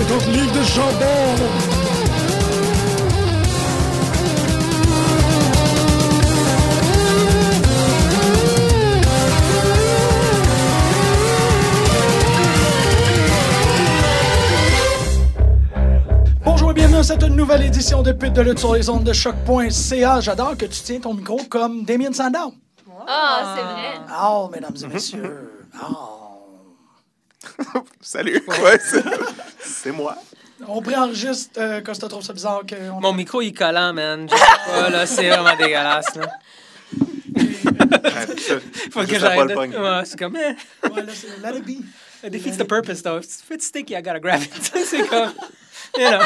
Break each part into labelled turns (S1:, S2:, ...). S1: 50 000 de chambres.
S2: Bonjour et bienvenue à cette nouvelle édition de Pute de lutte sur les ondes de choc.ca. J'adore que tu tiens ton micro comme Damien Sandow.
S3: Ah, c'est vrai.
S2: Oh, mesdames et messieurs. Oh.
S4: Salut. Ouais, c'est- c'est moi.
S2: On préenregistre euh, quand tu trouves ça bizarre qu'on
S5: Mon micro, il est collant, man. Je sais pas, là, c'est vraiment dégueulasse, là. Faut que j'arrête. de- Ouais, c'est comme, eh,
S2: Ouais, là, c'est let it be.
S5: it defeats the purpose, though. If it's if it's sticky, I gotta grab it. c'est comme, you know.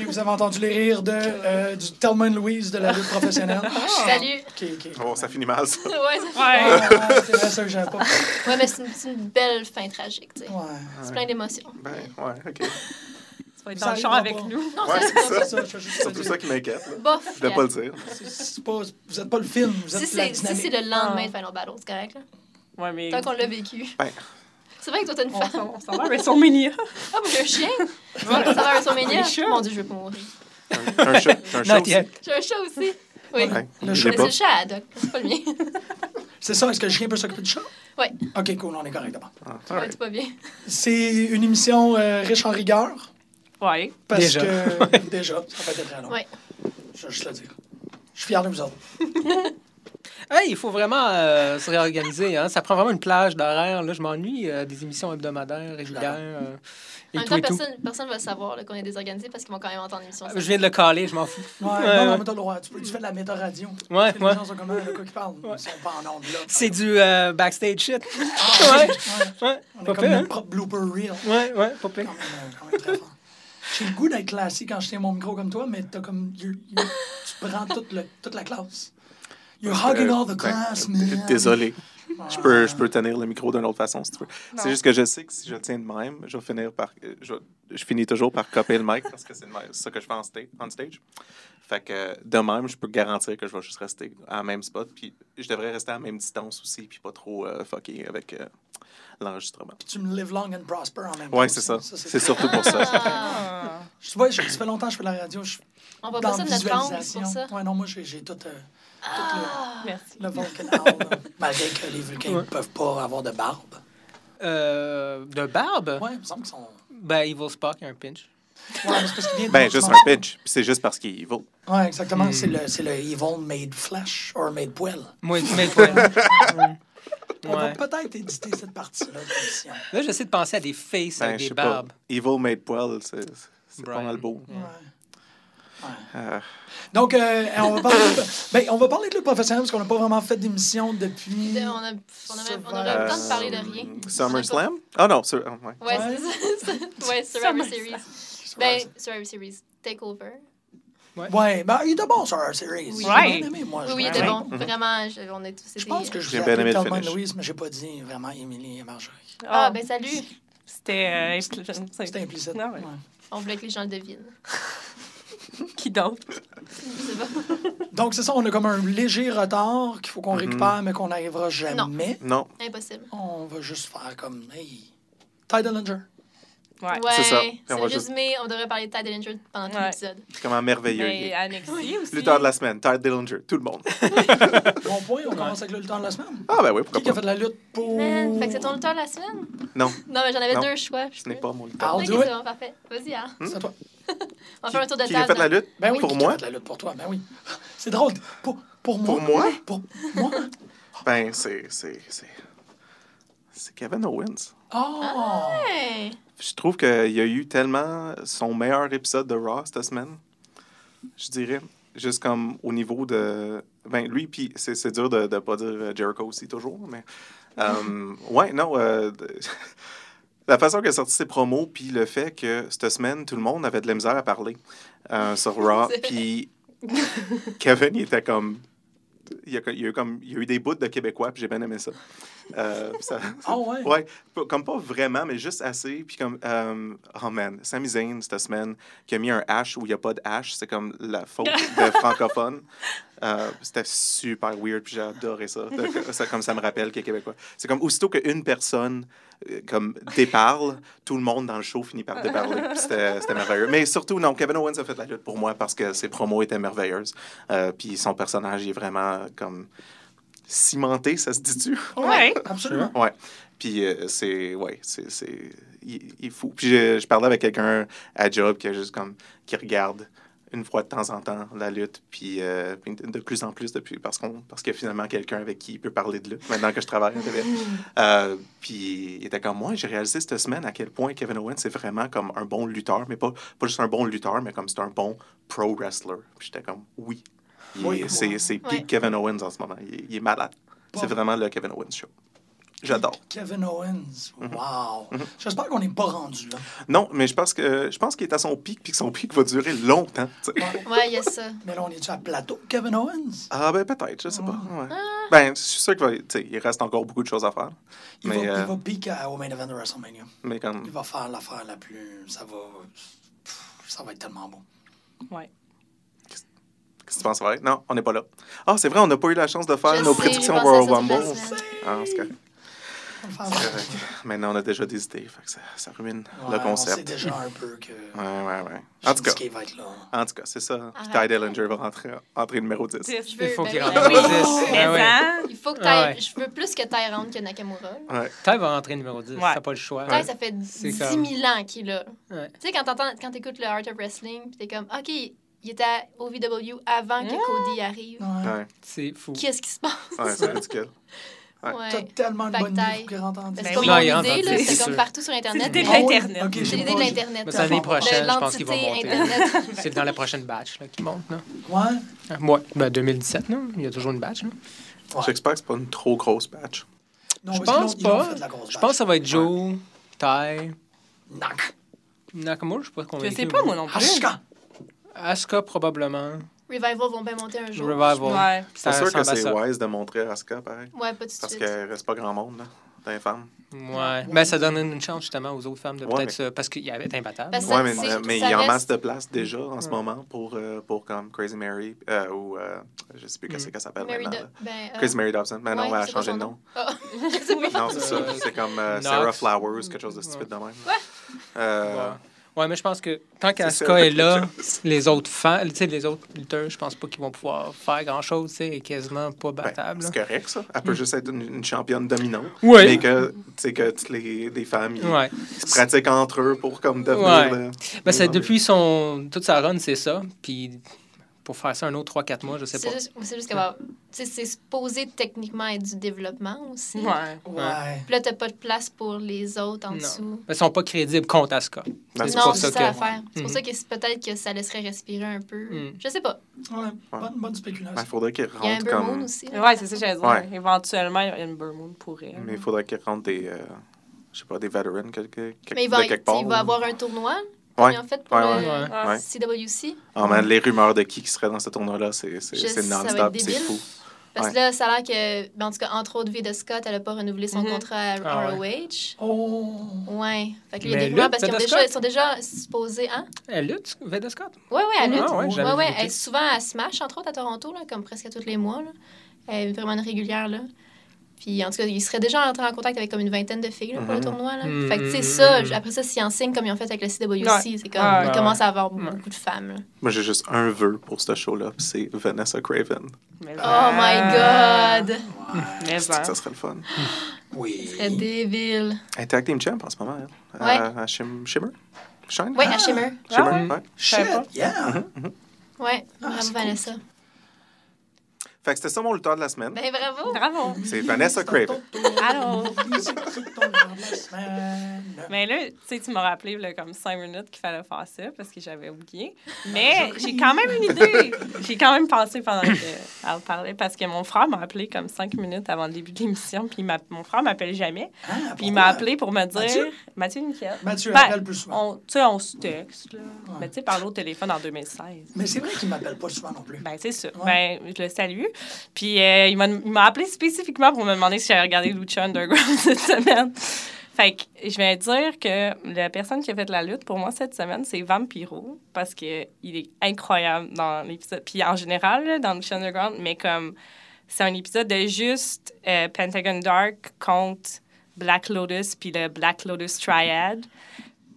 S2: Et vous avez entendu les rires de, euh, du Thelma et Louise de la lutte professionnelle.
S3: Ah, Salut.
S2: Ok, ok.
S4: Bon, ça finit mal, ça.
S3: Ouais, ça fait-
S5: Ouais.
S2: Ah, c'est vrai, ça que j'avais pas.
S3: Ouais, mais c'est une, c'est une belle fin tragique, tu sais.
S2: Ouais.
S3: C'est plein d'émotions.
S4: Ben, ouais, OK.
S6: Tu vas être
S2: Ça
S6: en char
S2: arrivera
S6: avec
S2: pas.
S6: nous.
S3: Non,
S4: Ouais,
S3: ça,
S4: c'est
S3: c'est
S4: ça.
S2: C'est ça, je veux juste
S4: C'est
S2: te
S4: tout
S2: dire.
S4: ça qui m'inquiète. là.
S3: bof. euh,
S4: Je voulais pas le dire.
S2: C'est- c'est pas- Vous êtes pas le film, vous
S3: Si
S2: êtes la
S3: c'est si c'est
S2: dynamique.
S3: le lendemain
S6: Ah.
S3: de Final Battle, c'est correct, là.
S6: Ouais, mais.
S3: Tant qu'on l'a vécu.
S4: Ben.
S3: C'est vrai que toi, t'as une
S6: On
S3: femme.
S6: s'en- on s'en va à WrestleMania.
S3: Ah, mais j'ai un chien. Tu vois, ça va à WrestleMania.
S6: T'es sûr?
S3: Mon Dieu, je vais pas mourir.
S4: Un, un chat. Un chat.
S5: Not
S4: aussi.
S5: yet.
S3: J'ai un chat aussi. Oui.
S4: Ouais,
S2: Le
S4: il
S2: chat.
S4: est
S3: Mais c'est
S4: pas.
S3: le chat à Doc. C'est pas le mien.
S2: C'est ça, est-ce que le chien peut s'occuper du chat?
S3: Ouais.
S2: Ok, cool, on est correct d'abord.
S4: Ah, all
S3: Ouais,
S4: right.
S3: c'est pas bien.
S2: C'est une émission euh, riche en rigueur.
S6: Ouais.
S2: Parce
S5: Déjà.
S2: que déjà, ça va être très long.
S3: Ouais.
S2: Je vais juste le dire. Je suis fier de vous autres.
S5: Hey, il faut vraiment euh, se réorganiser. Hein? Ça prend vraiment une plage d'horaire. Là, je m'ennuie euh, des émissions hebdomadaires, régulières, euh,
S3: En
S5: et
S3: même
S5: tout
S3: temps,
S5: et tout.
S3: personne, personne va savoir là, qu'on est désorganisé parce qu'ils vont quand même entendre l'émission.
S5: Ah, Je viens de le caler, je m'en fous.
S2: Ouais,
S5: ouais.
S2: non, non, mais t'as le droit. Tu, peux, tu fais de la méta-radio.
S5: Ouais,
S2: Tu sais,
S5: ouais.
S2: Les gens sont comme euh, le quoi qui parle. Ils sont pas en onde là.
S5: C'est du euh, backstage shit.
S2: Ah,
S5: ouais.
S2: ouais.
S5: Ouais,
S2: On
S5: pas hein.
S2: est comme
S5: pire,
S2: notre propre blooper reel.
S5: hein? Ouais, ouais, pas
S2: Quand
S5: pire.
S2: même, euh, quand même très fort. J'ai le goût d'être classique quand je tiens mon micro comme toi, mais t'as comme. you- you- tu prends toute, le- toute la classe. You're hugging
S4: Euh,
S2: all the
S4: ben,
S2: class,
S4: d-
S2: man.
S4: Désolé. Je peux, je peux tenir le micro d'une autre façon, si tu veux. C'est juste que je sais que si je le tiens de même, je vais finir par... euh, Je, vais- je finis toujours par copier le mic parce que c'est de même- c'est ça que je fais en sta- on stage. Fait que euh, de même, je peux garantir que je vais juste rester à la même spot. Puis je devrais rester à la même distance aussi, puis pas trop euh, fucker avec euh, l'enregistrement.
S2: Tu me live long and prosper en même temps.
S4: Ouais, c'est ça. C'est
S2: très-
S4: surtout pour ça.
S3: Ah,
S2: Tu vois, je- ça fait longtemps que je fais de la radio. Je suis
S3: on va
S2: dans
S3: passer de notre langue
S2: visualisation.
S3: pour ça.
S2: Ouais, non, moi, j'ai j'ai tout, euh, tout
S3: Ah.
S6: Merci.
S2: le, le Vulcan Hour, là. Malgré que les Vulcains ne peuvent pas avoir de barbe.
S5: Euh, de barbe?
S2: Ouais, il me semble qu'ils sont.
S5: Ben, Evil Spock, un pinch.
S2: Ouais, mais c'est parce qu'ils viennent de
S4: Ben,
S2: l'autre
S4: juste
S2: monde.
S4: un pitch. Hmm. Puis c'est juste parce qu'il est vaut.
S2: Ouais, exactement. C'est le, c'est le Evil Made Flesh or Made Poil.
S5: Moi, tu mets quoi?
S2: On va
S5: Ouais.
S2: peut-être éditer cette partie-là de l'émission.
S5: Là, j'essaie de penser à des faces
S4: Ben,
S5: avec
S4: je
S5: des
S4: sais pas.
S5: barbes.
S4: Evil Made Poil, c'est c'est pas
S5: Brian.
S4: mal beau.
S2: Ouais.
S4: Euh,
S2: Donc, euh, on, va parler de, ben, on va parler de lutte professionnelle parce qu'on n'a pas vraiment fait d'émission depuis.
S3: On a, on a, même- on a le temps de parler de rien. On a pas-
S4: SummerSlam? Euh, Ah non, sur, ah, ouais.
S3: Ouais,
S2: Ouais.
S3: c'est ça. ouais, Survivor
S6: Summer
S3: Series. Ben, Survivor Series, Takeover.
S4: Ah,
S2: Ouais, ben, il était bon sur our series.
S3: Oui.
S2: J'ai
S6: Ouais.
S2: bien aimé, moi.
S3: Oui,
S2: je
S3: oui, il
S2: pense.
S3: était bon. Vraiment, je- on est tous
S2: Je
S3: été...
S2: pense que je
S4: J'ai
S2: vous ai
S4: bien
S2: appelé
S4: aimé le
S2: Thelma et
S4: finish.
S2: Louise, mais j'ai pas dit vraiment Émilie et Marjorie.
S3: Ah, ben salut!
S6: Oh. C'était. euh, c'est-
S2: C'était implicite.
S6: Ah ouais.
S2: Ouais.
S3: On voulait que les gens le devinent.
S6: Qui d'autre?
S3: C'est bon.
S2: Donc, c'est ça, on a comme un léger retard qu'il faut
S4: Mm-hmm.
S2: qu'on récupère, mais qu'on n'arrivera jamais.
S4: Non,
S3: Impossible.
S2: On va juste faire comme, hey, Tidalinger.
S6: Ouais.
S3: Ouais,
S4: ça.
S3: c'est
S4: Puis on va
S3: le
S4: juste-
S3: résumé, on devrait parler de Tide Danger pendant tout
S6: Ouais.
S3: l'épisode.
S4: comment merveilleux il
S6: Mais
S3: euh,
S4: est.
S6: Annexie aussi.
S4: Lutteur de la semaine, Tard Dillinger, tout le monde.
S2: Bon point, on commence avec le lutteur de la semaine.
S4: Ah ben oui,
S2: Qui
S4: pourquoi
S2: qui a
S4: pas.
S2: fait de la lutte pour.
S3: Man, fait que c'est ton lutteur de la semaine?
S4: Non,
S3: Non, mais j'en avais
S4: Non,
S3: deux choix. je
S4: ce n'est
S3: peux.
S4: pas mon lutteur.
S2: I'll
S3: Ok,
S2: do it.
S3: c'est bon, parfait. Vas-y, hein.
S2: C'est à toi.
S3: On fait un tour de
S4: Qui a fait
S3: table.
S4: la lutte?
S2: Ben oui,
S4: Pour
S2: qui
S4: moi?
S2: a fait de la lutte pour toi, ben oui. C'est drôle. Pour, pour moi.
S4: Pour moi?
S2: Pour moi.
S4: Ben c'est... c'est... c'est... C'est Kevin Owens. Ah!
S2: Oh!
S3: Ouais.
S4: Je trouve qu'il y a eu tellement son meilleur épisode de Raw cette semaine. Je dirais, juste comme au niveau de... Ben lui, puis c'est, c'est dur de ne pas dire euh, Jericho aussi toujours, mais... euh, ouais, non... euh, de- La façon qu'il a sorti ses promos, puis le fait que cette semaine, tout le monde avait de la misère à parler euh, sur Raw.
S3: C'est vrai.
S4: Puis Kevin, il était comme. Il y a, il y a eu comme, il y a eu des bouts de Québécois, puis j'ai bien aimé ça. Euh, ça-
S2: Ah ouais?
S4: Ouais, p- comme pas vraiment, mais juste assez. Puis comme, euh, oh man, Sami Zayn, cette semaine, qui a mis un H où il n'y a pas de H, c'est comme la faute de francophone. Euh, c'était super weird, puis j'ai adoré ça. De- ça. Comme ça me rappelle que Québécois. C'est comme aussitôt qu'une personne euh, comme déparle, tout le monde dans le show finit par déparler. puis C'était c'était merveilleux. Mais surtout, non, Kevin Owens a fait la lutte pour moi parce que ses promos étaient merveilleuses. Euh, puis son personnage est vraiment euh, comme cimenté, ça se dit-tu?
S6: Ouais.
S2: Absolument.
S4: Ouais. Puis euh, c'est. Ouais, c'est. c'est- Il, il est fou. Puis je, je parlais avec quelqu'un à Job qui, est juste comme, qui regarde une fois de temps en temps la lutte, puis euh, puis de plus en plus depuis, parce, qu'on, parce qu'il y a finalement quelqu'un avec qui il peut parler de lutte maintenant que je travaille avec elle. Euh, puis il était comme moi, j'ai réalisé cette semaine à quel point Kevin Owens c'est vraiment comme un bon lutteur, mais pas, pas juste un bon lutteur, mais comme c'est un bon pro wrestler. Puis j'étais comme oui. Il-
S2: Oui.
S4: c'est c'est peak
S3: Ouais.
S4: Kevin Owens en ce moment. Il, est- il est malade. C'est vraiment le Kevin Owens show. J'adore. Mm-hmm.
S2: Kevin Owens. Wow. J'espère qu'on n'est pas rendu là.
S4: Non, mais je pense que je pense qu'il est à son pic, puis que son pic va durer longtemps. tu sais.
S3: Ouais, il y a ça.
S2: Mais là, on est-tu à plateau, Kevin Owens?
S4: Ah ben peut-être, je sais pas. ouais. Ben je suis sûr qu'il va- tu sais, il reste encore beaucoup de choses à faire.
S2: Il,
S4: Mais,
S2: va,
S4: euh, Mm.
S2: il va piquer à- au main event de WrestleMania.
S4: Mais comme
S2: Il va faire l'affaire la plus... Ça va... pff, Ça va être tellement beau.
S6: Ouais.
S4: qu'est-ce que tu penses ça va être? Non, on n'est pas là. Ah c'est vrai, on n'a pas eu la chance de faire
S3: Je
S4: nos
S3: sais,
S4: prédictions
S3: j'ai pensé à
S4: Royal
S3: ça toute la
S4: Rumble.
S3: semaine.
S4: Ah, c'est correct.
S2: On va le faire.
S4: Correct. Maintenant, on a déjà des idées, fait que ça, ça ruine
S2: Ouais,
S4: le
S2: On sait
S4: concept.
S2: déjà un peu que...
S4: Ouais, ouais, ouais. En tout cas,
S2: Shinsuke va être là.
S4: en tout cas, c'est ça. Puis
S3: Arrête.
S4: Ty Dellinger va rentrer, entrer numéro 10.
S3: Je veux,
S5: Il faut
S3: ben
S5: qu'il
S3: oui,
S5: rentre
S3: ben oui.
S5: numéro 10.
S6: Mais
S2: Ah
S5: Ben oui.
S6: hein?
S3: Il faut que
S5: Ah
S3: t'ailles.
S5: ouais.
S3: Je veux plus que t'ailles rentre que Nakamura.
S4: Ouais.
S5: Ty va rentrer numéro 10.
S6: Ouais.
S5: T'as pas le choix.
S3: Taille, ça fait 10
S5: C'est
S3: 000
S5: comme-
S3: ans qu'il est là.
S5: Ouais.
S3: Tu sais, quand t'entends- quand t'écoutes le Art of Wrestling, pis t'es comme, OK, il était au VW avant que
S6: Ouais.
S3: Cody arrive.
S2: Ouais.
S4: Ouais,
S5: C'est fou.
S3: Qu'est-ce qui se passe?
S4: ouais, c'est ridicule. Ouais.
S2: T'as
S3: Ouais.
S2: tellement de
S3: Fait que
S2: bonnes idées
S3: taille.
S2: pour qu'il rentre en
S3: Ben,
S2: dix.
S3: C'est
S6: Ben
S3: pas
S6: oui.
S5: Non,
S3: mon
S5: il rentre en
S3: idée, là.
S5: dix,
S3: C'était
S5: c'est
S3: comme
S5: sûr.
S3: partout sur Internet.
S6: C'est l'idée de
S2: Ah ouais?
S6: l'Internet.
S2: Ok,
S3: C'est
S2: j'ai
S3: l'idée de
S2: pas-
S3: l'Internet. Ben,
S5: Mais c'est l'année prochaine, je pense qu'ils vont
S3: L'entité
S5: monter.
S3: Internet.
S5: C'est dans la prochaine batch là, qui monte. Là.
S2: Ouais.
S5: Ah, Ouais, ben 2017, non? il y a toujours une batch. là.
S2: Ah
S4: J'espère que c'est pas une trop grosse patch.
S2: Non,
S5: Je
S2: parce qu'ils
S5: pense
S2: l'ont- ils l'ont
S5: pas.
S2: fait, la grosse
S5: Je pense que ça va être Joe, Ty,
S2: batch. Knock.
S5: Nakamura, je sais pas
S6: Je
S5: convaincu.
S6: sais pas, moi non plus.
S2: Hashka.
S5: Asuka, probablement.
S3: Revival vont bien monter un jour.
S5: Revival.
S6: Ouais.
S4: C'est
S5: Ça
S4: sûr que
S5: ressemble à
S4: c'est
S5: ça.
S4: wise de montrer Asuka, pareil.
S3: Ouais, pas tout de
S4: Parce
S3: suite.
S4: qu'il reste pas grand monde, là, dans les femmes.
S5: Ouais. Mais ça donne une chance justement aux autres femmes de
S4: Ouais,
S5: peut-être
S4: mais-
S5: se- Parce qu'il y avait été imbattable.
S3: Parce- Ça,
S4: Ouais, mais,
S3: c'est-
S4: euh, mais il
S3: ça
S4: y a en
S3: reste-
S4: masse de place déjà en ce moment pour, euh, pour comme Crazy Mary euh, ou euh, je sais plus qu'est-ce qu'elle s'appelle
S3: Mm. Mary
S4: maintenant.
S3: Do-
S4: là.
S3: ben, euh,
S4: Crazy Mary Dobson. Mais non,
S3: ouais,
S4: elle a
S3: c'est quoi
S4: changé
S3: son
S4: de nom.
S3: Ah, je sais pas.
S4: Non, c'est
S5: Euh,
S4: ça. C'est comme euh,
S5: Knox.
S4: Sarah Flowers, quelque chose de stupide de même. Euh,
S5: Ouais. Ouais, mais je pense que tant
S4: C'est
S5: qu'Asuka
S4: ça,
S5: est là,
S4: quelque chose.
S5: les autres fans, tu sais, les autres lutteurs, je pense pas qu'ils vont pouvoir faire grand-chose, tu sais, elle est quasiment pas
S4: ben,
S5: battable. là.
S4: c'est correct, ça. Elle peut
S3: Mm.
S4: juste être une, une championne dominante.
S5: Ouais.
S4: Mais que, tu sais, que toutes les, les femmes, ils,
S5: Ouais.
S4: ils se pratiquent entre eux pour comme devenir...
S5: Ouais.
S4: euh,
S5: Ben, c'est
S4: dominantes.
S5: depuis son toute sa run, c'est ça, puis pour faire ça un autre 3 4 mois, je sais
S3: C'est
S5: pas.
S3: juste, c'est juste que bah, tu sais, c'est supposé techniquement être du développement aussi.
S6: Ouais.
S2: Ouais.
S3: Puis là, t'as pas de place pour les autres en
S5: Non.
S3: dessous.
S5: Ben, ils sont pas crédibles contre Asuka.
S4: Ben,
S5: C'est
S3: Non,
S5: pour
S3: c'est
S5: ça
S3: ça
S5: que-
S3: l'affaire. C'est pour
S5: Mhm.
S3: ça que c'est- peut-être que ça laisserait respirer un peu.
S5: Mhm.
S3: Je sais pas.
S2: Ouais. Bonne, bonne
S4: Ben,
S2: spéculation.
S4: Il faudrait qu'ils
S3: Il y a un
S4: rentrent
S3: Amber Moon
S4: comme...
S3: aussi. là.
S6: Ouais, c'est ça, j'allais dire.
S4: Ouais.
S6: Éventuellement, il y a une Burmoon pour
S3: hein.
S6: elle.
S4: Mais il faudrait qu'ils rentrent des... euh, je sais pas, des vétérans quelque, quelque,
S3: Mais il va,
S4: de quelque
S3: tu sais,
S4: part.
S3: il va
S4: ou-
S3: avoir un tournoi,
S4: Ouais.
S3: en fait, pour
S4: Ouais,
S3: le
S5: ouais,
S6: ouais.
S4: Ouais.
S3: CWC.
S4: Ah, man, les rumeurs de qui qui serait dans ce tournoi-là, c'est c'est-
S3: Je- ça
S4: c'est
S3: va être
S4: non-stop, c'est
S3: débile.
S4: fou.
S3: Parce
S4: Ouais.
S3: que là, ça a l'air que, ben, en tout cas, entre autres, Vida Scott, elle a pas renouvelé son
S6: Mhm.
S3: contrat à
S5: Ah
S3: ROH.
S2: Oh.
S3: Ouais. Fait que là, il y a
S5: Mais
S3: des rumeurs
S5: lutte,
S3: parce qu'ils ont
S5: Veda
S3: déjà-
S5: Scott?
S3: ils sont déjà supposés, hein?
S5: Elle lutte, Veda Scott.
S3: Ouais, ouais, elle
S5: Ah,
S3: lutte.
S5: ouais,
S3: ouais,
S5: j'avais
S3: ouais,
S5: vu
S3: Elle
S5: lutter.
S3: est souvent à Smash, entre autres, à Toronto, là, comme presque tous les mois. Là. Elle est vraiment une régulière, là. Puis, en tout cas, il serait déjà entré en contact avec comme une vingtaine de filles là, pour le
S4: Mhm.
S3: tournoi. Là.
S5: Mhm,
S3: Fait que, tu sais,
S5: mhm,
S3: ça,
S5: mhm.
S3: après ça, s'ils en signent comme ils ont fait avec le CWC,
S6: Ouais.
S3: c'est comme,
S6: Ouais,
S3: ils
S5: ouais,
S3: commencent à avoir
S5: Ouais.
S3: beaucoup de femmes. là.
S4: Moi, j'ai juste un vœu pour ce show-là, puis c'est Vanessa Craven.
S6: Mais
S3: Oh
S5: Ah.
S6: hein.
S3: my God!
S6: Mais
S4: Ça,
S6: hein.
S4: ça serait le fun.
S2: Oui.
S5: Ah.
S3: C'est débile.
S4: Elle est tag team champ en ce moment, elle.
S3: Ouais.
S4: À, à Shim- Shimmer? Shine?
S3: Ouais, à Shimmer.
S4: Shimmer,
S6: Ah ouais.
S4: ouais.
S2: Shit,
S6: savais
S2: yeah.
S3: Ouais,
S2: c'est
S5: Ah,
S3: bravo,
S2: cool.
S3: Vanessa.
S4: Fait que c'était ça mon lutteur de la semaine.
S3: Ben, bravo!
S6: Bravo.
S4: C'est Vanessa Craven.
S6: Allô.
S2: Remplacement.
S6: Mais là, tu sais, tu m'as rappelé là, comme cinq minutes qu'il fallait faire ça parce que j'avais oublié. Mais
S2: Ah,
S6: j'ai quand même une idée. J'ai quand même pensé pendant qu'elle parlait parce que mon frère m'a appelé comme cinq minutes avant le début de l'émission. Puis il m'a- mon frère m'appelle jamais.
S2: Ah,
S6: Puis
S2: pourquoi?
S6: il m'a appelé pour me dire
S2: Mathieu?
S6: Mathieu, Nickel.
S2: Mathieu
S6: Ben,
S2: appelle plus souvent.
S6: On, tu sais, on se texte, là.
S2: Ouais.
S6: Mais tu sais, parler au téléphone en 2016.
S2: Mais c'est vrai qu'il m'appelle pas souvent non plus.
S6: Ben, c'est ça.
S2: Ouais.
S6: Ben, je le salue. Puis, euh, il m'a- il m'a appelé spécifiquement pour me demander si j'avais regardé Lucha Underground cette semaine. Fait que je vais dire que la personne qui a fait la lutte pour moi cette semaine, c'est Vampiro, parce que il est incroyable dans l'épisode. Puis en général, là, dans Lucha Underground, mais comme c'est un épisode de juste euh, Pentagon Dark contre Black Lotus, puis le Black Lotus Triad.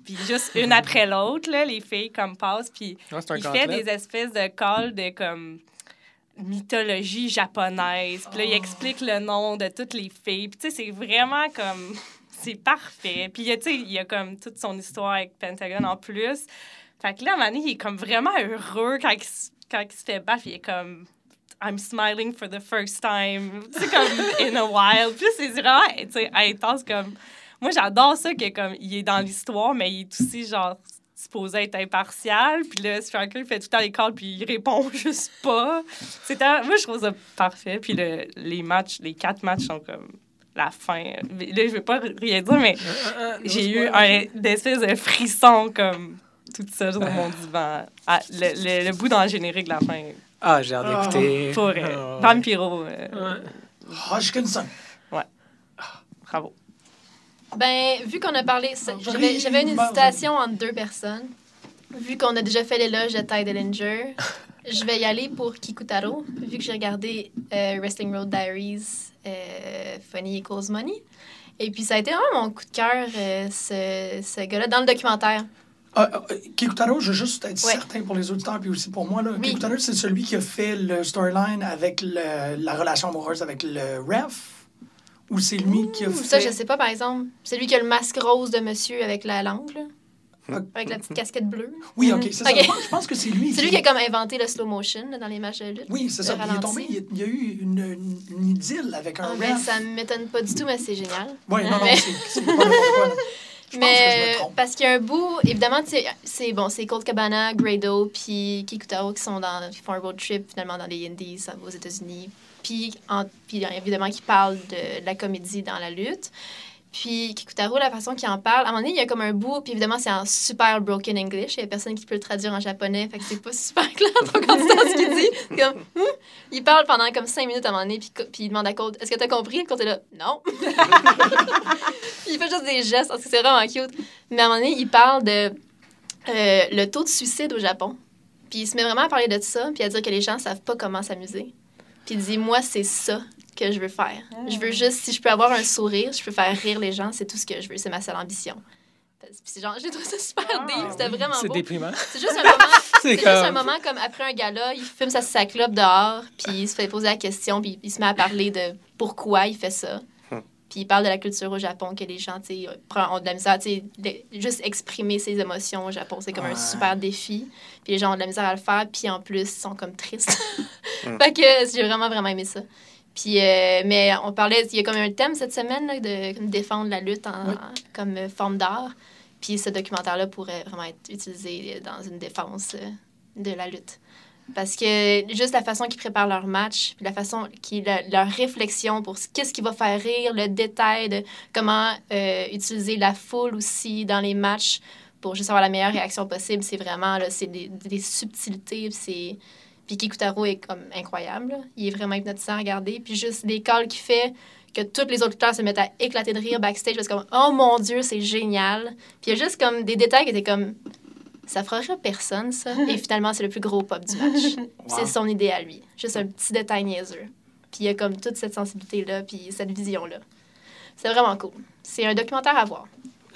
S6: Puis juste une après l'autre, là, les filles comme passent, puis
S5: Ouais, c'est un
S6: il fait
S5: gauntlet.
S6: des espèces de calls de comme mythologie japonaise. Puis là,
S5: Oh.
S6: il explique le nom de toutes les filles. Puis tu sais, c'est vraiment comme c'est parfait. Puis il y a, tu sais, il y a comme toute son histoire avec Pentagon en plus. Fait que là, à un moment donné, il est comme vraiment heureux quand il, s- quand il se fait battre. Il est comme I'm smiling for the first time. Tu sais, comme in a while. Puis c'est vraiment tu sais, intense comme. Moi, j'adore ça que comme il est dans l'histoire, mais il est aussi genre supposé être impartial. Puis là, Striker fait tout le temps les calls, puis il répond juste pas. C'est un- Moi, je trouve ça parfait. Puis le- les matchs, les quatre matchs sont comme la fin. Mais Là, je vais pas rien dire, mais j'ai eu un espèce de frisson comme toute seule sur mon divan. Ah, le, le- le bout dans le générique de la fin.
S5: Ah, j'ai hâte d'écouter.
S6: Pour euh,
S5: Ah, ouais.
S6: Vampiro. euh,
S5: Ouais.
S2: Hodgkinson.
S6: Bravo.
S3: Ben, vu qu'on a parlé, c'est-
S2: Ah,
S3: j'avais j'avais une
S2: oui, bah,
S3: hésitation entre deux personnes. Vu qu'on a déjà fait l'éloge de Ty Dillinger, je vais y aller pour Kikutaro, vu que j'ai regardé euh, Wrestling Road Diaries, euh, Funny Equals Money. Et puis, ça a été vraiment mon coup de cœur, euh, ce, ce gars-là, dans le documentaire.
S2: Ah, ah, Kikutaro, je veux juste être
S3: Ouais.
S2: certain pour les auditeurs puis aussi pour moi. Là.
S3: Oui.
S2: Kikutaro, c'est celui qui a fait le storyline avec le- la relation amoureuse avec le ref. Ou c'est lui qui a
S3: Ouh,
S2: fait.
S3: Ça, je sais pas, par exemple. C'est lui qui a le masque rose de monsieur avec la langue, là.
S2: Ok.
S3: avec la petite casquette bleue.
S2: Oui, ok, c'est
S3: Ok.
S2: ça. Je pense que c'est lui.
S3: C'est lui qui a comme inventé le slow motion là, dans les matchs de lutte.
S2: Oui, c'est ça.
S3: Le
S2: Puis Il est
S3: ralenti.
S2: tombé, il y a- il y a eu une, une, une idylle avec
S3: Ah,
S2: un
S3: ben,
S2: ref.
S3: ça m'étonne pas du tout, mais c'est génial.
S2: Oui, non, non,
S3: Mais-
S2: c'est c'est pas n'importe quoi, là. Je pense que je me
S3: Mais
S2: trompe.
S3: parce qu'il y a un bout, évidemment, tu sais, c'est bon, c'est Cold Cabana, Grado, puis Kikutao qui sont dans, qui font un road trip finalement dans les Indies ça va aux États-Unis, puis en- puis évidemment qui parlent de, de la comédie dans la lutte. Puis Kikutaro, la façon qu'il en parle, à un moment donné, il y a comme un bout, puis évidemment, c'est en super broken English. Il y a personne qui peut le traduire en japonais, fait que c'est pas super clair trop quand tu entends ce qu'il dit. C'est comme, Hum? Il parle pendant comme cinq minutes à un moment donné, puis, co- puis il demande à Cold, est-ce que t'as compris? Cold est là, non. Puis il fait juste des gestes, parce que c'est vraiment cute. Mais à un moment donné, il parle de euh, le taux de suicide au Japon. Puis il se met vraiment à parler de ça, puis à dire que les gens savent pas comment s'amuser. Puis il dit, moi, c'est ça que je veux faire. Je veux juste, si je peux avoir un sourire, je peux faire rire les gens, c'est tout ce que je veux, c'est ma seule ambition. Puis c'est genre, j'ai trouvé ça super deep, c'était vraiment
S5: C'est
S3: beau.
S5: déprimant.
S3: C'est juste un moment...
S5: C'est
S3: C'est juste un
S5: comme.
S3: moment comme après un gala, il fume sa, sa clope dehors, puis il se fait poser la question, puis il se met à parler de pourquoi il fait ça. Puis il parle de la culture au Japon, que les gens tu sais, euh, prend- ont de la misère. tu sais, de- juste exprimer ses émotions au Japon, c'est comme
S2: Ouais.
S3: un super défi. Puis les gens ont de la misère à le faire, puis en plus, ils sont comme tristes.
S2: Mm.
S3: fait que j'ai vraiment, vraiment aimé ça. Puis, euh, mais on parlait, il y a comme un thème cette semaine là, de comme défendre la lutte en-
S2: Oui.
S3: en- comme euh, forme d'art. Puis ce documentaire-là pourrait vraiment être utilisé euh, dans une défense euh, de la lutte. Parce que juste la façon qu'ils préparent leur match, puis la façon qu'ils la- leur réflexion pour ce- qu'est-ce qui va faire rire, le détail de comment euh, utiliser la foule aussi dans les matchs pour juste avoir la meilleure réaction possible, c'est vraiment là, c'est des, des subtilités, puis c'est puis Kikutaro est comme incroyable. là. Il est vraiment hypnotisant à regarder, puis juste les calls qu'il fait que toutes les autres lutteurs se mettent à éclater de rire backstage parce que comme oh mon dieu, c'est génial. Puis il y a juste comme des détails qui étaient comme ça fera rire personne ça et finalement c'est le plus gros pop du match. Puis C'est son idée à lui. Juste un petit détail niaiseux. Puis il y a comme toute cette sensibilité-là, puis cette vision-là. C'est vraiment cool. C'est un documentaire à voir.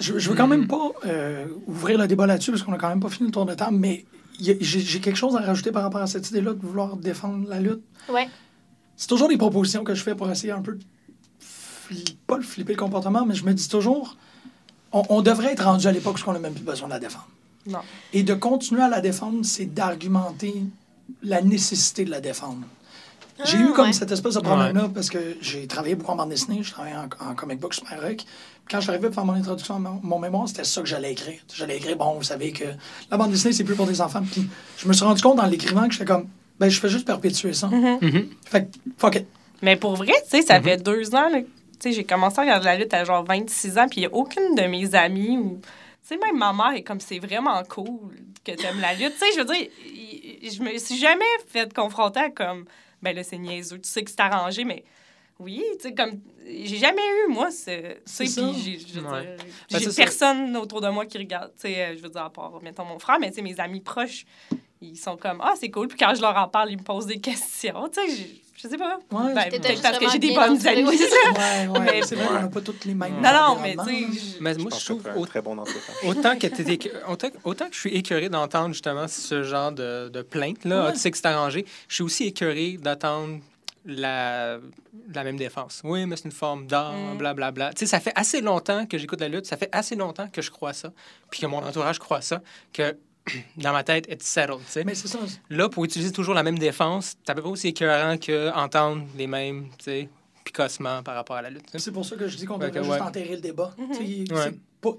S2: Je, je veux quand même pas euh, ouvrir le débat là-dessus parce qu'on a quand même pas fini le tour de table, mais il y a- j'ai j'ai quelque chose à rajouter par rapport à cette idée-là de vouloir défendre la lutte.
S3: Ouais.
S2: C'est toujours des propositions que je fais pour essayer un peu de fli- pas de flipper le comportement, mais je me dis toujours, on, on devrait être rendu à l'époque où on n'a même plus besoin de la défendre.
S6: Non.
S2: Et de continuer à la défendre, c'est d'argumenter la nécessité de la défendre. J'ai
S3: Ah,
S2: eu comme
S3: ouais.
S2: cette espèce de problème-là parce que j'ai travaillé beaucoup en bande dessinée, je travaillais en, en comic book super rec. Puis Quand j'arrivais pour faire mon introduction à mon, mon mémoire, c'était ça que j'allais écrire. J'allais écrire, bon, vous savez que la bande dessinée, c'est plus pour des enfants. Puis je me suis rendu compte en l'écrivant que j'étais comme, ben, je fais juste perpétuer ça.
S3: Mm-hmm.
S2: Fait que, fuck it.
S6: Mais pour vrai, tu sais, ça
S5: Mm-hmm.
S6: fait deux ans, là, tu sais, j'ai commencé à regarder la lutte à genre 26 ans, puis il n'y a aucune de mes amies ou... Tu sais, même ma mère est comme, c'est vraiment cool que t'aimes la lutte. Tu sais, je veux dire, y- y- je me suis jamais fait confronter à comme, ben là, c'est niaiseux, tu sais que c'est arrangé, mais Oui, tu sais, comme. J'ai jamais eu, moi, ce.
S2: C'est
S6: tu sais,
S2: ça.
S6: puis j'ai- je veux
S5: Ouais.
S6: dire,
S5: Ben,
S6: j'ai
S5: c'est ça.
S6: personne autour de moi qui regarde. Tu sais, euh, je veux dire, à part, mettons, mon frère, mais tu sais, mes amis proches, ils sont comme Ah, c'est cool. Puis quand je leur en parle, ils me posent des questions. Tu sais, j'ai- je sais pas.
S2: Ouais,
S6: Ben,
S2: c'est-
S3: T'étais
S6: peut-être parce que
S3: justement
S6: j'ai des
S3: bien
S6: bonnes
S3: entourée,
S6: amies.
S3: oui, c'est
S2: Ouais, ouais,
S6: Mais-
S2: c'est vrai qu'on n'a pas toutes les mêmes.
S6: non, non, mais
S2: environnements,
S6: tu
S2: là.
S6: sais. je-
S5: Mais moi,
S4: pense
S5: je
S4: que ça
S5: trouve
S4: ferait un
S5: au-
S4: très bon entretien.
S5: Autant que, t'es éc- autant, autant que je suis écœuré d'entendre justement ce genre de, de plainte, là,
S2: Ouais.
S5: Ah, tu sais que c'est arrangé, je suis aussi écœuré d'attendre la, la même défense. Oui, mais c'est une forme d'art,
S6: Mm.
S5: blablabla. Tu sais, ça fait assez longtemps que j'écoute la lutte, ça fait assez longtemps que je crois à ça, puis que mon entourage croit à ça, que dans ma tête, it's settled, tu sais.
S2: Mais c'est ça.
S5: Là, pour utiliser toujours la même défense, t'as pas aussi écœurant qu'entendre les mêmes, tu sais, picossements par rapport à la lutte. tu sais.
S2: C'est pour ça que je dis qu'on
S5: Fait
S2: devrait
S5: que,
S2: juste
S5: Ben, ouais.
S2: enterrer le débat. Tu sais,
S5: Ouais.
S2: c'est pas-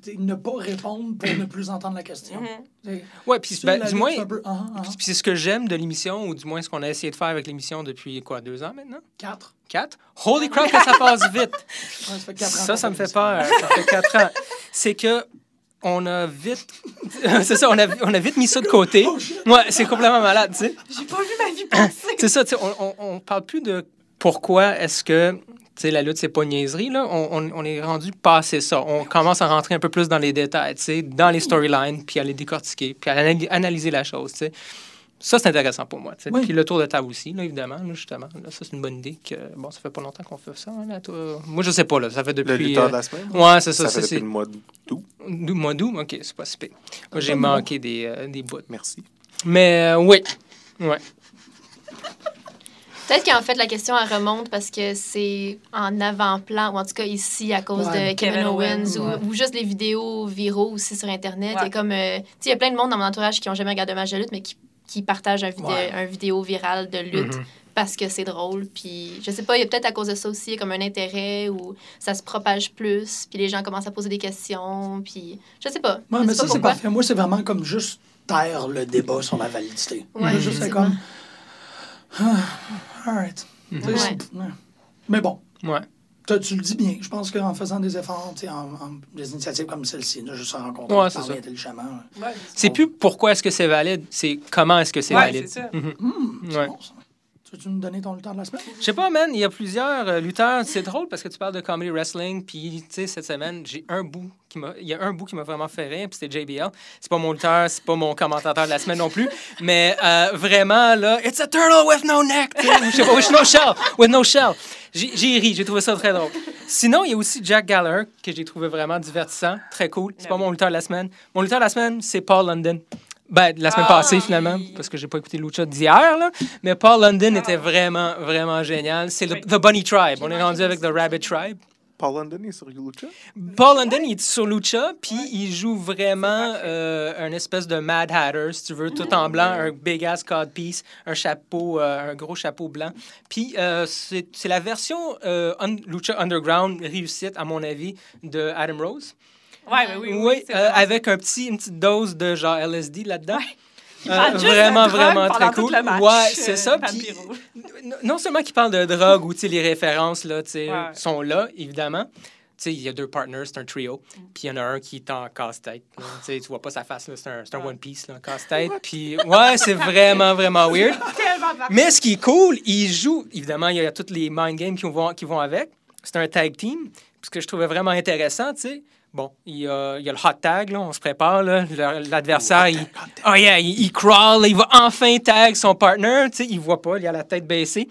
S2: tu sais, ne pas répondre pour ne plus entendre la question.
S6: Mhm.
S2: Tu sais,
S5: Ouais, puis
S2: sur
S5: ben,
S2: la
S5: du
S2: lutte,
S5: moins...
S2: c'est un peu, ah, ah, ah.
S5: Puis puis c'est ce que j'aime de l'émission, ou du moins ce qu'on a essayé de faire avec l'émission depuis quoi, deux ans maintenant?
S2: ah, Quatre.
S5: Quatre? Holy crap, que ça passe vite!
S2: Ouais, fait quatre ans
S5: ça, ça
S2: qu'on
S5: me
S2: fait
S5: fait peur. Ça fait quatre ans. C'est que on a vite. c'est ça, on a, on a vite mis ça de côté.
S2: Oh,
S5: Ouais, c'est complètement malade, tu sais.
S6: J'ai pas vu ma vie passer.
S5: C'est ça, tu sais, on, on, on parle plus de pourquoi est-ce que. Tu sais, la lutte, c'est pas une niaiserie, là. On, on- on est rendu passé ça. On commence à rentrer un peu plus dans les détails, tu sais, dans les storylines, puis à les décortiquer, puis à anal- analyser la chose, tu sais. Ça, c'est intéressant pour moi, tu sais.
S2: Oui.
S5: Puis le tour de table aussi, là, évidemment, là, justement. Là, ça, c'est une bonne idée que... Bon, ça fait pas longtemps qu'on fait ça, hein, là, toi. Moi, je sais pas, là. Ça fait
S4: Le
S5: depuis...
S4: lutteur
S5: euh,
S4: de la semaine?
S5: Ouais, c'est
S4: Ça,
S5: ça.
S4: fait
S5: c'est
S4: depuis
S5: c'est-
S4: le mois d'août.
S5: Dou- Mois d'août, ok, c'est pas si pire. Moi, J'ai
S2: Pas de mois.
S5: manqué des, euh, des bouts.
S4: Merci.
S5: Mais euh, oui, ouais.
S3: Peut-être qu'en fait, la question, elle remonte parce que c'est en avant-plan, ou en tout cas ici, à cause
S2: Ouais.
S3: de Kevin,
S6: Kevin
S3: Owens,
S2: Owens,
S3: ou, ou juste les vidéos viraux aussi sur Internet.
S6: Ouais.
S3: Et comme, euh, tu sais, il y a plein de monde dans mon entourage qui n'ont jamais regardé un match de lutte, mais qui, qui partagent un, vidé-
S2: Ouais. Mm-hmm.
S3: un vidéo virale de lutte parce que c'est drôle. Puis, je sais pas, il y a peut-être à cause de ça aussi comme un intérêt où ça se propage plus, puis les gens commencent à poser des questions, puis je sais pas.
S2: Ouais, mais ça,
S3: Je sais pas
S2: c'est
S3: pourquoi.
S2: parfait. Moi, c'est vraiment comme juste taire le débat sur la validité.
S3: Ouais,
S2: juste
S3: je sais
S2: comme. Ah, all right. Tu
S5: Mm-hmm.
S2: sais,
S3: Ouais.
S2: c'est- ouais. Mais bon,
S5: Ouais.
S2: toi, tu le dis bien. Je pense qu'en faisant des efforts, tu sais, en, en- des initiatives comme celle-ci, de juste se rencontrer,
S5: Ouais,
S2: de
S5: c'est
S2: parler
S5: ça.
S2: intelligemment. ouais.
S6: Ouais,
S5: C'est plus pourquoi est-ce que c'est valide, c'est comment est-ce que c'est
S6: c'est
S5: valide. Mhm.
S6: ça.
S2: Hum, c'est
S5: Ouais.
S2: bon, ça. Tu veux-tu nous donner ton le temps de la semaine?
S5: Je sais pas, man, il y a plusieurs euh, lutteurs. C'est drôle parce que tu parles de comedy wrestling, puis tu sais, cette semaine, j'ai un bout qui m'a. Il y a un bout qui m'a vraiment fait rire, puis c'était JBL. C'est pas mon lutteur, c'est pas mon commentateur de la semaine non plus, mais euh, vraiment, là, it's a turtle with no neck, tu sais, ou je sais pas, with no shell, with no shell. J'ai j'ai ri, j'ai trouvé ça très drôle. Sinon, il y a aussi Jack Gallagher, que j'ai trouvé vraiment divertissant, très cool. C'est pas mon lutteur de la semaine. Mon lutteur de la semaine, c'est Paul London. Ben, de la semaine
S6: Ah,
S5: passée,
S6: oui.
S5: finalement, parce que j'ai pas écouté Lucha d'hier, là. Mais Paul London était vraiment, vraiment génial. C'est le-
S6: Ah, Oui.
S5: The Bunny Tribe.
S3: J'ai
S5: On est
S3: manqué
S5: rendu
S3: de
S5: avec The
S3: ça.
S5: Rabbit Tribe.
S4: Paul London est sur Lucha?
S5: Paul London, il est sur Lucha, puis il joue vraiment euh, un espèce de Mad Hatter, si tu veux, tout
S6: Mm.
S5: en blanc, un big ass codpiece, un chapeau, euh, un gros chapeau blanc. Puis euh, c'est c'est la version euh, un- Lucha Underground réussite, à mon avis, de Adam Rose.
S6: Ouais, ben oui, oui.
S5: Oui,
S6: c'est
S5: euh,
S6: vrai.
S5: avec un petit, une petite dose de genre LSD là-dedans.
S6: Il
S5: Euh,
S6: parle juste de
S5: vraiment,
S6: drogue
S5: vraiment
S6: pendant
S5: très
S6: tout
S5: cool.
S6: le match,
S5: ouais, c'est
S6: euh,
S5: ça. puis-
S6: Vampiro.
S5: non- non seulement qu'il parle de drogue ou tu sais, les références là, tu sais,
S6: Ouais.
S5: sont là, évidemment. Tu sais, Il y a deux partners, c'est un trio. Puis il y en a un qui est en casse-tête. là. Tu sais, tu vois pas sa face, là, c'est un, c'est un One Piece, là, en casse-tête. Puis ouais, c'est vraiment, vraiment weird.
S6: Tellement de-
S5: Mais ce qui est cool, il joue. Évidemment, il y a toutes les mind games qui vont, qui vont avec. C'est un tag team. Puis Ce que je trouvais vraiment intéressant, tu sais. Bon, il y, a, il y a le hot tag, là, on se prépare, là, Le- l'adversaire, il, oh yeah, il, il crawl, là, il va enfin tag son partner, tu sais, il voit pas, il a la tête baissée.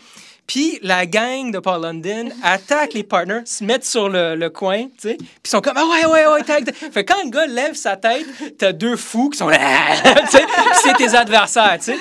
S5: Puis la gang de Paul London attaque les partners, se mettent sur le, le coin, tu sais, puis ils sont comme ah ouais ouais ouais tag. tag. Fait que quand le gars lève sa tête, t'as deux fous qui sont là, tu sais, puis c'est tes adversaires, tu sais.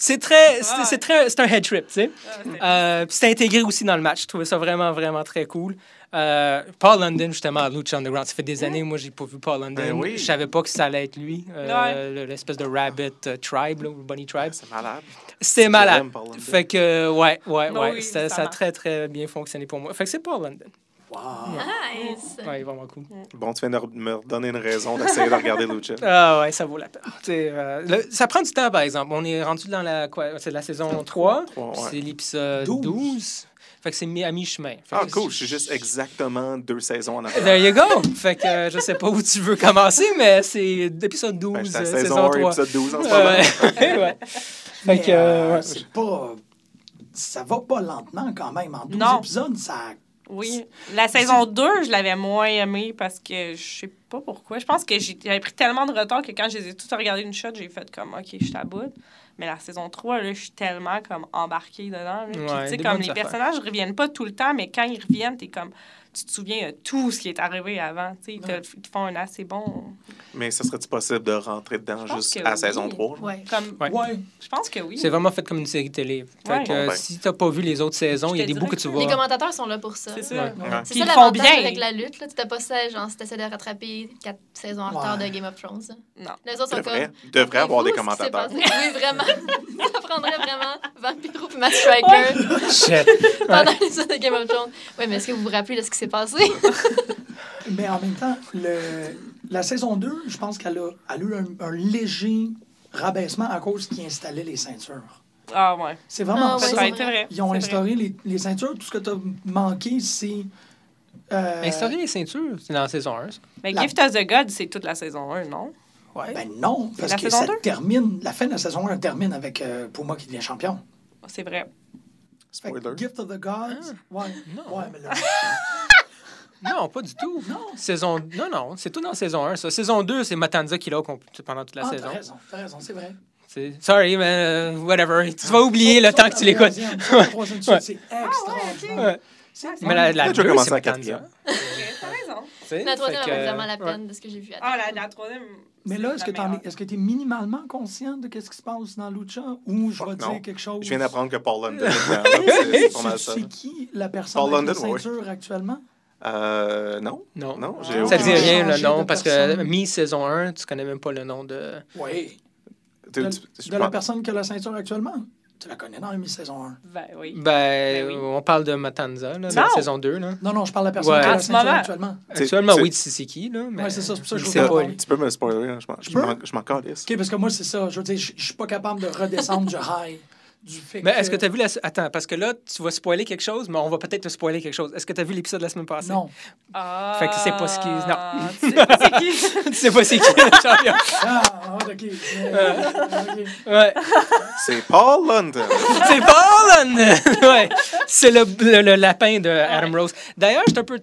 S5: C'est très, c'est-
S6: Ouais.
S5: c'est très, c'est un head trip, tu sais.
S6: c'était-
S5: Euh, puis c'est intégré aussi dans le match. Je trouvais ça vraiment, vraiment très cool. Euh, Paul London, justement, à Lucha Underground, ça fait des années, moi, j'ai pas vu Paul London.
S4: Ben oui.
S5: Je savais pas que ça allait être lui, euh, le- l'espèce de Rabbit euh, Tribe, là, ou Bunny Tribe.
S4: C'est malade.
S5: C'est malade.
S4: j'aime Paul London.
S5: Fait que, euh, ouais, ouais,
S6: Non,
S5: ouais,
S6: oui,
S5: ça,
S6: ça
S5: ça a
S6: marche.
S5: très, très bien fonctionné pour moi. Fait que c'est Paul London.
S2: Wow.
S3: Nice.
S5: Ouais, vraiment cool.
S4: Bon, tu viens de re- me redonner une raison d'essayer de regarder Lucha.
S5: Ah ouais, ça vaut la peine. Tu sais, euh, le- ça prend du temps, par exemple. On est rendu dans la, quoi, c'est la saison 3,
S4: Trois,
S5: puis
S4: ouais.
S5: c'est l'épisode 12.
S2: Douze.
S5: Fait que c'est mi- à mi-chemin. Fait
S4: Ah,
S5: que
S4: cool. Je suis juste exactement deux saisons en arrière.
S5: There you go! Fait que euh, je sais pas où tu veux commencer, mais c'est épisode 12,
S4: Ben, j'étais à
S5: euh,
S4: saison
S5: saison
S4: 1,
S5: 3.
S4: épisode 12 en ce moment.
S5: Ouais. ouais. Fait
S2: Mais,
S5: que,
S2: euh,
S5: euh, ouais.
S2: c'est pas. ça va pas lentement quand même. En 12
S6: Non.
S2: épisodes, ça.
S6: Oui. La saison 2, je l'avais moins aimée parce que je sais pas pourquoi. Je pense que j'ai- j'avais pris tellement de retard que quand je les ai toutes regardées une shot, j'ai fait comme OK, je suis à bout. Mais la saison 3, là, je suis tellement comme embarquée dedans. là. Puis,
S5: Ouais,
S6: tu sais,
S5: des
S6: comme
S5: bonnes
S6: les
S5: affaires.
S6: personnages reviennent pas tout le temps, mais quand ils reviennent, t'es comme tu te souviens de tout ce qui est arrivé avant. Tu sais, ils te-
S2: Ouais.
S6: ils te font un assez bon.
S4: Mais ça serait-tu possible de rentrer dedans
S6: Je pense
S4: juste
S6: que
S4: à
S6: oui.
S4: saison 3? genre?
S3: Ouais.
S6: Comme
S5: Ouais.
S2: Ouais.
S6: je pense que oui.
S5: C'est vraiment fait comme une série télé. Fait
S6: Ouais.
S5: que euh,
S4: Bon, ben.
S5: si t'as pas vu les autres saisons,
S6: Je
S5: il y a
S6: te
S5: des bouts
S6: dirais
S5: que tu
S6: que-
S5: vois.
S3: Les commentateurs sont là pour ça.
S5: Ouais.
S6: C'est ça.
S4: Ouais.
S3: C'est
S6: Puis
S3: ça
S6: ils le font
S3: l'avantage
S6: bien.
S3: avec la lutte. Là. Tu t'as pas ça, genre, si t'essaies de rattraper quatre saisons en
S2: Ouais.
S3: retard de Game of Thrones. là.
S6: Non.
S3: Les autres sont
S4: Devrait,
S3: comme...
S4: devrait avoir des
S3: Vous, ce qui s'est
S4: commentateurs.
S3: passé. Oui, vraiment. ça prendrait vraiment Vampiro puis Matt Striker
S5: Shit.
S3: pendant les années de Game of Thrones. Oui, mais est-ce que vous vous rappelez de ce qui s'est passé?
S2: Mais en même temps, le- la saison 2, je pense qu'elle a, elle a eu un, un léger rabaissement à cause qu'ils installaient les ceintures.
S6: Ah ouais.
S2: C'est vraiment
S3: Ah ouais,
S2: ça.
S3: c'est
S6: Peut-être, c'est vrai.
S2: Ils ont
S6: C'est vrai.
S2: instauré les, les ceintures. Tout ce que tu as manqué, c'est. euh,
S5: Instaurer les ceintures, c'est dans la saison 1. ça.
S6: Mais
S2: La-
S6: Gift of the God, c'est toute la saison 1, non?
S5: Ah
S2: Ben non, parce
S6: La
S2: que
S6: saison
S2: ça
S6: deux?
S2: termine. La fin de la saison 1 termine avec euh, Puma qui devient champion.
S6: C'est vrai.
S2: Fait que
S4: Spoiler.
S2: Gift of the Gods. Ouais.
S5: Ah. Non.
S2: Ouais, mais là.
S5: Non, pas du tout.
S2: Non.
S5: Saison... Non, non, c'est tout dans saison 1. Ça. Saison 2, c'est Matanza qui l'a compl- pendant toute la
S2: Ah,
S5: saison.
S2: t'as raison, t'as raison, c'est vrai.
S5: C'est- Sorry, mais euh, whatever. Tu vas oublier le temps que tu l'écoutes. Ah,
S2: Ouais. Troisième suite, C'est extraordinaire.
S5: Ouais. Mais la, la
S4: Peut-être que je vais
S5: deux,
S4: commencer
S5: c'est
S4: à
S5: Matanza.
S4: quatrième.
S6: T'as raison.
S5: tu sais.
S3: La troisième
S5: Fait
S3: avait
S5: que,
S3: vraiment la
S5: ouais.
S3: peine de ce que j'ai vu. à
S6: Ah,
S3: date.
S6: la, la troisième.
S2: Mais
S6: c'est
S2: là, est-ce
S6: la
S2: que t'en es,
S6: meilleure.
S2: est-ce que t'es minimalement conscient de qu'est-ce qui se passe dans Lucha ou je vais
S4: Non.
S2: dire quelque chose?
S4: Je viens d'apprendre que Paul London est dedans, là, c'est- c'est pas mal
S2: C'est
S4: ça.
S2: c'est qui la personne
S4: Paul
S2: avec la
S4: London, oui.
S2: ceinture actuellement?
S4: Euh, non.
S5: Non.
S4: Non, j'ai
S5: Ça
S4: aucune
S5: te dit rien
S2: Changer
S5: le nom
S2: de
S5: parce que
S2: personne.
S5: mi-saison 1, tu connais même pas le nom de.
S2: Oui.
S4: Tu-
S2: De,
S4: tu- je
S2: de la
S4: pense-
S2: personne qui a la ceinture actuellement? Tu la connais dans la mi-saison 1.
S6: Ben oui.
S5: Ben,
S6: Ben oui.
S5: on parle de Matanza, là, de la
S6: Non.
S5: saison 2. Là.
S2: Non, non, je parle de la personne
S5: Ouais.
S2: qui a
S6: En
S2: la
S6: ce
S2: ceinture
S6: moment.
S2: actuellement.
S4: C'est-
S5: Actuellement,
S4: c'est-
S5: oui, tu sais c'est qui, là. Mais...
S2: Ouais, c'est ça, c'est pour ça que je
S5: Il
S2: vous
S5: sait
S2: en
S5: pas,
S2: parle.
S5: lui.
S4: Tu peux me spoiler, hein, je m'en- je
S2: peux?
S4: m'en- je m'en calisse.
S2: OK, parce que moi, c'est ça. Je veux dire, je je suis pas capable de redescendre du high du fait
S5: Mais est-ce que tu as vu la. Attends, parce que là, tu vas spoiler quelque chose, mais on va peut-être te spoiler quelque chose. Est-ce que tu as vu l'épisode de la semaine passée?
S2: Non.
S6: Ah,
S5: Fait que c'est pas ce qui- non.
S6: Tu sais pas ce qui-
S5: tu sais pas c'est qui, le champion.
S2: Ah, OK. Euh, OK.
S5: Ouais.
S4: C'est Paul London.
S5: C'est Paul! ouais. C'est le, le- le lapin de Adam Rose. D'ailleurs, je suis un peu.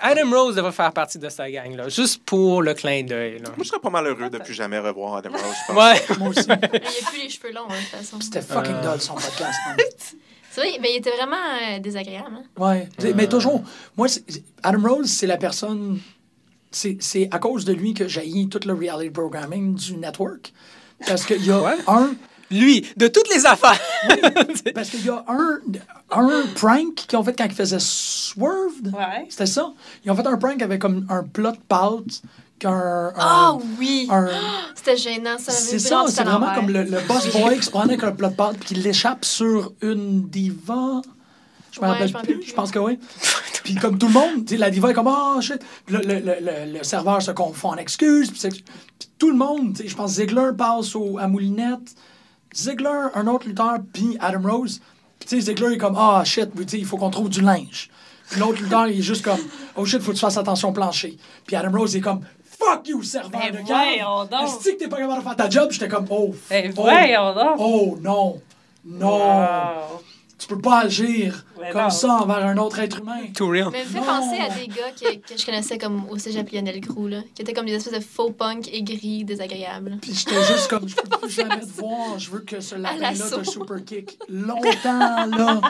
S5: Adam Rose devrait faire partie de cette gang-là, juste pour le clin d'œil. là.
S4: Moi, je serais pas mal heureux de plus jamais revoir Adam Rose, je pense.
S5: Ouais.
S2: Moi aussi.
S3: Il n'y a plus les cheveux longs, hein, de toute façon.
S2: C'était fucking
S5: Euh.
S2: dull, son podcast. man.
S3: C'est vrai, mais il était vraiment euh, désagréable. hein.
S2: Ouais. Tu sais,
S5: Euh.
S2: Mais toujours, moi, c'est- Adam Rose, c'est la personne. C'est c'est à cause de lui que jaillit tout le reality programming du network. Parce qu'il y a un.
S5: Lui, de toutes les affaires.
S2: Parce qu'il y a un, un prank qu'ils ont fait quand ils faisaient Swerved.
S6: Ouais.
S2: C'était ça. Ils ont fait un prank avec comme un plot de pâte qu'un.
S3: Ah
S2: un-
S3: oui!
S2: un-
S3: C'était gênant, ça
S2: C'est ça, c'est vraiment comme le, le boss boy qui se prend avec un plat de pâte puis qui l'échappe sur une diva. Je me
S3: Ouais,
S2: rappelle
S3: je m'en
S2: plus,
S3: rappelle
S2: je pense que oui. puis comme tout le monde, tu sais, la diva est comme Ah shit. Puis le, le- le- le- le serveur se confond en excuses. Puis, c'est- puis tout le monde, tu sais, je pense Ziggler passe au, à Moulinette. Ziggler, un autre lutteur, puis Adam Rose. Puis tu sais, Ziggler est comme Ah shit, oui, tu sais, il faut qu'on trouve du linge. Puis l'autre lutteur, il est juste comme Oh shit, faut que tu fasses attention au plancher. Puis Adam Rose il est comme Fuck you, serveur
S6: Ben
S2: de
S6: voyons
S2: cave.
S6: donc.
S2: Est-ce que t'es pas capable de faire ta job? J'étais comme Oh.
S6: Ben
S2: oh,
S6: voyons donc. Oh.
S2: Oh non. Non.
S6: Wow.
S2: Tu peux pas agir
S6: Ben
S2: comme
S6: non.
S2: ça envers un autre être humain.
S5: Too real.
S3: Mais me fait
S2: Non.
S3: penser à des gars que, que je connaissais comme au cégep Lionel Groux, là, qui étaient comme des espèces de faux punk aigris, désagréables.
S2: Puis j'étais juste comme, je peux plus jamais te voir. Je veux que ce lapin-là
S3: l'assaut.
S2: te super kick longtemps, là.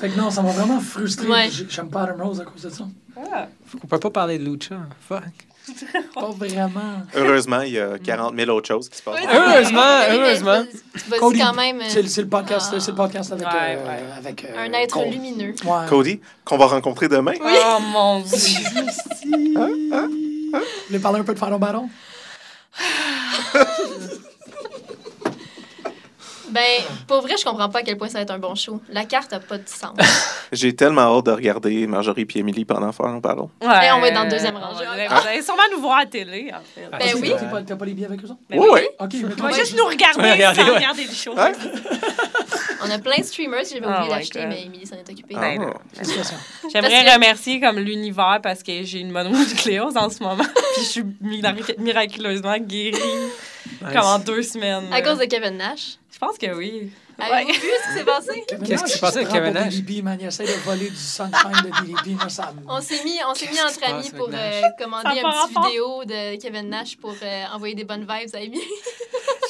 S2: fait que non, ça m'a vraiment frustré.
S3: Ouais.
S2: J'ai- J'aime pas Adam Rose à cause de ça.
S6: Ah.
S5: On peut pas parler de Lucha. Fuck.
S2: Pas vraiment.
S4: Heureusement, il y a 40 000 autres choses qui se passent.
S6: Oui.
S5: Heureusement,
S3: Oui, mais
S5: heureusement.
S3: vas- Vas-y
S2: Cody,
S3: quand même. euh,
S2: C'est le- c'est le podcast,
S3: Ah.
S2: c'est le podcast avec,
S6: Ouais,
S2: euh,
S6: ouais.
S2: avec euh,
S3: un être
S2: Cole.
S3: lumineux.
S2: Ouais.
S4: Cody, qu'on va rencontrer demain.
S6: Oh mon dieu.
S2: Vous voulez parler un peu de Final Battle?
S3: Eh Ben, pour vrai, je comprends pas à quel point ça va être un bon show. La carte a pas de sens.
S4: J'ai tellement hâte de regarder Marjorie et Emily pendant Faire un ballon.
S6: Ouais.
S3: Eh, on va être dans le deuxième rang.
S6: On va- Vous allez sûrement nous voir à télé, en fait.
S5: Ah,
S3: Ben
S2: Ah,
S3: oui.
S2: T'as pas, t'as pas les billets avec eux, ça?
S6: Ben
S4: Ouais,
S6: oui.
S4: ouais.
S2: OK, mais
S6: On va
S2: toi,
S6: juste nous regarder
S5: Regardez,
S6: sans
S5: ouais.
S6: regarder les choses.
S4: Hein?
S3: On a plein de streamers, j'avais
S6: Oh
S3: oublié
S6: my
S3: d'acheter,
S6: God.
S3: mais Emily s'en est occupée.
S4: Ah.
S2: Félicitations.
S6: J'aimerais
S3: Parce que-
S6: remercier comme l'univers parce que j'ai une mononucléose en ce moment. Puis je suis mira- miraculeusement guérie comme en deux semaines.
S3: À cause de Kevin Nash.
S6: Je pense que oui.
S3: Avez-vous vu ce qui s'est passé?
S5: Qu'est-ce qui s'est passé avec Kevin Nash?
S2: DDP, man, il essaie de voler du sunshine de DDP, moi, ça me-
S3: On s'est mis, on s'est mis
S5: Qu'est-ce qui
S3: entre
S5: se
S3: amis
S5: passe
S3: pour
S5: avec
S3: euh,
S6: Ça
S3: commander
S6: a
S3: un
S6: pas
S3: petit
S6: rapport.
S3: vidéo de Kevin Nash pour euh, envoyer des bonnes vibes à Amy.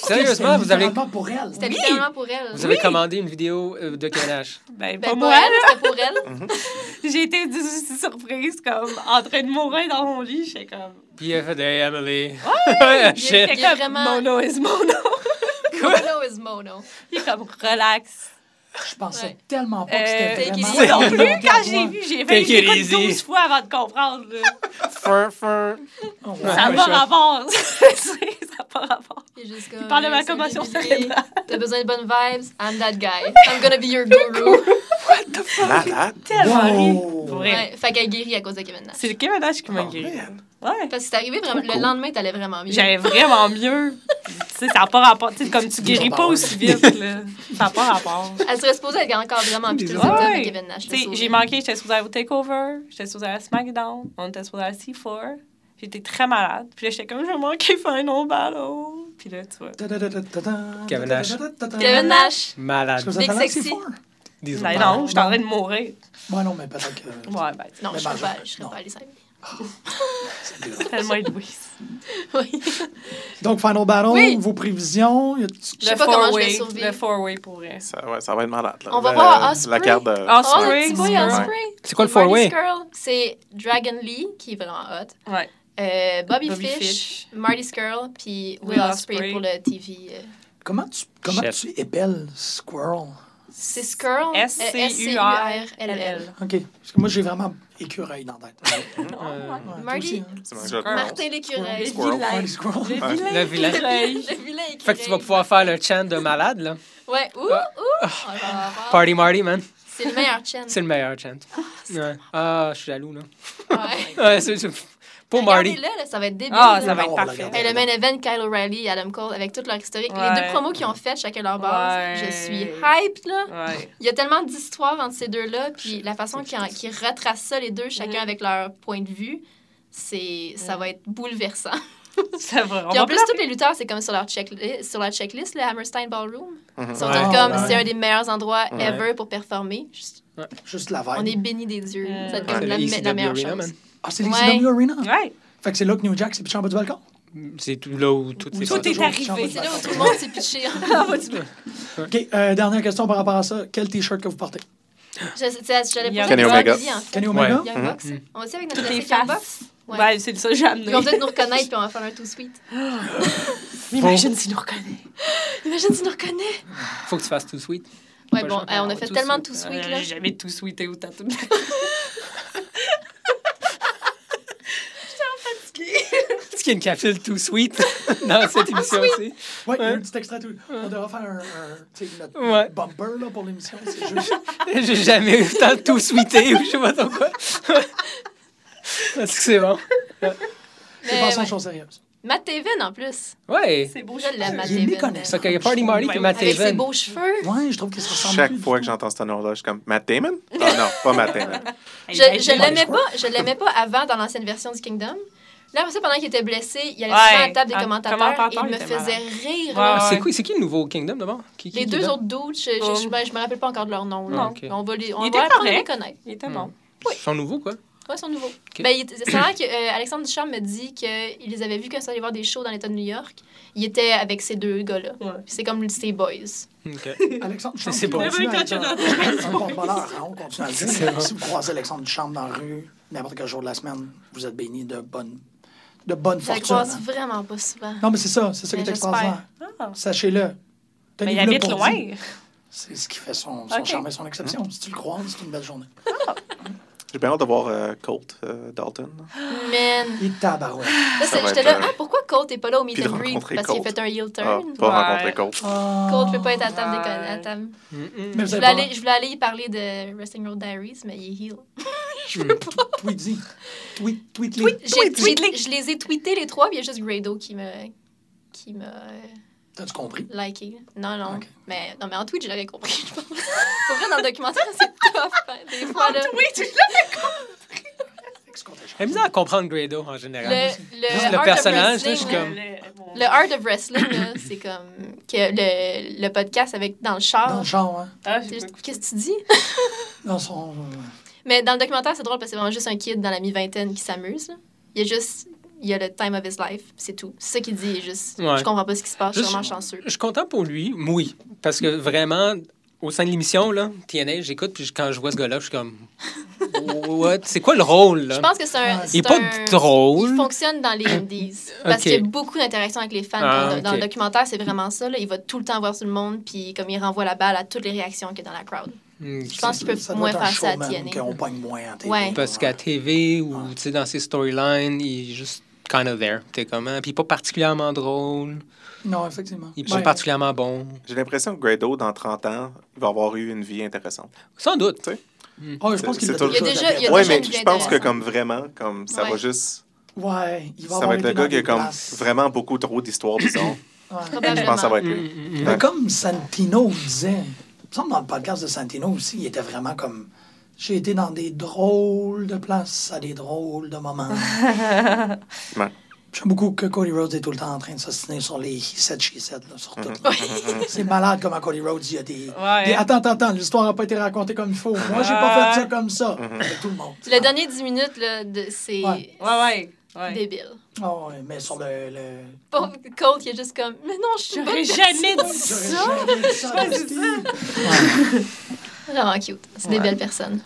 S5: Sérieusement, vous avez,
S2: Littéralement pour elle.
S3: C'était
S6: Oui!
S3: littéralement pour elle.
S5: vous avez commandé une vidéo euh, de Kevin Nash.
S6: Ben,
S3: Ben,
S6: pas
S3: pas
S6: moi,
S3: elle,
S6: là.
S3: c'était pour elle.
S6: J'ai été dis- surprise, comme, en train de mourir dans mon lit. J'étais comme,
S5: Puis il a fait Hey, Emily. Ouais,
S3: J'ai-
S5: Ah, shit.
S6: j'étais
S3: Il est
S6: comme,
S3: vraiment-
S6: mono is mono.
S3: Mono is mono.
S6: Il est comme, relax.
S2: Je pensais
S3: Ouais.
S2: tellement pas que
S6: Euh,
S2: c'était
S3: Take it
S2: vraiment...
S3: easy.
S6: Non
S2: Non
S6: plus, quand j'ai vu, j'ai fait
S5: Take it
S6: j'écoute
S5: easy.
S6: 12 fois avant de comprendre. là.
S5: Fur, fur.
S2: Oh,
S6: Ça n'a
S5: Ouais,
S6: pas
S5: je-
S6: rapport. ça n'a pas rapport.
S3: Il est juste comme,
S6: parle de ma
S3: salut,
S6: commotion
S3: Olivier,
S6: cérébrale.
S3: T'as besoin de bonnes vibes? I'm that guy. I'm gonna be your guru.
S4: Ah. Malade.
S6: Tellement
S2: Wow.
S6: ri. Pour vrai.
S3: ouais, fait qu'elle guérit à cause de Kevin Nash.
S6: C'est le Kevin Nash qui m'a
S4: Oh,
S6: guéri.
S4: man.
S6: Ouais.
S3: Parce que c'est arrivé vraiment. Le lendemain, t'allais vraiment bien.
S6: J'allais vraiment mieux. tu sais, ça n'a pas rapport. Tu sais, comme tu guéris pas aussi vite, là. Ça n'a pas rapport.
S3: Elle serait supposée être encore vraiment piteux,
S5: Ouais.
S3: c'est ça, mais Kevin Nash.
S6: Tu
S3: l'a
S6: sais,
S3: sauvé.
S6: j'ai manqué, j'étais supposée aller au Takeover, j'étais supposée aller à SmackDown, on était supposé aller à C4. J'étais très malade. Puis là, j'étais comme, je vais manquer Final Battle. Puis là, tu vois.
S2: Ta-da-da-da-da-da.
S5: Kevin Nash.
S2: Ta-da-da-da-da-da.
S3: Kevin Nash.
S2: Est-ce que
S5: Malade.
S2: vous
S3: Big
S2: êtes allé
S3: sexy.
S2: assez fort?
S5: Disons.
S6: Ben non, j'étais en train de mourir.
S2: Ouais, non, mais peut-être que...
S6: Ouais, ben, tu
S3: Non,
S2: Mais
S3: je serais
S2: Marjorie,
S3: pas, je serais
S2: non.
S3: pas allée ça.
S2: c'est dur.
S6: sais, tellement Louise.
S3: Oui.
S2: Donc, Final Battle,
S3: Oui.
S2: vos prévisions. y a-
S3: Je sais pas comment je vais
S6: four-way,
S3: sauver.
S6: Le four-way pour vrai.
S4: Ça, ouais, ça va être malade. là.
S3: On va
S4: Le-
S3: voir Osprey.
S4: La carte de...
S6: Osprey.
S3: Oh, le petit
S6: Osprey,
S3: boy
S6: Osprey.
S3: Osprey.
S5: C'est quoi le
S3: Et Marty's
S5: four-way?
S3: Girl, C'est Dragon Lee, qui est vraiment hot.
S6: Ouais.
S3: Euh, Bobby,
S6: Bobby
S3: Fish,
S6: Fish.
S3: Marty Skrull, puis Will
S6: Will
S3: Osprey
S6: Ospreay.
S3: pour le TV. euh.
S2: Comment tu, comment
S5: Chef.
S2: tu épelles Squirrel?
S3: C'est Skrull? euh,
S6: S-C-U-R-L-L.
S2: OK. Parce que moi, j'ai vraiment écureuil dans la tête. Ouais,
S5: Euh,
S2: toi
S3: Marty?
S2: aussi, hein.
S4: C'est ma joke.
S3: Martin l'écureuil.
S4: Squirrel.
S2: Marty Squirrel.
S6: Le
S4: Ouais.
S5: Le
S6: vilain.
S5: vilain.
S6: écureuil.
S3: Le vilain écureuil.
S5: Fait que tu vas pouvoir faire le chant de malade, là.
S3: Ouais, ouh, Oh ouh! On va voir.
S5: Party Marty, man.
S3: C'est le meilleur chant.
S5: C'est le meilleur chant. Ouais. Ah, je suis jaloux, là.
S3: Ouais.
S5: Ouais, c'est- c'est- Pour Marty.
S3: Regardez-le, là, ça va être débile.
S6: Ah,
S3: là.
S6: ça
S2: Non,
S6: va être
S2: on
S6: parfait.
S2: regarde.
S3: Et le main event, Kyle O'Reilly, Adam Cole, avec tout leur historique. Les
S6: Ouais.
S3: deux promos qu'ils ont fait, chacun leur base.
S6: Ouais.
S3: Je suis hype, là.
S6: Ouais.
S3: Il y a tellement d'histoires entre ces deux-là, puis la façon qu'ils en- qu'ils retracent ça, les deux, chacun
S6: Mm.
S3: avec leur point de vue, c'est ça va être bouleversant.
S6: Ça va.
S3: Puis
S6: On
S3: en
S6: va
S3: plus,
S6: plus
S3: tous les lutteurs, c'est comme sur leur, checkli- sur leur checklist, le Hammerstein Ballroom.
S4: Mhm.
S3: Ils sont
S5: Ouais.
S3: tous comme,
S2: Ouais.
S3: c'est un des meilleurs endroits
S4: Ouais.
S3: ever pour performer. Juste-
S2: Juste la
S3: on est
S2: vibe.
S3: bénis des dieux.
S6: Ouais.
S3: Ça va être
S5: C'est
S3: comme la,
S5: le
S3: me- la
S5: ECW
S3: meilleure
S5: Arena,
S3: chose.
S2: Ah, c'est
S3: Ouais.
S2: l'XW Arena.
S6: Ouais.
S2: Fait que c'est là que New Jack s'est pitché en bas du balcon.
S5: man. C'est tout là où tout s'est
S2: Tout
S5: passé.
S2: est arrivé.
S3: C'est là où tout le monde s'est pitché. hein.
S2: OK, euh, dernière question par rapport à ça. Quel T-shirt que vous portez?
S3: Je- tu sais, J'allais
S6: Young
S3: poser
S4: Kenny
S3: la question
S4: Omega.
S3: à Olivier, en fait.
S2: Kenny Omega?
S3: Young
S4: Mhm.
S3: Bucks. On va essayer avec notre
S6: Toutes les
S3: classique Young
S6: faces.
S3: Bucks. Mm. Ouais.
S6: Ben, c'est ça que j'ai amené.
S3: Ils vont peut-être nous reconnaître puis on va faire un tout sweet.
S6: Imagine s'il nous reconnaît.
S3: Imagine tu nous reconnais.
S5: Faut que tu fasses tout sweet.
S3: Ouais,
S5: Pas
S3: bon,
S5: genre,
S3: euh, on a
S5: on
S3: fait
S5: tout
S3: tellement de
S5: sweet.
S3: tout sweet
S6: Euh,
S3: là.
S6: J'ai jamais tout sweeté autant tout.
S5: Est-ce qu'il y a une capsule tout sweet dans cette émission aussi?
S2: Oui,
S5: Ouais.
S2: un petit extrait. Tout. On devrait faire un, un, tu sais, notre
S5: Ouais.
S2: bumper là, pour l'émission. C'est juste
S5: J'ai jamais eu le temps de tout sweeter ou je sais pas trop quoi. Parce que c'est bon.
S2: les
S3: Mais
S2: pensées
S3: ouais.
S2: sont sérieuses.
S3: Matt Taven en plus.
S5: Ouais.
S6: C'est beau,
S3: Je l'aime, Matt
S2: Il les
S3: Taven.
S2: connaît.
S5: Ça qu'il y a Party Marty puis Matt
S3: Avec ses
S5: Haven.
S3: beaux cheveux.
S2: Ouais, je trouve que ça ressemble.
S4: Chaque
S2: plus
S4: fois que
S2: du
S4: j'entends ce nom-là, je suis comme Matt Damon? Ah non, pas Matt Damon.
S3: Je, je l'aimais
S2: je crois.
S3: pas, je l'aimais pas avant dans l'ancienne version du Kingdom. Là, après ça, pendant qu'il était blessé, il allait
S6: Ouais,
S3: souvent à la table des
S6: un
S3: commentateurs
S6: commentateur,
S3: et il
S6: il
S3: me
S6: était
S3: faisait
S6: malade.
S3: rire.
S6: Ouais,
S3: là.
S5: Ah, C'est
S6: ouais.
S5: quoi- c'est qui le nouveau Kingdom d'abord? Qui- qui-
S3: Les
S5: qui
S3: deux
S5: dedans?
S3: autres dudes, je, je, je, me- je me rappelle pas encore de leur nom.
S5: Ah,
S3: là.
S5: ok.
S3: On va les, on
S6: Oh. Il
S3: va
S6: était
S3: apprendre à les
S6: correct.
S3: connaître.
S6: Il était bon.
S3: Oui.
S5: Ils sont nouveaux, quoi.
S3: Ouais, ils sont nouveaux. Ben, il était- c'est vrai que euh, Alexandre Duchamp me dit qu'il les avait vus quand ils sont allés voir des shows dans l'État de New York. Il était avec ces deux gars-là.
S6: Ouais.
S3: Puis C'est comme ses boys.
S5: OK.
S2: tout. Alexandre Duchamp,
S5: C'est
S2: on
S5: bon.
S2: continue à être
S6: C'est
S2: un, un porte-bonheur, hein, on continue à le
S5: C'est
S2: dire.
S5: bon.
S2: Si vous croisez Alexandre Duchamp dans la rue, n'importe quel jour de la semaine, vous êtes béni de bonne, de bonne
S3: Je les
S2: fortune.
S3: croise Ben,
S2: hein.
S3: vraiment pas souvent.
S2: Non, mais c'est ça, c'est ça qui
S3: Mais
S2: est extraordinaire.
S6: Ah.
S2: Sachez-le.
S6: Mais il
S2: Tenez-vous-le
S6: habite
S2: pour
S6: loin.
S2: dit. C'est ce qui fait son, son
S6: Ok.
S2: charme et son
S3: Hein?
S2: exception. Si tu le croises, c'est une belle journée.
S4: J'ai bien hâte de voir euh, Colt euh, Dalton.
S3: Man.
S2: Et tabarouette.
S3: Là, c'est-
S4: va
S3: J'étais
S4: être,
S3: là,
S4: euh,
S3: ah, pourquoi Colt n'est pas là au meet
S4: puis de
S3: and greet?
S4: rencontrer
S3: Parce qu'il a
S4: Colt.
S3: fait un heel
S4: Ah,
S3: turn.
S4: pas
S6: Ouais.
S4: rencontrer Colt.
S3: Colt ne peut pas être à table des
S6: Ouais.
S3: à table.
S5: Mm-mm.
S2: Mais
S3: Je
S2: vous
S3: voulais, aller,
S2: avez
S3: je voulais aller y parler de Wrestling Road Diaries, mais il est heel.
S2: pas tweet Tweet, tweet,
S3: Oui,
S2: tweet.
S3: j'ai tweeté- je les ai tweetés les trois, puis il y a juste Grado qui me qui m'a euh,
S2: T'as-tu compris?
S3: liké. Non, non.
S2: Ok.
S3: Mais, non, mais en tweet, je l'avais compris, je pense. Pour vrai, dans le documentaire, c'est tough. hein, Des fois, là.
S2: Fait que ce qu'on t'a
S5: J'ai mis à comprendre Grado en général.
S3: Le,
S5: Juste
S6: Euh,
S3: le,
S5: le
S3: art
S5: personnage,
S3: of
S5: là, je suis
S3: wrestling,
S5: comme-
S3: le art of wrestling, là, c'est comme que le, le podcast avec dans le
S2: Dans
S3: char.
S2: le char, hein.
S6: Ah,
S3: C'est
S6: j'ai pas
S3: juste,
S6: écouté.
S3: Qu'est-ce que tu dis?
S2: Dans son.
S3: Mais dans le documentaire, c'est drôle parce que c'est vraiment juste un kid dans la mi-vingtaine qui s'amuse. là. Il y a juste. Il y a le time of his life, c'est tout. C'est ça qu'il dit, il est juste.
S5: Ouais.
S3: Je comprends pas ce qui se passe, je suis
S5: Juste-
S3: vraiment chanceux.
S5: Je suis content pour lui, oui. Parce que vraiment, au sein de l'émission, là, TNA, j'écoute, puis je- quand je vois ce gars-là, je suis comme. What? C'est quoi le rôle,
S3: Je
S5: là?
S3: pense que c'est un.
S4: Ah,
S2: Il
S5: Il
S3: c'est
S5: est pas
S3: un-
S5: drôle.
S3: Il fonctionne dans les indies. Parce
S5: Ok.
S3: qu'il y a beaucoup d'interactions avec les fans.
S5: Ah,
S3: dans, dans
S5: ok.
S3: le documentaire, c'est vraiment ça. là. Il va tout le temps voir tout le monde, puis comme il renvoie la balle à toutes les réactions qu'il y a dans la crowd.
S5: Hmm,
S3: Je pense qu'il peut
S2: Ça doit
S3: moins
S2: être un
S3: faire ça à
S2: showman
S3: TNA.
S2: qu'on pogne moins en télé.
S3: Ouais.
S5: Parce qu'à TV ou tu sais, dans ses storylines, il est juste kind of there. T'es comment? Puis pas particulièrement drôle.
S2: Non, effectivement.
S5: Il est pas
S2: Ouais.
S5: particulièrement bon.
S4: J'ai l'impression que Grado, dans 30 ans, il va avoir eu une vie intéressante.
S5: Sans doute.
S2: Ah, je pense
S4: C'est-
S2: qu'il
S4: c'est
S2: l'a
S4: toujours-
S3: Il y a déjà- il y a
S4: Oui,
S3: déjà
S4: mais
S3: une vie
S4: je pense que
S3: intéressante.
S4: comme vraiment, comme ça va
S3: Ouais.
S4: juste...
S2: Ouais, il va
S4: Ça va
S2: avoir
S4: être le
S2: été dans
S4: gars qui a
S2: des
S4: comme
S2: places.
S4: vraiment beaucoup trop d'histoires bizarres.
S2: Ouais.
S4: je pense que ça va être
S5: Mm,
S4: lui.
S5: mm, mm.
S2: Mais comme Santino disait, il me semble dans le podcast de Santino aussi, il était vraiment comme j'ai été dans des drôles de places à des drôles de moments.
S4: Ouais.
S2: J'aime beaucoup que Cody Rhodes est tout le temps en train de s'assiner sur les 7 chez 7, sur tout.
S3: Mhm.
S2: C'est malade comment Cody Rhodes, il y a des.
S6: Ouais.
S2: des- attends, attends, attends, l'histoire n'a pas été racontée comme il faut. Moi, j'ai pas fait ça comme ça. Avec tout le monde.
S3: Le dernier 10 minutes, là, de- c'est
S2: Ouais.
S6: Ouais, ouais. ouais.
S3: débile.
S2: Ah ouais, mais sur le. le...
S3: Pauvre Cole qui est juste comme, mais non, je suis pas
S6: J'aurais jamais dit
S2: J'aurais
S6: ça.
S2: jamais dit ça, Dusty.
S3: Vraiment cute. C'est des belles personnes.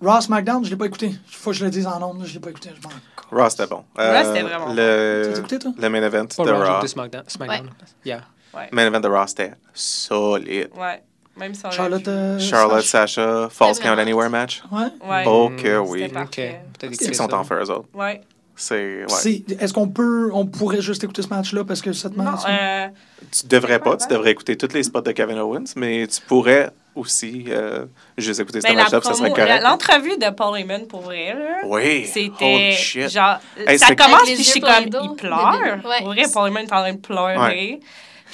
S2: Ross McDonald, je l'ai pas écouté. Faut que je le dise en ondes, je l'ai pas écouté. Je m'en
S4: Raw, c'était bon. Euh,
S6: Raw, c'était vraiment
S2: Tu
S4: le...
S2: l'as écouté, toi?
S4: Le main event
S5: Pas
S4: de
S5: Raw, j'ai
S4: Raw.
S5: écouté SmackDown. SmackDown. Yeah.
S4: Le main event de Raw, c'était solide.
S6: Ouais. Même si on l'a
S2: Charlotte.
S6: vu.
S2: euh,
S4: Charlotte,
S2: Sacha.
S4: Sasha, False
S3: vraiment
S4: Count Anywhere match.
S2: Ouais.
S6: Ouais.
S4: Oh
S5: Mm,
S4: que
S5: c'était
S4: oui.
S6: C'était parfait.
S5: Ok. Peut-être
S4: Ils
S5: écouter
S4: sont
S5: ça.
S4: en feu, eux autres.
S6: Ouais.
S4: C'est... ouais.
S2: C'est- Est-ce qu'on peut, on pourrait juste écouter ce match-là parce que cette
S6: Non,
S2: match.
S6: euh,
S4: Tu devrais pas. Tu devrais écouter tous les spots de Kevin Owens, mais tu pourrais aussi euh, juste écouter ce
S6: ben, la
S4: match-up, ça serait
S6: promo, la-
S4: correct.
S6: l'entrevue de Paul Heyman pour vrai, là.
S4: Oui.
S6: C'était
S4: Holy shit.
S6: genre
S4: Hey,
S6: ça
S4: c'est-
S6: commence
S3: Avec les
S6: puis je suis
S3: yeux pour les
S6: comme
S3: dos,
S6: il
S3: débile.
S6: pleure.
S3: Ouais.
S6: Pour vrai, Paul Heyman est en train de pleurer.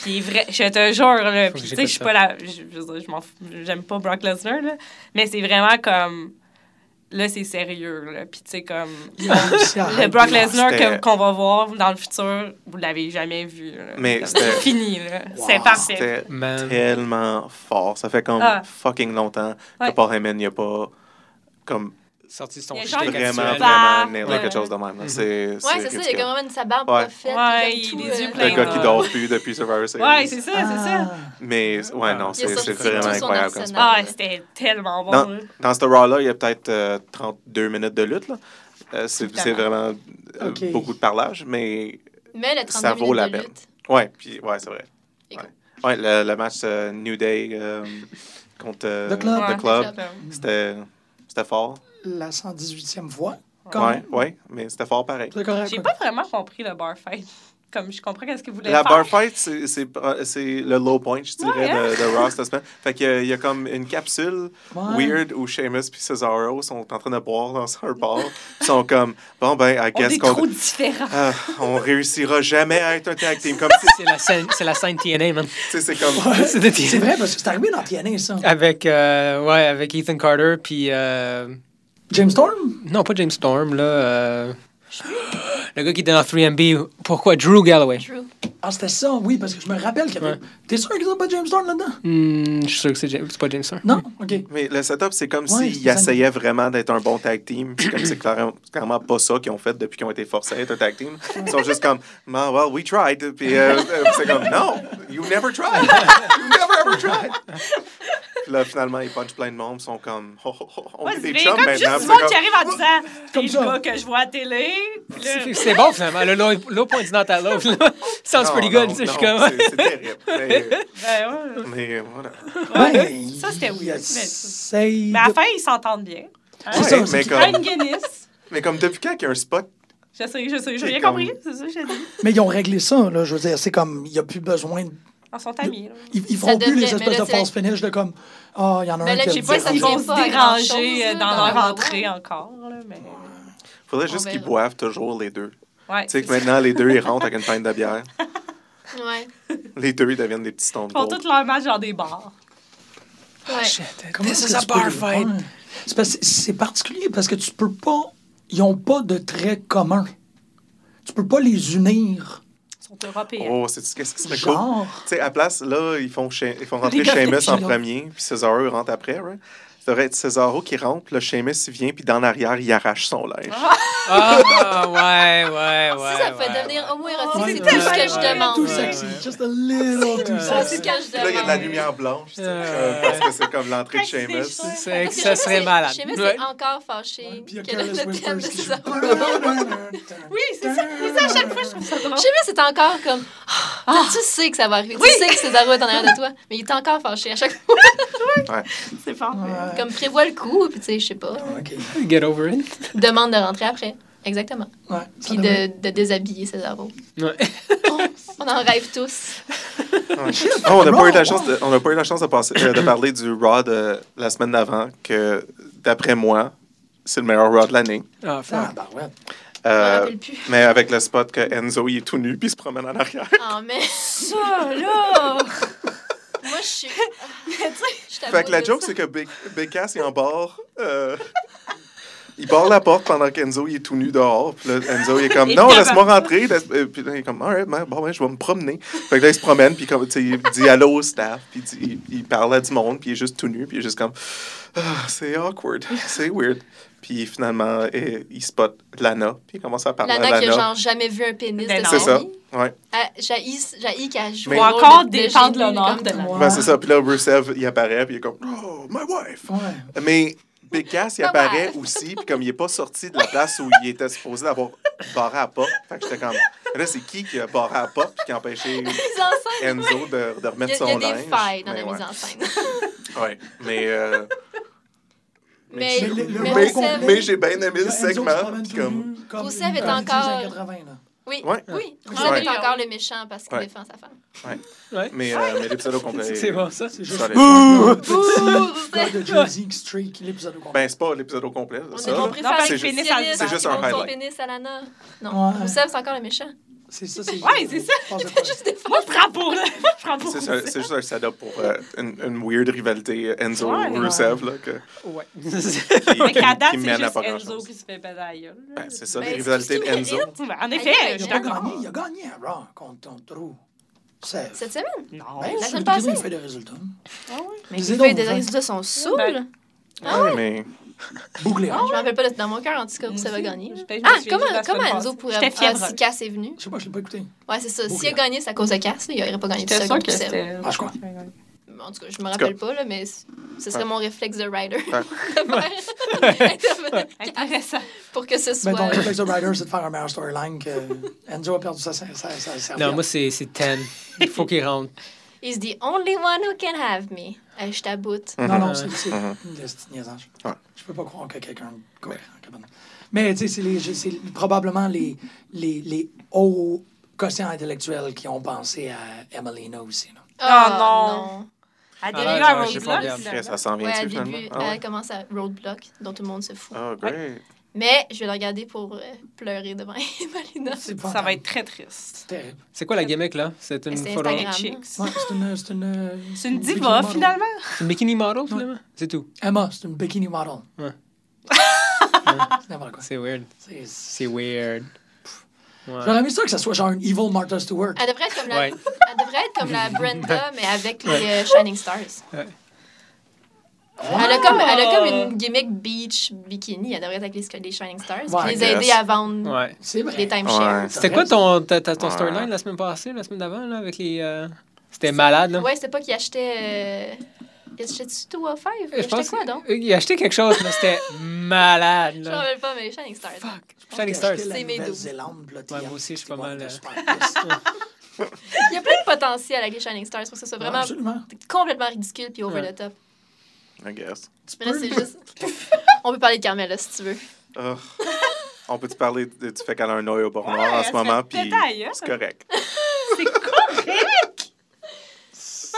S6: Puis vrai, je te jure là,
S5: Faut que
S6: puis tu sais
S5: j'écoute
S6: je suis
S5: ça.
S6: pas la je, je veux dire, je m'en fous, j'aime pas Brock Lesnar là, mais c'est vraiment comme là c'est sérieux là, puis tu sais comme euh, le Brock Lesnar
S4: Ah, C'était-
S6: que- qu'on va voir dans le futur, vous l'avez jamais vu là.
S4: Mais
S6: Comme,
S4: c'était-
S6: c'est fini là,
S2: Wow.
S6: c'est parfait.
S4: C'était
S5: Man.
S4: tellement fort. Ça fait comme
S6: Euh. Ah.
S4: fucking longtemps que
S6: Ouais.
S4: Paul Heyman n'y a pas comme
S5: Sorti de son
S6: Il y a
S5: jeu
S6: genre-
S5: d'actuel.
S4: vraiment, vraiment
S6: Bah,
S4: nailé
S6: ouais.
S4: quelque chose de
S3: Mhm.
S4: même. là. C'est
S3: Ouais, c'est ça, il y a
S4: ridicule.
S3: comme même sa barbe
S4: Ouais.
S3: pas faite.
S6: Ouais,
S3: il
S6: il
S3: tout,
S6: a les yeux
S3: euh,
S6: pleins.
S4: Le gars qui
S6: Ouais.
S4: dort plus depuis Survivor Series.
S6: Ouais, c'est
S2: Ah,
S6: ça, c'est ça.
S3: Ah.
S4: Mais, ouais, non,
S3: Il a
S4: c'est
S3: sorti
S4: c'est
S3: tout
S4: vraiment
S3: son
S4: incroyable comme
S3: arsenal.
S4: ça.
S6: Ah, c'était tellement bon.
S4: Dans,
S6: là.
S4: dans ce Raw-là, il y a peut-être euh, 32 minutes de lutte. là. Euh, c'est
S6: Évidemment.
S4: c'est vraiment euh,
S2: Ok.
S4: beaucoup de parlage, mais
S3: Mais le 32
S4: Ça vaut
S3: minutes
S4: la
S3: de
S4: peine.
S3: lutte.
S4: ouais, puis, ouais c'est vrai.
S3: Et
S4: Ouais, Ouais, le, le match euh, New Day euh, contre euh,
S2: The Club.
S6: Ouais.
S4: The Club,
S6: Comme-
S4: c'était c'était fort.
S2: La 118e fois. Quand
S4: Ouais,
S2: même.
S4: ouais, mais c'était fort pareil.
S2: C'est correct.
S6: J'ai
S2: ouais.
S6: pas vraiment compris le bar fight. Comme je comprends qu'est-ce que vous voulez
S4: La
S6: faire.
S4: bar fight, c'est- c'est euh, c'est le low point, je dirais,
S6: Ouais, hein?
S4: de, de Raw cette semaine. Fait qu'il y a- il y a comme une capsule
S2: Ouais.
S4: weird où Sheamus puis Cesaro sont en train de boire dans un bar. Ils sont comme, bon ben, I
S6: On est
S4: guess qu'on...
S6: trop différents.
S4: Ah, on réussira jamais à être un tag team. Comme si,
S5: C'est la scène- C'est la scène TNA, man.
S4: tu sais, c'est comme...
S5: C'est de
S2: C'est
S5: TNA.
S2: vrai parce que c'est arrivé dans TNA, ça.
S5: Avec, euh, ouais, avec Ethan Carter, puis... euh,
S2: James Storm?
S5: Non, pas James Storm, là. euh, Le gars qui était dans 3MB. Pourquoi? Drew Galloway.
S3: True.
S2: Ah, c'était ça, oui, parce que je me rappelle qu'il y avait.
S5: Ouais.
S2: T'es sûr qu'ils ont pas James Storm là-dedans?
S5: Hmm, je suis sûr que c'est James- c'est pas James Storm.
S2: Non? OK.
S4: Mais le setup, c'est comme
S2: Ouais,
S4: s'ils
S2: c'est ça.
S4: essayaient vraiment d'être un bon tag team. Puis comme c'est clairement, clairement pas ça qu'ils ont fait depuis qu'ils ont été forcés à être un tag team. Ils sont juste comme, Ma, well, we tried. Puis euh, euh, c'est comme, no, you never tried. You never ever tried. Puis là, finalement, ils punchent plein de monde. Ils sont comme, oh, oh, oh, on
S6: Ouais,
S4: est des
S6: c'est
S4: chums
S6: comme juste
S4: maintenant.
S6: du
S4: Puis
S6: monde
S4: c'est
S6: qui arrive en disant
S2: Comme
S6: T'es le
S2: ça.
S6: gars que je vois à télé. Puis là,
S5: C'est- C'est bon, finalement. Le low, low point is not that low. là. Sounds
S4: Non,
S5: pretty
S4: non,
S5: good. tu sais, je suis
S4: non,
S5: comme...
S4: c'est- C'est terrible. Mais,
S6: ben ouais.
S4: mais euh, voilà.
S2: Ben,
S6: Ça, c'était
S2: il
S6: weird, mais-
S2: essaye
S6: Mais
S2: de-
S6: à la fin, ils s'entendent bien.
S2: C'est
S4: Ouais,
S2: ça, c'est
S4: mais,
S2: qu'il-
S6: Ryan
S4: comme,
S6: Guinness.
S4: mais comme depuis quand qu'il y a un spot
S6: Je sais, je sais, j'ai
S4: C'est
S6: rien
S4: comme-
S6: compris. C'est ça que j'ai dit.
S2: Mais ils ont réglé ça, là. Je veux dire, c'est comme, il n'y a plus besoin. de-
S6: Ils sont amis. là.
S2: Ils, ils
S3: Ça
S2: feront plus
S3: devrait-
S2: les
S3: mais
S2: espèces
S3: là,
S2: de
S3: c'est-
S2: false finish de comme, ah, il y en a
S3: Mais
S2: un
S3: là,
S2: qui a
S3: je sais pas
S2: dit-
S3: si ça
S6: Ils
S3: tient
S6: vont
S3: pas à
S6: se déranger
S3: grand-chose,
S6: euh,
S3: là,
S6: dans leur
S3: dans-
S6: entrée encore. là, mais-
S4: Faudrait
S3: On
S4: juste qu'ils
S3: verra.
S4: boivent toujours les deux.
S6: Ouais.
S4: Tu sais que maintenant, les deux, ils rentrent avec une pinte de bière.
S3: Ouais.
S4: Les deux, ils deviennent des petits stones
S6: Ils font tout leur match dans des bars.
S3: Ouais.
S2: Comment
S5: This
S2: est-ce
S5: is
S2: que
S5: a
S2: tu peux
S5: bar
S2: les
S5: fight.
S2: faire? C'est parce- C'est particulier parce que tu peux pas ils n'ont pas de traits communs. Tu peux pas les unir.
S6: Ils sont européens.
S4: Oh, c'est qu'est-ce qui serait cool?
S2: Genre.
S4: Tu sais, à place, là, ils font, Shea- ils font rentrer
S6: Les gars,
S4: Seamus
S6: c'est
S4: en
S6: long.
S4: premier, puis Cesaro rentre après, right? Ça devrait être Cesaro qui rentre, puis là, Seamus, il vient, puis dans l'arrière, il arrache son linge.
S5: Ah, ouais, ouais, ouais.
S3: Si ça peut
S5: ouais,
S3: devenir
S5: ouais.
S3: homoérotique,
S2: Ouais,
S3: c'est tout ce
S6: ouais,
S3: que je
S6: ouais,
S3: demande.
S2: Tout
S5: ouais.
S2: sexy. Just a little too
S5: Ouais.
S2: sexy.
S3: C'est ce que je
S4: Puis là, il y a de la
S3: demande.
S4: lumière blanche, tu sais,
S5: Euh.
S4: comme- parce que c'est comme l'entrée de
S6: Avec ses
S4: Seamus.
S6: cheveux.
S5: C'est-
S6: Parce
S5: c'est-
S6: que
S5: Ça
S6: je
S5: serait malade.
S3: Seamus
S5: Ouais.
S3: est encore fâché
S2: Puis il y a
S3: que le,
S2: Careless
S3: le thème de
S2: Whispers qui joue.
S3: César.
S6: Oui, c'est ça. C'est ça, à chaque fois, je trouve ça drôle.
S3: Seamus est encore comme. Ah, Tu sais que ça va arriver. Tu sais que César est en arrière de toi. Mais il est encore fâché à chaque fois.
S6: C'est parfait.
S2: Ouais.
S3: Comme prévoit le coup, puis tu sais, je sais pas.
S2: Ok.
S5: Get over it.
S3: Demande de rentrer après. Exactement.
S2: Ouais, ça
S3: Puis
S2: devrait-
S3: de, de déshabiller César. On
S5: Ouais.
S3: en rêve tous.
S4: Ah, on n'a pas eu la chance, de, on n'a pas eu la chance de, passer- euh, de parler du Raw de la semaine d'avant, que d'après moi, c'est le meilleur Raw de l'année.
S5: Ah, fuck.
S2: Ah, bah ouais.
S3: Je m'en
S4: Euh,
S3: rappelle plus.
S4: mais avec le spot que Enzo il est tout nu puis il se promène en arrière.
S3: Ah, mais
S6: Ça, là!
S3: moi, je suis. Je t'avoue
S4: Fait que la
S3: de
S4: joke,
S3: ça.
S4: c'est que Big, Big Cass, il en barre. euh, il barre la porte pendant qu'Enzo, il est tout nu dehors. Puis là, Enzo, il est comme,
S6: Il
S4: non,
S6: est
S4: laisse-moi rentrer. Laisse- euh, Puis là, il est comme, alright, man, bon, ouais, je vais me promener. Fait que là, il se promène, puis comme, tu sais, il dit allô au staff, puis il dit- il, il parle à du monde, puis il est juste tout nu, puis il est juste comme, ah, c'est awkward, c'est weird. Puis finalement, eh, il spot Lana, puis il commence à parler
S3: Lana
S4: à
S3: qui a genre
S4: Lana.
S3: jamais vu un pénis
S6: Ben
S3: de
S6: non.
S4: C'est
S3: sa
S4: ça,
S3: vie.
S4: ouais.
S3: Ah, J'haïs j'haïs qu'elle joue.
S4: Mais-
S3: le
S6: Ou
S3: rôle
S6: encore
S3: de-
S6: défendre
S3: génie,
S6: l'honneur
S3: comme
S6: de
S3: tout le
S6: la-
S3: monde.
S4: Ben, c'est ça. Puis là, Rusev, il apparaît, puis il est comme, oh, my wife.
S2: Ouais.
S4: Mais Big Cass, il
S3: Pas mal.
S4: apparaît aussi, puis comme il n'est pas sorti de la place où il était supposé d'avoir barré à porte, fait que j'étais comme, là, c'est qui qui a barré à porte puis qui a empêché
S3: Mise en scène.
S4: Enzo de, de
S3: Il y
S4: remettre
S3: a,
S4: son
S3: il y a
S4: linge?
S3: des failles dans
S4: Mais
S3: la
S4: ouais.
S3: mise en scène.
S4: Ouais, mais... euh,
S3: Mais,
S2: Mais le-
S4: mais,
S2: le
S3: mais
S2: bon
S3: Rusev-
S2: complet-
S4: mais j'ai bien aimé
S2: Là,
S4: le
S2: Enzo se
S4: segment.
S2: promène
S4: puis
S2: tout
S4: Comme...
S2: nu, comme
S3: Rusev
S2: une
S3: est
S2: femme des
S3: encore-
S2: années 80, là.
S3: oui,
S4: Ouais.
S3: oui. Rusev
S4: Ouais.
S3: est encore le méchant parce qu'il
S4: Ouais.
S3: défend sa femme.
S5: Ouais.
S4: Mais, euh, mais l'épisode au complet...
S5: C'est bon, ça. c'est
S2: C'est
S5: juste-
S2: juste
S4: Solide.
S2: le
S3: Ouh,
S2: gars
S3: Rusev.
S2: de Jersey qui streak l'épisode au complet.
S4: Ben, c'est pas l'épisode au complet,
S3: On,
S4: ça.
S3: est, on
S4: là.
S3: préfère
S6: Non,
S3: le
S4: c'est
S6: juste-
S3: pénis
S6: c'est
S4: juste un highlight.
S3: pénis à Lana. Non,
S2: Ouais.
S3: Rousseff, c'est encore le méchant.
S4: Ben-
S2: C'est ça, c'est
S6: Ouais, c'est ça.
S2: je pense que-
S6: Moi, je prends pour là. Moi, je prends pour
S4: C'est ça- c'est juste un setup pour euh, une, une weird rivalité
S6: Ouais.
S4: Enzo-Rusev, là, que-
S5: Ouais.
S4: qui,
S6: Mais qu'à
S4: qui
S6: date,
S4: mène
S6: c'est
S4: à
S6: juste
S4: pas
S6: Enzo
S4: grand-chose.
S6: qui se fait péter à la gueule, là.
S4: Ben, c'est ça,
S3: Ben,
S4: les
S3: c'est
S4: rivalités
S3: ce qu'il
S4: d'Enzo.
S3: mérite.
S6: Ouais, En
S3: Aïe,
S6: effet,
S3: aïe,
S6: je
S2: Il
S6: suis
S2: a
S6: d'accord.
S2: gagné, il a gagné à Raw contre ton trou. C'est
S3: Cette semaine?
S6: Non.
S2: Ben,
S3: la
S2: sur
S3: semaine
S2: le tribune,
S3: passée.
S2: il fait des résultats.
S3: Mais
S2: Dis
S3: les
S2: donc,
S3: feuilles des
S2: Rousseff.
S3: résultats sont saouls.
S6: Ben,
S4: Ouais, mais...
S2: Bouglé.
S3: Je me rappelle pas de- dans mon cœur, en tout cas, Rousseff va gagner.
S6: Je- ben, je me
S3: Ah,
S6: suis dit
S3: comment,
S6: la
S3: comment
S6: semaine
S3: Enzo
S6: passée.
S3: pourrait.
S6: J'étais
S3: Ah,
S6: fièvre.
S3: si Cass est venu.
S2: Je sais pas, je l'ai pas écouté.
S3: Ouais, c'est ça.
S2: Boucle.
S3: S'il a gagné, c'est à cause de Cass. là. Il aurait pas gagné tout
S6: J'étais
S3: seul.
S6: sûre
S3: contre
S6: que
S3: Rousseff.
S6: c'était.
S2: Ah, je crois.
S3: En tout cas, je me rappelle pas, là, mais c- ce serait
S4: Ouais.
S3: mon réflexe de rider.
S4: Ouais.
S6: Intéressant.
S3: pour que ce soit.
S2: Ben, ton réflexe de Ryder, c'est de faire un meilleur storyline que Enzo a perdu sa sa- sa- sa- sa-
S5: Non, moi, c'est c'est 10. Il faut qu'il rentre.
S3: He's the only one who can have me. Euh, je t'aboute.
S4: Hmm.
S2: Non, non, c'est c'est une petite niaisage.
S4: Ouais.
S2: Je peux pas croire que quelqu'un est cohérent capable de- Mais tu sais, c'est les- je- c'est probablement les, les, les hauts quotients intellectuels qui ont pensé à Emelina aussi. là.
S3: Oh,
S4: Ah,
S6: non. À
S5: Ah,
S6: début,
S5: ouais,
S6: à
S5: j'ai
S6: Roadblock,
S5: pas regardé.
S6: finalement.
S4: Ça s'en
S3: non. Ouais,
S4: vient-tu,
S3: au début,
S4: finalement? Ah, ouais.
S3: elle commence à Roadblock, dont tout le monde se fout.
S4: Ah, great.
S3: Mais je vais le regarder pour euh, pleurer devant Emelina.
S2: C'est
S6: Ça va être très triste.
S2: terrible.
S5: C'est quoi la gimmick, là? C'est une
S3: C'est
S5: photo.
S3: Instagram.
S6: Les
S3: Drame.
S6: chicks.
S2: Ouais, c'est une, c'est une.
S6: C'est une
S2: bikini
S6: diva,
S2: model.
S6: finalement.
S5: C'est une bikini model, finalement? C'est tout.
S2: Emma, c'est une bikini model.
S5: Ouais.
S2: C'est n'importe quoi.
S5: C'est weird.
S2: C'est- c'est-
S5: C'est weird.
S2: J'aurais aimé ça que ça soit genre une evil Martha Stewart.
S3: Elle devrait être comme la,
S5: Ouais.
S3: elle devrait être comme la Brenda, mais avec les euh, Shining Stars.
S5: Ouais.
S3: Ah, Elle, a comme, elle a comme
S5: Oh!
S3: une gimmick beach bikini. Elle devrait être avec les, les Shining Stars. puis
S2: Ouais,
S3: les
S4: yes.
S3: aider à vendre
S5: Ouais.
S2: C'est vrai.
S3: les timeshares.
S4: Ouais.
S5: C'était quoi ton, ta- ta- ton
S4: Ouais.
S5: storyline la semaine passée, la semaine d'avant, là, avec les. euh, C'était malade, là?
S3: Ouais, c'était pas qu'il achetait. Euh... Il achetait-tu tout à 5 Il
S5: Eh, Je
S3: achetait
S5: pense
S3: quoi donc
S5: qu'il a acheté quelque chose, mais c'était malade,
S3: Je me
S5: là.
S3: rappelle pas, mais les Shining Stars.
S5: Shining Stars.
S3: C'est mes deux.
S5: Ouais, moi aussi, je suis pas mal, euh,
S3: Il y a plein de potentiel avec les Shining Stars. Pour que ce soit vraiment
S2: Absolument.
S3: complètement ridicule puis over
S5: Ouais.
S3: the top.
S4: I guess.
S3: Mais là, c'est juste. On peut parler de Carmela si tu veux.
S4: Ah. On peut-tu parler de- du fait qu'elle a un œil au bord noir
S6: Ouais,
S4: en ce
S6: elle
S4: moment?
S6: se fait
S4: Puis
S6: péter ailleurs.
S4: c'est correct.
S6: C'est correct!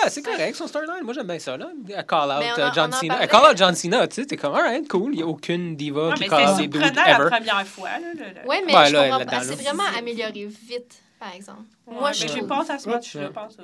S5: Ah, c'est correct, son storyline. Moi, j'aime bien ça, là. Elle call out
S3: Mais on en-
S5: euh, John
S3: on en
S5: Cena.
S3: parlait.
S5: Elle call out John Cena, tu sais. T'es comme, alright, cool. Il n'y a aucune diva
S6: Non,
S5: qui
S6: mais
S5: call
S6: c'était
S5: out des dudes
S6: surprenant la
S5: ever.
S6: première fois. Là, le- le-
S3: Ouais, mais
S5: Ouais,
S3: je
S5: là,
S3: comprends
S5: là-dedans,
S3: pas. Elle
S5: là.
S3: s'est vraiment améliorée vite, par exemple. Moi,
S6: Ouais,
S3: je
S6: mais
S3: trouve.
S6: pense à ce match, je pense.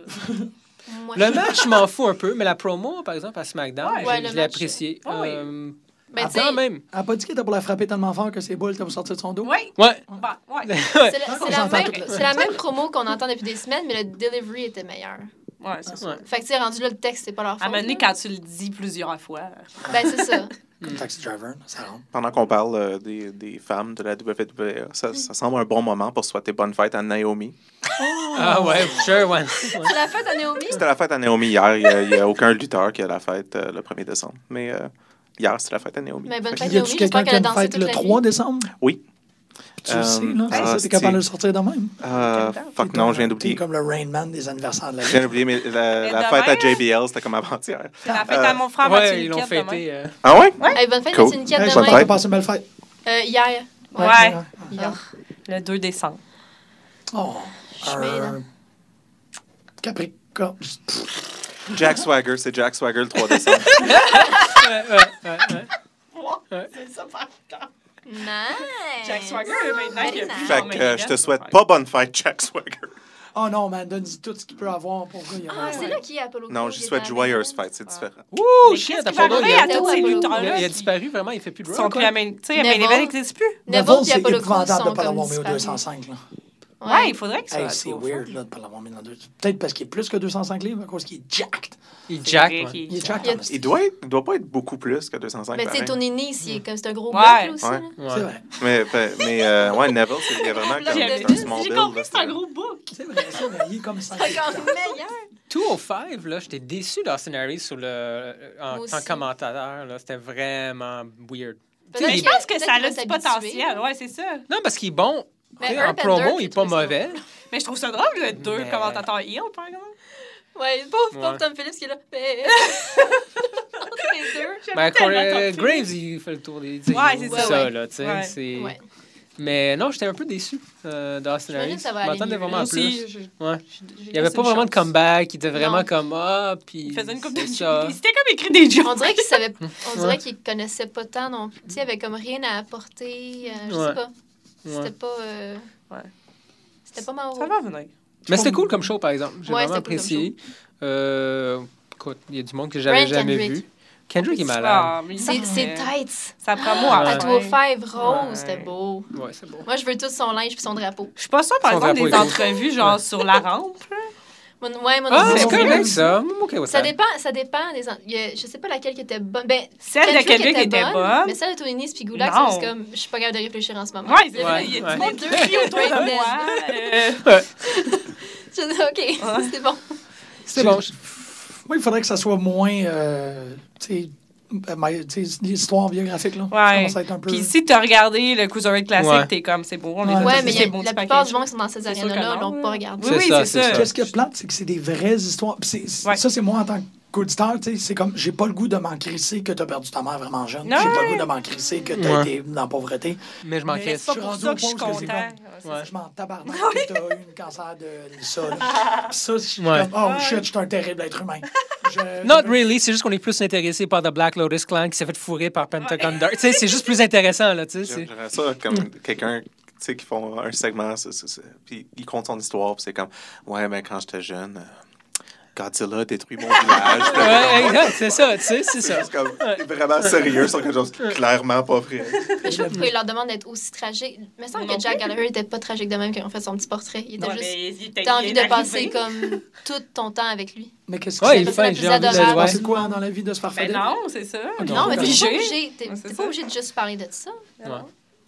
S3: Moi,
S5: Le
S3: je-
S5: match, je m'en fous un peu, mais la promo, par exemple, à SmackDown,
S6: Ouais.
S5: je-
S3: Ouais,
S5: je
S3: le
S5: l'ai
S3: match,
S5: apprécié.
S6: ouais.
S5: Euh,
S3: Ben, tu sais,
S5: Quand même.
S2: Elle a pas dit qu'elle était pour la frapper tellement fort que ses boules étaient pour sortir de son dos.
S6: Oui,
S5: Ouais.
S6: bah, ouais.
S2: On
S3: c'est la,
S5: Ouais.
S3: c'est la
S2: s'entend
S3: même,
S2: toute la-
S3: c'est la même promo qu'on entend depuis des semaines, mais le delivery était meilleur.
S6: Ouais, c'est ça.
S3: Fait que, tu sais, rendu là, le texte, c'est pas leur faute.
S6: À un moment donné,
S3: là.
S6: quand tu le dis plusieurs fois.
S3: Ben, c'est ça.
S2: Comme Taxi Driver, ça rentre.
S4: Pendant qu'on parle euh, des, des femmes de la WWE, ça, ça semble un bon moment pour souhaiter bonne fête à Naomi.
S5: Ah ouais, sure, ouais.
S3: C'est la fête à Naomi.
S4: C'était la fête à Naomi hier. Il n'y a, aucun lutteur qui a la fête euh, le 1er décembre. Mais euh, hier, c'était la fête à Naomi.
S3: Mais bonne
S4: Fait que-
S3: fête.
S2: Y a-tu
S3: Naomi,
S2: quelqu'un
S3: j'espère
S2: qui a
S3: qu'elle a
S2: une
S3: dansé
S2: fête
S3: toute
S2: le
S3: la
S2: 3
S3: vie.
S2: décembre?
S4: Oui.
S2: Tu
S4: Euh,
S2: le sais, là.
S4: ah,
S2: ça,
S4: c'est-
S2: t'es capable de le sortir de même.
S4: Euh, fuck, non, je viens
S2: T'es
S4: d'oublier.
S2: comme le Rain Man des anniversaires de la
S4: Je
S2: vie.
S4: viens d'oublier, mais la,
S6: Mais
S4: la
S6: demain,
S4: fête à JBL, c'était comme avant-hier. Euh,
S6: C'est la fête à mon frère Mathieu
S5: Ouais, ils l'ont
S6: Niquette demain.
S5: fêté. euh,
S4: Ah ouais?
S3: Hey, bonne fête,
S4: Cool.
S3: c'est une quête
S2: Hey,
S3: demain.
S4: Bonne
S2: J'espère que
S4: fête.
S2: passe une belle fête.
S3: Euh, hier.
S6: Ouais.
S3: Hier.
S6: Le 2 décembre.
S2: Oh,
S3: suis mêlée.
S2: un Capricorne.
S4: Jack Swagger, c'est Jack Swagger le 3 décembre.
S3: Ah. Nice.
S6: Jack Swagger, maintenant qu'il a plus
S4: fait que euh, je te souhaite pas bonne fête, Jack Swagger.
S2: Oh non, man, donne tout ce qu'il peut avoir pour vrai, il y a-
S3: Ah, c'est là qu'il y a Apollo.
S4: Non,
S3: Creed,
S4: je
S3: il
S4: te
S3: est
S4: souhaite
S3: dans la
S4: joyeuse
S3: maison.
S4: fête, c'est différent.
S5: Ouh,
S6: Mais
S5: shit,
S6: qu'est-ce
S5: à
S6: qui va
S5: Photo,
S6: arriver
S5: il, a-
S6: à tous ces
S5: il a-
S6: lutteurs-là?
S5: il a
S6: qui
S5: disparu vraiment, il fait plus de hein.
S6: Ils
S5: Raw.
S6: sont
S5: quoi.
S6: plus à même. Tu sais,
S3: Neville.
S6: mais les n'existe plus.
S3: Neville et
S2: c'est
S3: Apollo Creed
S2: épouvantable de
S3: sont
S2: ne pas l'avoir
S3: comme
S2: mis au
S3: disparus.
S2: 205. Là.
S6: Ouais, il faudrait que ça.
S2: Hey, c'est weird là, de ne pas l'avoir mis dans 205. Peut-être parce qu'il est plus que 205 livres, à cause qu'il est jacked.
S5: Il jack. ouais.
S2: Il est jacked.
S3: Il y a-
S2: en esti.
S4: Il doit, être- il doit pas être beaucoup plus que 205.
S3: Mais tu sais,
S4: pareil.
S3: Tonini, c'est comme c'est un gros
S6: Hum.
S3: bloc
S6: Ouais.
S3: là, aussi.
S4: Ouais.
S3: là.
S5: Ouais.
S2: C'est vrai.
S4: Mais, ben, mais euh, ouais, Neville, c'est il y a vraiment comme
S3: J'avais
S4: c'est un
S3: dit,
S4: small
S6: J'ai
S4: build,
S6: compris
S4: là,
S6: que c'est un gros book.
S2: C'est vrai, ça, mais il est comme ça.
S3: Encore
S6: hein.
S3: meilleur.
S5: 205, là, j'étais déçu de leur scénariste sur le, en
S3: Moi
S5: tant que
S3: aussi.
S5: commentateur. là, C'était vraiment weird.
S3: Peut-être
S6: Mais
S5: il-
S6: je
S3: qu'il-
S6: pense que
S3: peut-être
S6: ça
S3: qu'il va
S6: a du
S3: s'habituer.
S6: potentiel. Ouais, c'est ça.
S5: Non, parce qu'il est bon.
S3: Mais
S5: Tu sais, en
S3: Earth
S5: promo,
S3: Bender,
S5: il est pas
S3: j'ai trouvé ça
S5: mauvais.
S6: Mais je trouve ça drôle, le deux
S5: Mais-
S6: commentateurs heel, par exemple.
S3: Ouais, pauvre, pauvre
S5: Ouais.
S3: Tom Phillips qui est là. Mais- Entre les deux.
S5: Ben,
S6: tellement
S5: Corey-
S6: Tom Phillips.
S5: Graves, il fait le tour des des-
S6: Ouais, c'est
S5: tout
S3: ça, ouais.
S5: là, tu sais,
S6: Ouais.
S5: c'est-
S3: Ouais.
S5: Mais non, j'étais un peu déçu euh, d'Austin
S3: J'imagine
S5: Harris.
S3: que ça va
S5: Je
S3: aller
S5: m'attendais
S3: mieux.
S5: vraiment
S6: Moi
S5: à
S6: aussi,
S5: plus.
S6: je-
S5: Ouais.
S6: je-
S5: Il
S6: j'ai
S5: n'y avait
S6: laissé
S5: pas
S6: une
S5: vraiment de
S6: chance.
S5: comeback. Il était vraiment
S3: Non.
S5: comme ah, puis.
S6: Il faisait une coupe de
S5: c'est ça.
S6: Il s'était comme écrit des jokes.
S3: On dirait qu'il savait, on
S5: Ouais.
S3: dirait qu'il connaissait pas tant non plus. Tu sais, il avait comme rien à apporter. euh, je
S5: Ouais.
S3: sais pas.
S5: Ouais.
S3: C'était pas. euh,
S6: Ouais.
S3: C'était pas Mauro.
S6: Ça va venir.
S5: Mais c'était cool comme show, par exemple. J'ai
S3: Ouais,
S5: vraiment
S3: c'était cool comme
S5: apprécié. Euh, écoute, il y a du monde que j'avais
S3: Brian
S5: jamais
S3: Kendrick.
S5: vu. Kendrick est malade.
S6: Ah, mais il
S3: C'est
S6: me
S3: c'est
S6: semblait.
S3: tight.
S6: Ça prend moi.
S5: Ouais.
S3: À toi, five rose,
S6: Ouais.
S3: c'était beau.
S5: Ouais, c'est bon.
S3: Moi, je veux tout son linge puis son drapeau.
S6: Je suis pas sûre, par
S5: Son
S6: exemple, des
S5: drapeau est cool.
S6: entrevues, genre sur la rampe. là.
S3: Mon- ouais, mon
S5: Ah,
S3: mon-
S5: c'est
S3: mon-
S5: correct, ça. Mm, OK, what's
S3: Ça
S5: up?
S3: dépend, ça dépend des. en- il y a- je sais pas laquelle qui était bonne. Ben,
S6: Celle de Québec était bonne.
S3: Mais celle de Tony puis Goulac,
S6: Non.
S3: c'est juste comme. Je suis pas capable de réfléchir en ce moment.
S6: Ouais, c'est
S3: Les-
S6: vrai, il y a
S5: Ouais.
S6: du monde qui
S3: Les deux
S6: crie autour de
S3: qui
S6: moi. Euh,
S3: Je dis, OK,
S6: Ouais.
S3: c'est bon.
S5: C'est bon. je-
S2: Moi, il faudrait que ça soit moins. Euh, tu sais, euh, my- tu sais, l'histoire biographique, là. Ça
S6: Ouais.
S2: commence à être un peu.
S6: Puis si t'as regardé le Cruiserweight classique,
S5: Ouais.
S6: t'es comme, c'est beau, on
S2: Ouais,
S6: est
S3: Ouais,
S6: tous-
S3: mais il y
S6: c'est
S3: a-
S6: bon,
S3: la
S6: c'est pas
S3: plupart du
S6: quelque chose.
S3: monde qui sont dans ces
S6: C'est sûr que
S3: arénas-là
S6: non,
S3: l'ont
S6: ouais.
S3: pas regardé.
S6: Oui, oui,
S5: C'est ça,
S6: c'est
S5: c'est
S6: ça.
S5: ça.
S2: Qu'est-ce qui est plate, c'est que c'est des vraies histoires. Puis c'est- c'est-
S6: Euh, Ouais.
S2: Ça, c'est moi en tant qu'auditeur, tu sais, c'est comme, j'ai pas le goût de m'en crisser que t'as perdu ta mère vraiment jeune.
S6: Non.
S2: J'ai pas le goût de m'en crisser que t'as
S5: Ouais.
S2: été dans la pauvreté.
S5: Mais je m'en
S6: Mais
S5: crisse.
S6: c'est
S2: Je
S6: pas
S2: suis
S6: pour
S2: rendu
S6: ça
S2: au
S6: que je suis
S2: point où c'est
S6: content.
S2: comme-
S5: Ouais.
S2: Je m'en tabarnak que t'as eu un cancer de ça. là. Puis ça, je suis
S5: Ouais.
S2: comme, oh
S6: Ouais.
S2: shit, je suis un terrible être humain. Je-
S5: Not really, c'est juste qu'on est plus intéressé par The Black Lotus Clan qui s'est fait fourrer par Pentagon Dark. Tu sais, c'est juste plus intéressant, là, tu sais. c'est-
S4: J'aimerais ça comme quelqu'un tu sais, qui font un segment, c'est- c'est- c'est- puis il compte son histoire, puis c'est comme Ouais, ben quand j'étais jeune, euh, Godzilla a détruit mon village. Puis là,
S5: Ouais, exact, c'est ça, tu sais,
S4: c'est
S5: c'est ça.
S4: juste comme vraiment sérieux sur quelque chose qui est clairement pas vrai.
S3: Mais je trouve pourquoi ils leur demandent d'être aussi tragiques. Il me semble
S6: Non
S3: que Jack Gallagher était pas tragique de même quand ils ont fait son petit portrait. Il était
S6: Ouais,
S3: juste.
S6: mais il était
S3: T'as envie
S6: bien
S3: de passer
S6: arrivé.
S3: comme tout ton temps avec lui.
S2: Mais qu'est-ce que
S5: Ouais,
S2: c'est?
S5: il
S3: la
S5: fait,
S3: personne
S5: j'ai
S3: la
S5: envie
S3: plus
S5: de
S3: adorable.
S5: ouais.
S2: C'est quoi dans la vie de se faire
S6: Ben
S2: fader?
S6: non, c'est ça.
S2: Ok.
S3: Non, mais t'es
S2: obligé.
S3: pas obligé. T'es
S6: Ouais, c'est
S3: t'es
S6: ça.
S3: pas obligé de juste parler de ça.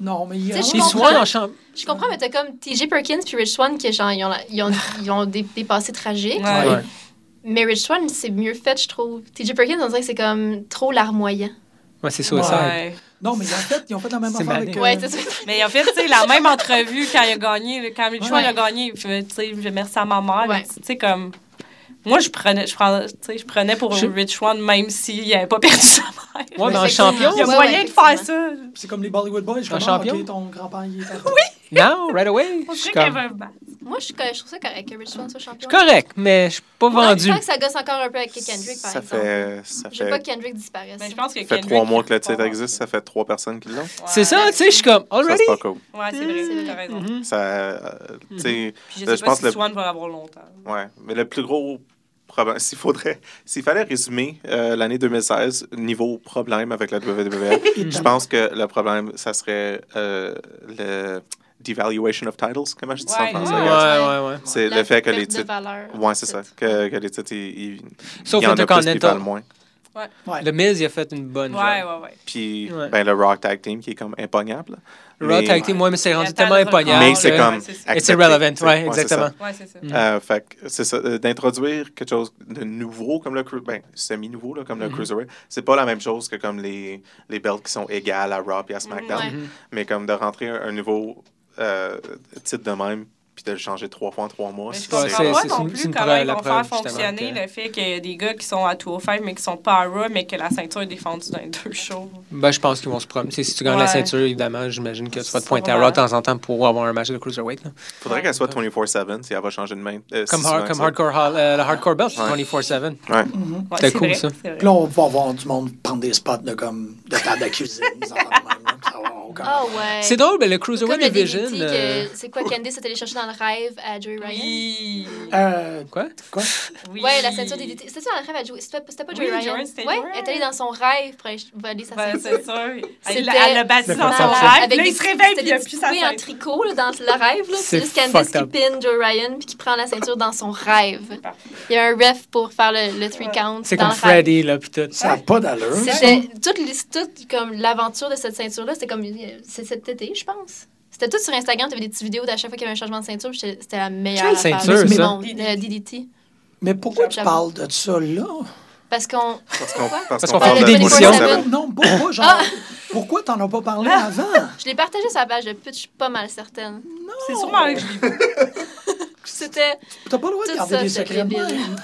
S2: Non, mais il y a
S3: Tu sais,
S5: Puis
S3: Je
S5: souvent,
S3: comprends.
S5: en chambre.
S3: Je comprends, mais t'as comme T.J. Perkins puis Rich Swan qui, genre, ils ont, la- ils ont, ils ont des, des passés tragiques.
S6: Ouais.
S5: Ouais.
S3: Mais Rich Swan, c'est mieux fait, je trouve. T.J. Perkins, on dirait que c'est comme trop larmoyant.
S5: Ouais, c'est
S2: Ouais.
S5: suicide.
S2: Non, mais ils ont fait, ils ont fait la même
S5: C'est
S2: affaire
S5: malin.
S2: avec... euh,
S3: Ouais, c'est ça.
S6: Mais en fait, tu sais, la même entrevue quand il a gagné, là, quand Rich Swan
S3: Ouais.
S6: a gagné, il fait, tu sais, je merci à ma mère.
S3: Ouais.
S6: Tu sais, comme. Moi, je prenais, je prends- tu sais, je prenais pour
S5: Je-
S6: Rich Swan même s'il n'avait pas perdu sa mère.
S5: Ouais, mais en
S3: Effectivement.
S5: champion,
S6: Il y a
S3: Ouais,
S6: moyen
S3: ouais,
S6: de faire
S3: effectivement.
S6: ça.
S2: C'est comme les Bollywood Boys. Je suis
S5: Un
S2: comme, ah,
S5: champion?
S2: ok, ton grand-père, il est... Oui!
S5: non, right away.
S6: On
S5: Je suis
S6: dirait qu'il
S5: comme.
S6: va me battre.
S3: Moi, je, suis co- je trouve ça correct que Rich Swan soit champion.
S5: Correct, mais je suis pas vendu.
S3: Je que ça gosse encore un peu avec Kendrick, par
S4: Ça
S3: exemple.
S4: fait, ça
S3: Je veux pas
S4: fait,
S3: que Kendrick disparaisse.
S6: Mais Ben, je pense que
S4: ça fait
S6: Kendrick-
S4: trois mois que le titre existe, ça fait trois personnes qui l'ont.
S6: Ouais.
S5: C'est ça, tu sais, je suis comme,
S4: Ça,
S5: already? Hmm.
S4: c'est pas cool.
S6: Ouais, c'est
S3: C'est
S6: vrai,
S3: vrai.
S6: t'as raison.
S5: Mhm.
S4: Ça, euh, tu sais, Euh,
S6: Puis je sais
S4: je
S5: Ben,
S6: pas
S4: pense
S6: si
S4: le-
S6: Swan va l'avoir longtemps.
S4: ouais. Mais le plus gros probab- S'il faudrait, s'il fallait résumer euh, l'année 2016 niveau problème avec la WWE, je pense que le problème, ça serait euh, le devaluation of titles, comment je dis ça en
S6: Ouais.
S4: français?
S5: Ouais,
S6: Ouais.
S5: ouais, ouais.
S4: C'est
S3: La
S4: le fait que
S3: perte
S4: les
S3: de
S4: titres...
S3: valeur.
S4: Ouais, c'est ça. Que, que les titres, ils- ils- il
S5: Sauf
S4: y en a plus qui
S5: Intercontinental.
S4: valent moins.
S2: Ouais.
S5: Le Miz, il a fait une bonne job.
S6: Ouais, ouais, ouais.
S4: Puis,
S5: Ouais.
S4: ben, le Rock Tag Team qui est comme impognable.
S5: Raw
S4: Mais-
S5: Tag Team, ouais, mais c'est rendu
S6: attend
S5: tellement
S6: le record,
S5: impognable.
S4: Mais c'est
S5: que-
S6: Ouais,
S4: comme.
S6: c'est ça.
S5: It's
S4: accepté,
S5: irrelevant,
S4: tu sais.
S5: ouais,
S4: c'est ça.
S5: exactement.
S6: Ouais, c'est ça.
S4: Euh, fait que c'est ça, euh, d'introduire quelque chose de nouveau comme le cru- ben, semi-nouveau là, comme le cruiserweight, c'est pas la même chose que comme les, les belts qui sont égales à Raw et à SmackDown,
S3: Ouais.
S5: Mhm.
S4: mais comme de rentrer un, un nouveau euh, titre de même puis de le changer trois fois en trois mois.
S6: Mais je
S4: c'est-
S6: comprends
S5: Ouais,
S4: c'est-
S6: pas
S5: c'est
S6: non
S5: une- c'est
S6: plus
S5: une
S6: comment
S5: preuve,
S6: ils
S5: la
S6: vont
S5: preuve,
S6: faire
S5: justement,
S6: fonctionner
S5: que-
S6: le fait qu'il y a des gars qui sont à 205 mais qui sont pas à Raw, mais que la ceinture est défendue dans les deux shows.
S5: Ben, je pense qu'ils vont se promener. Tu sais, Si tu gagnes la
S6: Ouais.
S5: ceinture, évidemment, j'imagine que tu vas te pointer à
S6: Sûrement.
S5: Raw de temps en temps pour avoir un match de Cruiserweight. là.
S4: faudrait qu'elle soit 24-7 si elle va changer de main. euh,
S5: Comme,
S4: si
S5: har-
S4: souvent
S5: comme
S4: que ça.
S5: hardcore, hall- euh, le Hardcore Belt,
S4: Ouais.
S5: 24-7.
S2: Mhm.
S4: Ouais.
S6: Ouais,
S5: C'était
S6: c'est
S5: cool,
S6: vrai,
S5: ça.
S6: c'est vrai.
S2: Puis là, on va voir du monde prendre des spots de, comme, de table de cuisine. des affaires de même, là, puis ça va avoir aucun
S3: Ah
S2: rapport.
S3: ouais.
S5: C'est drôle, mais le
S3: Comme le
S5: Cruiserweight
S3: DVD
S5: Division.
S3: que-
S5: euh,
S3: C'est quoi, Candice est allée chercher dans le rêve à Joey Ryan?
S6: Oui.
S2: Euh,
S5: Quoi?
S2: quoi?
S6: Oui.
S3: Ouais, la ceinture DDT. C'était ça, dans le rêve à Joey. C'était pas- c'était pas
S6: Oui,
S3: Joey Ryan.
S6: Joey, c'était
S3: ouais,
S6: Joey.
S3: elle est allée dans son rêve pour aller ch- voler sa
S6: Ben,
S3: ceinture.
S6: c'est sûr. Elle elle
S3: C'était
S6: l'a battu dans son
S5: malade.
S6: rêve.
S3: Avec
S6: Là, il
S3: des-
S6: se réveille puis il
S3: c'était
S6: a
S3: des
S6: plus
S3: petits
S6: sa
S3: poupées en
S6: ceinture.
S3: tricot là, dans le rêve. là.
S5: C'est
S3: C'est juste Candice
S5: fucked
S3: qui
S5: up.
S3: pin Joe Ryan puis qui prend la ceinture dans son rêve. Il y a un ref pour faire le, le three count.
S5: C'est
S3: dans
S5: comme
S3: le rêve.
S5: Freddy, là, puis tout.
S2: Ça n'a pas d'allure.
S3: C'était toute, l'his- toute comme l'aventure de cette ceinture-là, c'était comme euh, c'est cet été, je pense. C'était tout sur Instagram, tu avais des petites vidéos d'à chaque fois qu'il y avait un changement de ceinture, puis c'était c'était la meilleure
S5: Quelle
S3: affaire
S5: ceinture,
S3: du
S5: ça?
S3: monde. Euh, DDT.
S2: Mais pourquoi tu
S3: J'avoue.
S2: parles de ça là?
S3: Parce qu'on
S4: Parce qu'on
S3: Parce
S5: qu'on parle
S4: de
S5: des émissions.
S4: 24/7.
S2: Non, pourquoi, genre,
S3: Ah.
S2: pourquoi t'en as pas parlé avant?
S3: je l'ai partagé sur la page de pute, je suis pas mal certaine.
S6: C'est sûrement là que je l'ai vu.
S3: C'était
S2: T'as pas le droit de
S3: Tout
S2: garder
S3: ça,
S2: des
S3: c'est
S2: secrets de
S3: débile.
S2: même.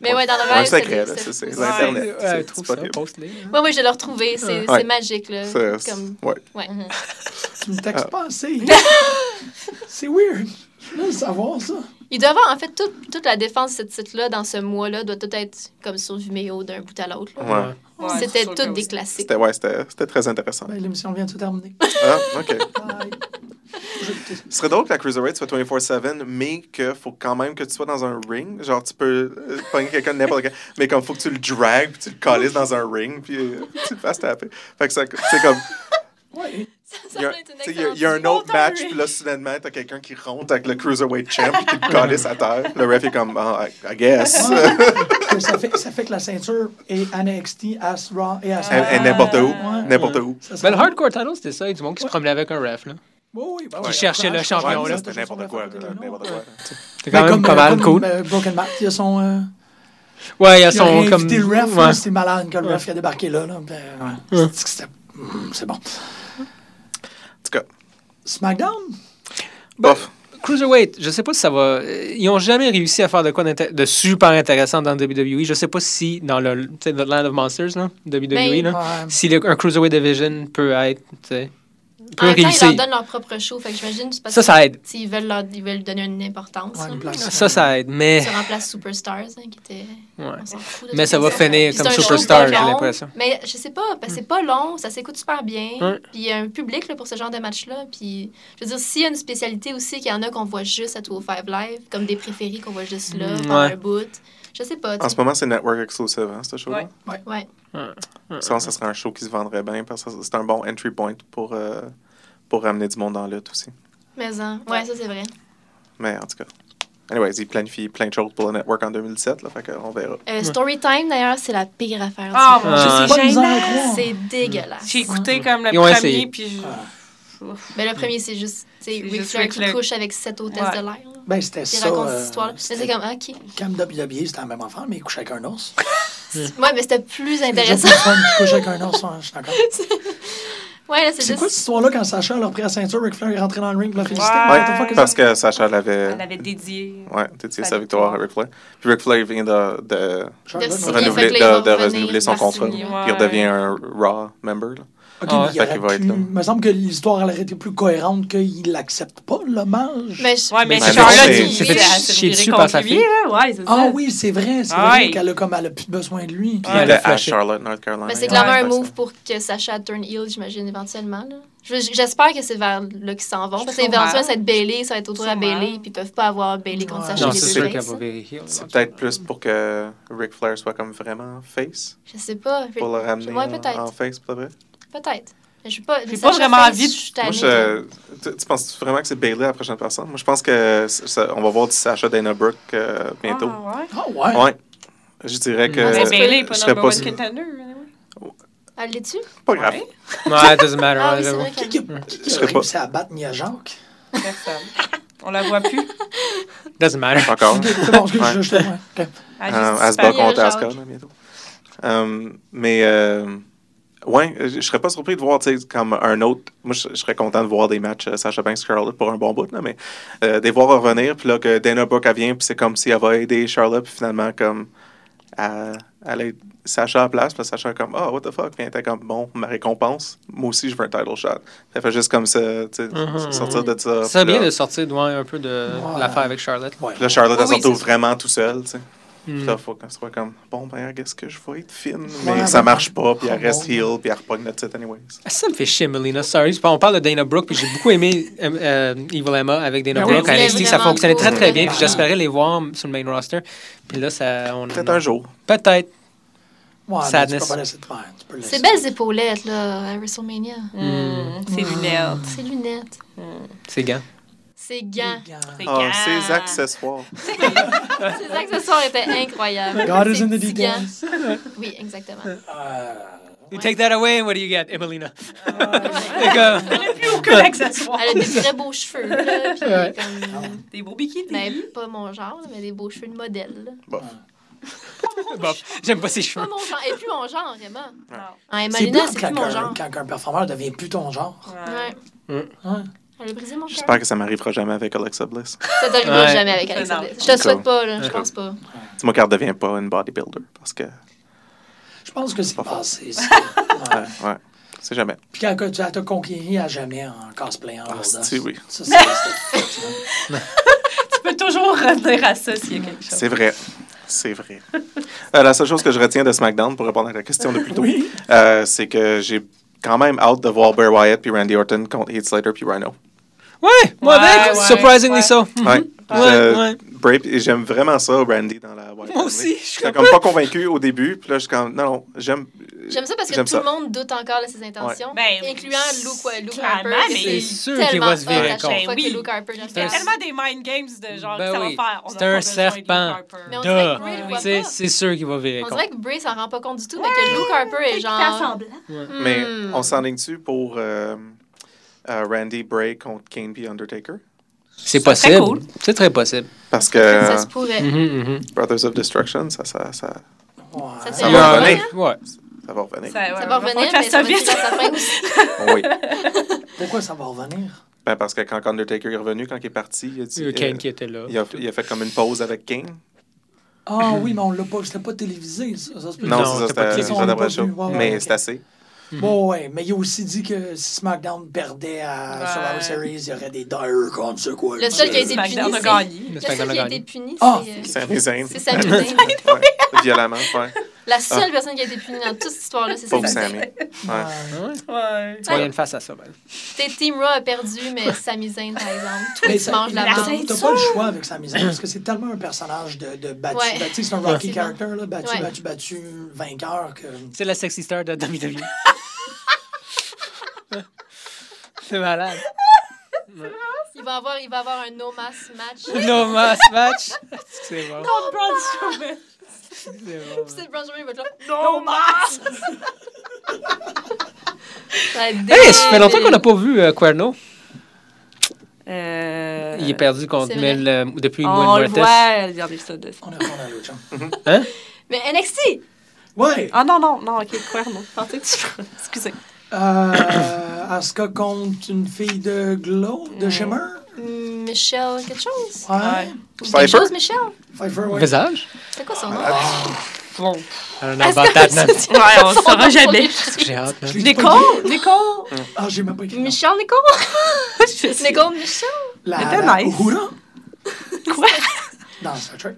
S3: mais ouais dans le
S4: Ouais,
S3: rêve.
S4: secret,
S3: c'était-
S4: là,
S3: c'était
S4: ça,
S3: fou.
S4: c'est
S3: Ouais.
S4: l'internet.
S5: Ouais,
S4: C'est-
S5: trouve
S4: c'est
S5: ça,
S4: pas pire.
S5: post-les.
S3: Ouais, ouais, je l'ai retrouvé, c'est
S4: Ouais.
S3: c'est magique là.
S4: C'est- c'est-
S3: Comme
S4: ouais.
S3: ouais.
S2: Tu me textes pas assez. C'est weird. Je veux savoir ça.
S3: Il doit avoir en fait toute toute la défense de cette site là dans ce mois-là doit tout être comme sur Vimeo d'un bout à l'autre. là.
S4: Ouais.
S6: Ouais,
S3: C'était
S6: c'est sûr que
S3: toutes des
S6: oui.
S3: classiques.
S4: C'était ouais, c'était- c'était très intéressant.
S2: Ben, L'émission vient de se terminer.
S4: Ah, OK.
S2: Bye. J'ai écouté ça.
S4: Ce serait drôle que la Cruiserweight soit 24-7, mais que faut quand même que tu sois dans un ring. Genre, tu peux euh, pogner quelqu'un de n'importe quel. Mais comme faut que tu le dragues, puis tu le collises dans un ring, puis euh, tu le fasses taper. Fait que ça- c'est comme.
S2: Ouais.
S4: Il y a-
S3: Ça doit être une
S4: t'sais, il y a- il y a un
S3: excellente
S4: autre match, puis là, soudainement, t'as quelqu'un qui rentre avec le Cruiserweight Champ, puis qui le collisse à terre. Le ref est comme, Ah, I, I guess.
S2: Que ça, fait, ça fait que la ceinture est à NXT, à Raw et à
S4: Et- et
S2: SmackDown.
S4: n'importe où.
S2: Ouais.
S4: N'importe où.
S2: Ça serait-
S5: Mais Ben, le Hardcore Title, c'était ça, il y a du monde qui se
S2: Ouais.
S5: promenait avec un ref, là.
S2: Oui, oui, ben
S4: Qui
S2: oui.
S5: cherchait le
S4: Ouais,
S5: champion,
S4: mais
S5: là.
S4: ça, c'était n'importe quoi. là, N'importe quoi.
S5: C'est quand
S2: Mais
S5: même
S2: comme,
S5: pas
S2: euh,
S5: mal
S2: comme,
S5: cool.
S2: euh, Broken Matt, il y a son. euh,
S5: ouais, ils
S2: il a
S5: sont
S2: réinvité
S5: comme.
S2: le ref,
S5: ouais.
S2: là, c'est malade quand le ref il a débarqué là. là. Ben, ouais.
S5: Ouais.
S2: C'est que c'était- Mm, C'est bon.
S4: En tout cas,
S2: SmackDown?
S4: bof.
S5: Cruiserweight, je sais pas si ça va. euh, Ils ont jamais réussi à faire de quoi d'inté- de super intéressant dans WWE. Je sais pas si dans le tu sais, The Land of Monsters, là, WWE,
S3: Ben,
S5: là,
S2: Ouais.
S5: si le- un Cruiserweight Division peut être, tu sais,
S3: Ben, En
S5: peut
S3: même temps, ils
S5: réussir.
S3: leur donnent leur propre show, fait que j'imagine c'est parce
S5: Ça, ça aide.
S3: que ils veulent leur ils veulent donner une importance.
S2: Ouais,
S3: là.
S2: une place.
S5: Ça, ça aide, mais
S3: Tu remplaces Superstars, hein, qui était.
S5: Ouais.
S3: on s'en fout de
S5: Mais
S3: tout
S5: ça va finir
S3: Puis
S5: comme
S3: c'est un show
S5: Superstar,
S3: pas
S5: j'ai
S3: long,
S5: l'impression.
S3: Mais je sais pas, parce que c'est pas long, ça s'écoute super bien.
S5: Ouais.
S3: Puis il y a un public là, pour ce genre de match-là. Puis je veux dire, s'il y a une spécialité aussi qu'il y en a qu'on voit juste à 205 Live, comme des préférés qu'on voit juste là,
S5: Mm,
S3: pendant
S5: ouais.
S3: un bout, je sais pas. tu
S4: En
S3: sais.
S4: ce moment, c'est Network Exclusive, hein, ce show-là.
S6: Ouais.
S3: Ouais.
S4: Ça, ça serait un show qui se vendrait bien parce que c'est un bon entry point pour, euh, pour ramener du monde en lutte aussi.
S3: Mais hein, ouais, ça c'est vrai.
S4: Mais en tout cas. Anyways, ils planifient plein de choses pour le network en 2017, là, fait qu'on verra.
S3: Euh, Storytime, d'ailleurs, c'est la pire affaire. du
S6: Ah,
S3: monde.
S6: mon
S5: Ah.
S6: Dieu,
S2: Pas de
S6: c'est
S2: misère à
S6: gênant.
S2: croire.
S3: C'est dégueulasse.
S6: J'ai écouté comme le
S5: Ils ont essayé.
S6: premier, puis je...
S3: Mais le premier, c'est juste, tu sais, Ric
S6: juste
S3: Flair
S6: Ric
S3: qui
S6: Flair.
S3: couche avec sept hôtesses
S6: Ouais.
S3: de l'air. là.
S2: Ben, c'était
S3: Il
S2: ça.
S3: raconte
S2: euh,
S3: cette histoire. Mais c'est
S2: c'était-
S3: comme, ah, OK.
S2: Cam WWE, c'était la même enfant, mais il couchait avec un ours.
S3: Ouais, mais c'était plus intéressant.
S2: J'ai plus de fun qu'il couche avec un ours, hein, je suis d'accord.
S3: Ouais, là, c'est
S2: C'est
S3: juste.
S2: quoi cette histoire-là quand Sacha leur pris la ceinture, Ric Flair est rentré dans le ring pour la féliciter?
S6: Ouais.
S4: Ouais,
S6: Ah,
S2: What the fuck is
S4: parce que Sacha l'avait.
S6: Elle avait dédié.
S4: Ouais, dédié sa
S6: Sa
S4: victoire à Ric Flair. Puis Ric Flair vient de, de
S2: Charlotte,
S3: De
S2: non?
S3: signer.
S4: renouveler,
S3: fait que là, il
S4: de, de
S3: va revenir,
S4: renouveler son
S3: il va
S4: contrat.
S6: signer,
S4: Puis il
S6: ouais.
S4: redevient un Raw member. là.
S2: Ok,
S5: Ah ouais,
S2: il
S4: fait
S2: aurait
S4: qu'il va être
S2: pu-
S4: là.
S2: me semble que l'histoire elle aurait été plus cohérente qu'il accepte pas l'hommage.
S3: Mais ben, je-
S6: Ouais, mais
S4: Mais
S6: Charlotte,
S4: c'est-
S6: il
S5: c'est
S6: vit
S5: fait
S6: à
S5: chier
S6: se virer
S5: dessus par
S6: contre
S5: sa
S6: lui,
S5: fille.
S6: là. Ouais, c'est ça.
S2: Ah oui, c'est vrai, c'est
S6: Ah
S2: vrai
S6: ouais.
S2: qu'elle a comme elle a plus besoin de lui.
S4: Il
S5: Ouais.
S4: était à
S5: Flasher.
S4: Charlotte, North Carolina.
S3: Mais c'est
S4: il y a
S3: clairement un
S4: personne.
S3: move pour que Sacha turn heel, j'imagine, éventuellement. là. Je- J'espère que c'est vers là qu'ils s'en vont. Parce que
S6: Sûrement.
S3: éventuellement, ça va être Bailey, ça va être autour à
S6: Sûrement.
S3: Bailey, puis ils peuvent pas avoir Bailey contre
S2: Ouais.
S3: Sacha.
S5: Non,
S3: les
S5: c'est
S3: deux
S5: sûr
S3: face,
S5: qu'elle
S3: là.
S5: va vérifier.
S4: C'est peut-être plus pour que Ric Flair soit comme vraiment face,
S3: Je sais pas. Je-
S4: pour le ramener
S3: Ouais,
S4: en-
S3: peut-être.
S4: en face, pour de vrai.
S3: Peut-être. Mais je sais pas.
S6: J'ai
S3: Sacha
S6: pas vraiment
S3: face,
S6: envie de-
S3: je suis
S4: Moi,
S3: tannée.
S4: je, tu, tu penses vraiment que c'est Bailey la prochaine personne? Moi, je pense que c- ça- on va voir du Sacha Dana Brooke euh, bientôt.
S6: Ah, ouais.
S2: Ah ouais.
S4: ouais. Je dirais que.
S5: Ah,
S6: Mais
S5: ça
S4: euh,
S3: se peut.
S6: Bailey est
S4: je
S6: pas
S4: serais
S6: number
S4: pas,
S6: one
S4: sûr.
S6: contender.
S3: Elle l'est-tu?
S4: pas grave.
S6: Ouais.
S5: Ouais, it doesn't matter.
S3: Ah oui,
S5: ouais,
S3: c'est
S5: ouais.
S3: vrai
S2: Qui,
S3: qu'elle
S2: qui, qui, qui
S4: Je
S2: a
S4: sais pas.
S2: réussi à battre Nia Jacques?
S6: Personne. On la voit plus.
S5: Doesn't matter.
S4: Encore.
S2: C'est bon, excuse,
S4: Ouais.
S2: je- je- ouais, ok.
S6: Elle
S4: Euh,
S6: juste
S4: elle se bat
S3: Aspar-
S6: disparaît.
S4: contre
S3: Jacques.
S4: Asuka là, bientôt. Euh, mais, euh, ouais, euh, je je serais pas surpris de voir, tu sais, comme un autre. Moi, je je serais content de voir des matchs euh, Sasha Banks Charlotte pour un bon bout, là, mais euh, de les voir revenir, puis là, que Dana Brooke, elle vient, puis c'est comme si elle va aider Charlotte, puis finalement, comme, elle, elle aide Sasha à la place, puis là, Sasha, est comme, oh, what the fuck, puis elle était comme, bon, ma récompense, moi aussi, je veux un title shot. Ça fait juste comme ça, tu sais,
S5: Mhm.
S4: sortir de ça.
S5: Ça serait
S4: puis
S5: bien
S4: là-
S5: de sortir de, ouais, un peu de
S2: Ouais.
S5: l'affaire avec Charlotte.
S2: Ouais.
S4: puis là, Charlotte, elle
S6: Oui, oui,
S4: s'entoure
S6: c'est-
S4: vraiment tout seul, tu sais. Puis là,
S5: Mm.
S4: faut qu'on soit comme, bon, ben, qu'est-ce que je vais être fine? Mais
S2: Ouais,
S4: ça
S2: ben,
S4: marche pas, puis elle
S2: oh,
S4: reste
S2: bon. Hmm.
S4: heal, puis elle repogne notre titre, anyways.
S5: Ah, Ça me fait chier, Melina. Sorry. C'est pas- On parle de Dana Brooke, puis j'ai beaucoup aimé euh, euh, Evil Emma avec Dana
S3: Ah
S2: Ben oui,
S5: Brooke.
S2: oui,
S5: à NXT, ça
S3: vraiment
S5: fonctionnait
S3: cool.
S5: très, très bien, puis
S2: Ah.
S5: j'espérais les voir sur le main roster. Puis là, ça. on-
S4: Peut-être un jour.
S5: Peut-être.
S2: Ouais, mais tu peux
S5: Sadness.
S2: pas laisser de faire, tu peux le laisser.
S3: C'est belles épaulettes, là, à WrestleMania.
S6: Mm, C'est
S3: Hmm.
S6: lunettes.
S3: Ses lunettes.
S5: C'est gants.
S3: Ses gants.
S6: C'est
S4: Ah,
S6: gars.
S4: ses accessoires.
S3: Ses accessoires étaient incroyables.
S2: God is
S3: Ses
S2: in the
S3: petits gants.
S2: details.
S3: Oui, exactement.
S5: You
S2: Euh,
S3: Ouais.
S5: take that away and what do you get, Eh, Emelina? Fait que-
S6: Aucun accessoire.
S3: Elle a des très beaux cheveux, là, puis
S5: Ouais.
S3: comme...
S6: Des beaux bikinis.
S3: Mais Ben, pas mon genre, mais des beaux cheveux de modèle. là.
S4: Bof.
S5: Bon, J'aime pas ses
S3: Pas
S5: cheveux.
S3: mon genre, et plus mon genre, Emma.
S6: Non.
S3: Ah, Emma
S2: C'est
S3: Luna,
S2: plate
S3: c'est
S2: quand,
S3: plus mon
S2: un-
S3: genre.
S2: quand un performeur devient plus ton genre. hein.
S3: Ouais.
S2: Ouais.
S3: Elle a brisé mon cœur.
S4: J'espère que ça m'arrivera jamais avec Alexa Bliss.
S3: Ça t'arrivera
S5: Ouais.
S3: jamais avec Alexa Bliss. Je te le souhaite pas, là. Je pense pas.
S4: Dis-moi qu'elle ne devient pas une bodybuilder, parce que, ouais,
S2: Je pense que c'est
S4: Pas fort.
S2: passé. ça. Ouais.
S4: ouais, c'est jamais.
S2: Puis quand tu as conquéri à jamais en cosplayant.
S4: Ah,
S2: Rodas.
S4: si, oui.
S2: Ça, c'est- c'est-
S6: Tu peux toujours revenir à ça s'il y a quelque chose.
S4: C'est vrai. C'est vrai. Euh, la seule chose que je retiens de SmackDown, pour répondre à la question de plus tôt,
S2: Oui.
S4: euh, c'est que j'ai quand même hâte de voir Bray Wyatt puis Randy Orton contre Heath Slater puis Rhino.
S5: Ouais, moi
S6: Ouais,
S5: avec.
S6: ouais,
S5: surprisingly
S6: ouais.
S5: so. Mhm.
S4: Ouais.
S5: Ouais,
S4: Je-
S5: ouais.
S4: Brave- et j'aime vraiment ça, Randy, dans la White
S5: Moi
S4: Family.
S5: aussi, je suis
S4: J'étais
S5: comme-
S4: comme pas convaincu au début, puis là, je suis comme, non, non, j'aime.
S3: J'aime ça parce que tout
S4: J'aime ça.
S3: le monde doute encore de ses intentions,
S6: Ouais. Ben,
S3: incluant Luke, ouais, Luke
S6: clairement,
S3: Harper.
S5: C'est
S6: mais-
S5: sûr qu'il
S3: tellement
S5: va se
S3: hot
S5: virer
S3: à chaque
S6: contre.
S3: fois
S6: Ben
S3: que
S6: oui.
S3: Luke Harper le
S6: Il y a
S3: fasse.
S6: tellement des mind games de genre,
S5: Ben
S6: que ça
S5: oui.
S6: va faire. On
S5: C'est
S6: n'a
S5: un
S6: pas besoin de Luke
S5: serpent.
S6: Harper.
S3: Mais on dirait que Bray le
S5: Duh.
S3: voit
S5: C'est-
S3: pas.
S5: C'est sûr qu'il va virer
S3: On
S5: contre.
S3: dirait que Bray s'en rend pas compte du tout, mais que Luke Harper est genre.
S4: Mais
S3: Hmm.
S4: on s'enligne-tu pour euh, euh, Randy, Bray contre Kane puis Undertaker?
S5: C'est
S6: très
S5: possible.
S6: cool.
S5: C'est très possible.
S4: Parce que
S3: Ça
S4: euh,
S3: se pourrait.
S5: Mhm, mhm.
S4: Brothers of Destruction, ça, ça, ça,
S2: Ouais.
S3: Ça,
S4: Ça
S3: c'est
S4: va
S5: Il y a-
S3: un
S4: revenir.
S5: Ouais.
S4: ça va revenir.
S6: Ça, ouais,
S3: Ça va
S6: il falloir
S3: revenir,
S6: que
S3: mais
S6: ça
S3: ça va
S6: vite.
S3: tirer à sa fin aussi.
S4: Oui.
S2: Pourquoi ça va revenir?
S4: Ben, parce que quand Undertaker est revenu, quand il est parti, il a dit.
S5: Il y a Kane
S4: euh,
S5: qui était là.
S4: il a, il a fait comme une pause avec Kane.
S2: Ah oui, mais on l'a pas, c'était pas télévisé. Ça, ça se peut
S4: Non,
S5: Non,
S4: c'est ça,
S5: t'as pas
S4: c'était
S5: cliqué,
S4: c'était
S2: on l'a
S4: d'après
S2: pas
S4: le show.
S2: vu, ouais, ouais,
S4: Mais
S2: ok.
S4: c'est assez.
S2: Bon, ouais, mais il a aussi dit que si SmackDown perdait à
S6: Ouais.
S2: Survivor Series, il y aurait des dire conséquences.
S3: Le seul qui a été puni,
S6: SmackDown a
S3: c'est.
S6: gagné.
S5: Le
S3: Le seul
S5: SmackDown a
S3: qui a
S5: gagné.
S3: été puni,
S2: Ah!
S3: c'est. euh,
S4: C'est amusant.
S3: C'est Sami Zayn.
S4: Ouais, Violemment, ouais.
S3: La seule personne qui a été punie dans toute cette histoire-là, c'est
S4: Pauvre
S3: Sami Zayn.
S4: Sammy. Ouais.
S5: Ouais.
S6: Ouais.
S5: Tu vois, il y a une face à ça. ben.
S3: T'es Team Raw a perdu, mais Sami Zayn, par exemple. Tout
S2: Mais
S3: le
S2: ça-
S3: monde mange de la
S6: la
S3: merde.
S6: scène-
S2: T'as pas le choix avec sa mise parce que c'est tellement un personnage de, de battu.
S3: Ouais.
S2: battu, c'est un Rocky
S3: Ouais.
S2: character, là, battu,
S3: Ouais.
S2: battu, battu, vainqueur. Que...
S5: C'est la sexy star de WWE. C'est malade.
S3: Il va avoir, il va avoir un no mass match.
S5: No mass match. C'est bon. C'est bon.
S3: Puis c'est Braun Strowman, il va être là. No mass.
S5: Hey, ça fait longtemps qu'on n'a pas vu euh, Cuerno.
S6: Euh,
S5: Il est perdu contre
S3: c'est vrai.
S5: Mel euh, depuis
S6: On le
S5: Moine Muertes.
S6: voit, il y a des épisode de ça.
S2: On est on à l'autre chum.
S3: Mais NXT!
S2: Ouais!
S6: Ah non, non, non, ok, quoi, non. Je pensais que tu- Excusez.
S2: Euh, Asuka contre une fille de Glow,
S3: Mm.
S2: de Shimmer.
S3: Michelle, quelque chose?
S2: Ouais.
S6: Ouais.
S3: Quelque
S4: Pfeiffer?
S3: chose, Michelle?
S2: Pfeiffer, ouais. Ah,
S5: Visage.
S3: C'est quoi son nom?
S6: Bon.
S5: I don't know about that, man.
S6: Ouais, on le saura jamais.
S5: J'ai hâte, man.
S2: Je l'ai dit pas
S6: Nicole, Nicole,
S2: bien. Ah, j'ai même pas écrit.
S7: Michel Nicole?
S6: Je sais.
S3: Nicole Michel.
S2: La,
S6: C'était
S2: la
S6: nice.
S2: Uhura
S6: Quoi?
S2: dans Star Trek.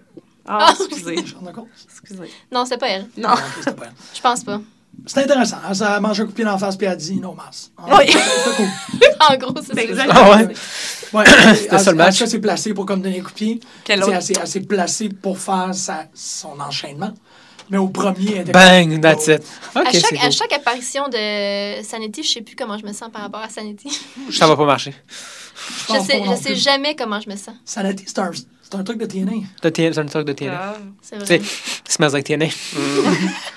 S6: Ah, excusez,
S2: Sean Nichols.
S6: excusez.
S3: Non, c'est pas elle.
S7: Non.
S2: Ah, ok, c'était pas elle.
S3: Je pense pas.
S2: C'était intéressant. hein, Ça a mangé un coup de pied dans la face puis elle a dit no mass. Ah,
S3: Oui.
S2: C'était cool.
S3: En gros, c'est ça.
S6: Exactement.
S5: Ah ouais?
S2: Ouais,
S5: C'était ça le match.
S2: Elle s'est placée pour comme donner un coup de pied.
S6: Quel
S2: Tu sais,
S6: autre?
S2: Elle s'est- elle s'est placée pour faire sa- son enchaînement. Mais au premier, elle était
S5: Bang,
S2: comme-
S5: that's it. OK,
S3: à,
S5: c'est
S3: chaque, à
S5: beau.
S3: chaque apparition de Sanity, je sais plus comment je me sens par rapport à Sanity.
S5: Ça va pas marcher.
S2: Je
S3: Je
S2: pense
S3: sais,
S2: pas
S3: je
S2: non
S3: sais
S2: plus.
S3: jamais comment je me sens.
S2: Sanity, c'est un, c'est un truc de TNA.
S5: De TN C'est un truc de TNA.
S7: Ah.
S3: C'est
S5: Tu
S3: vrai.
S5: sais, smells like TNA.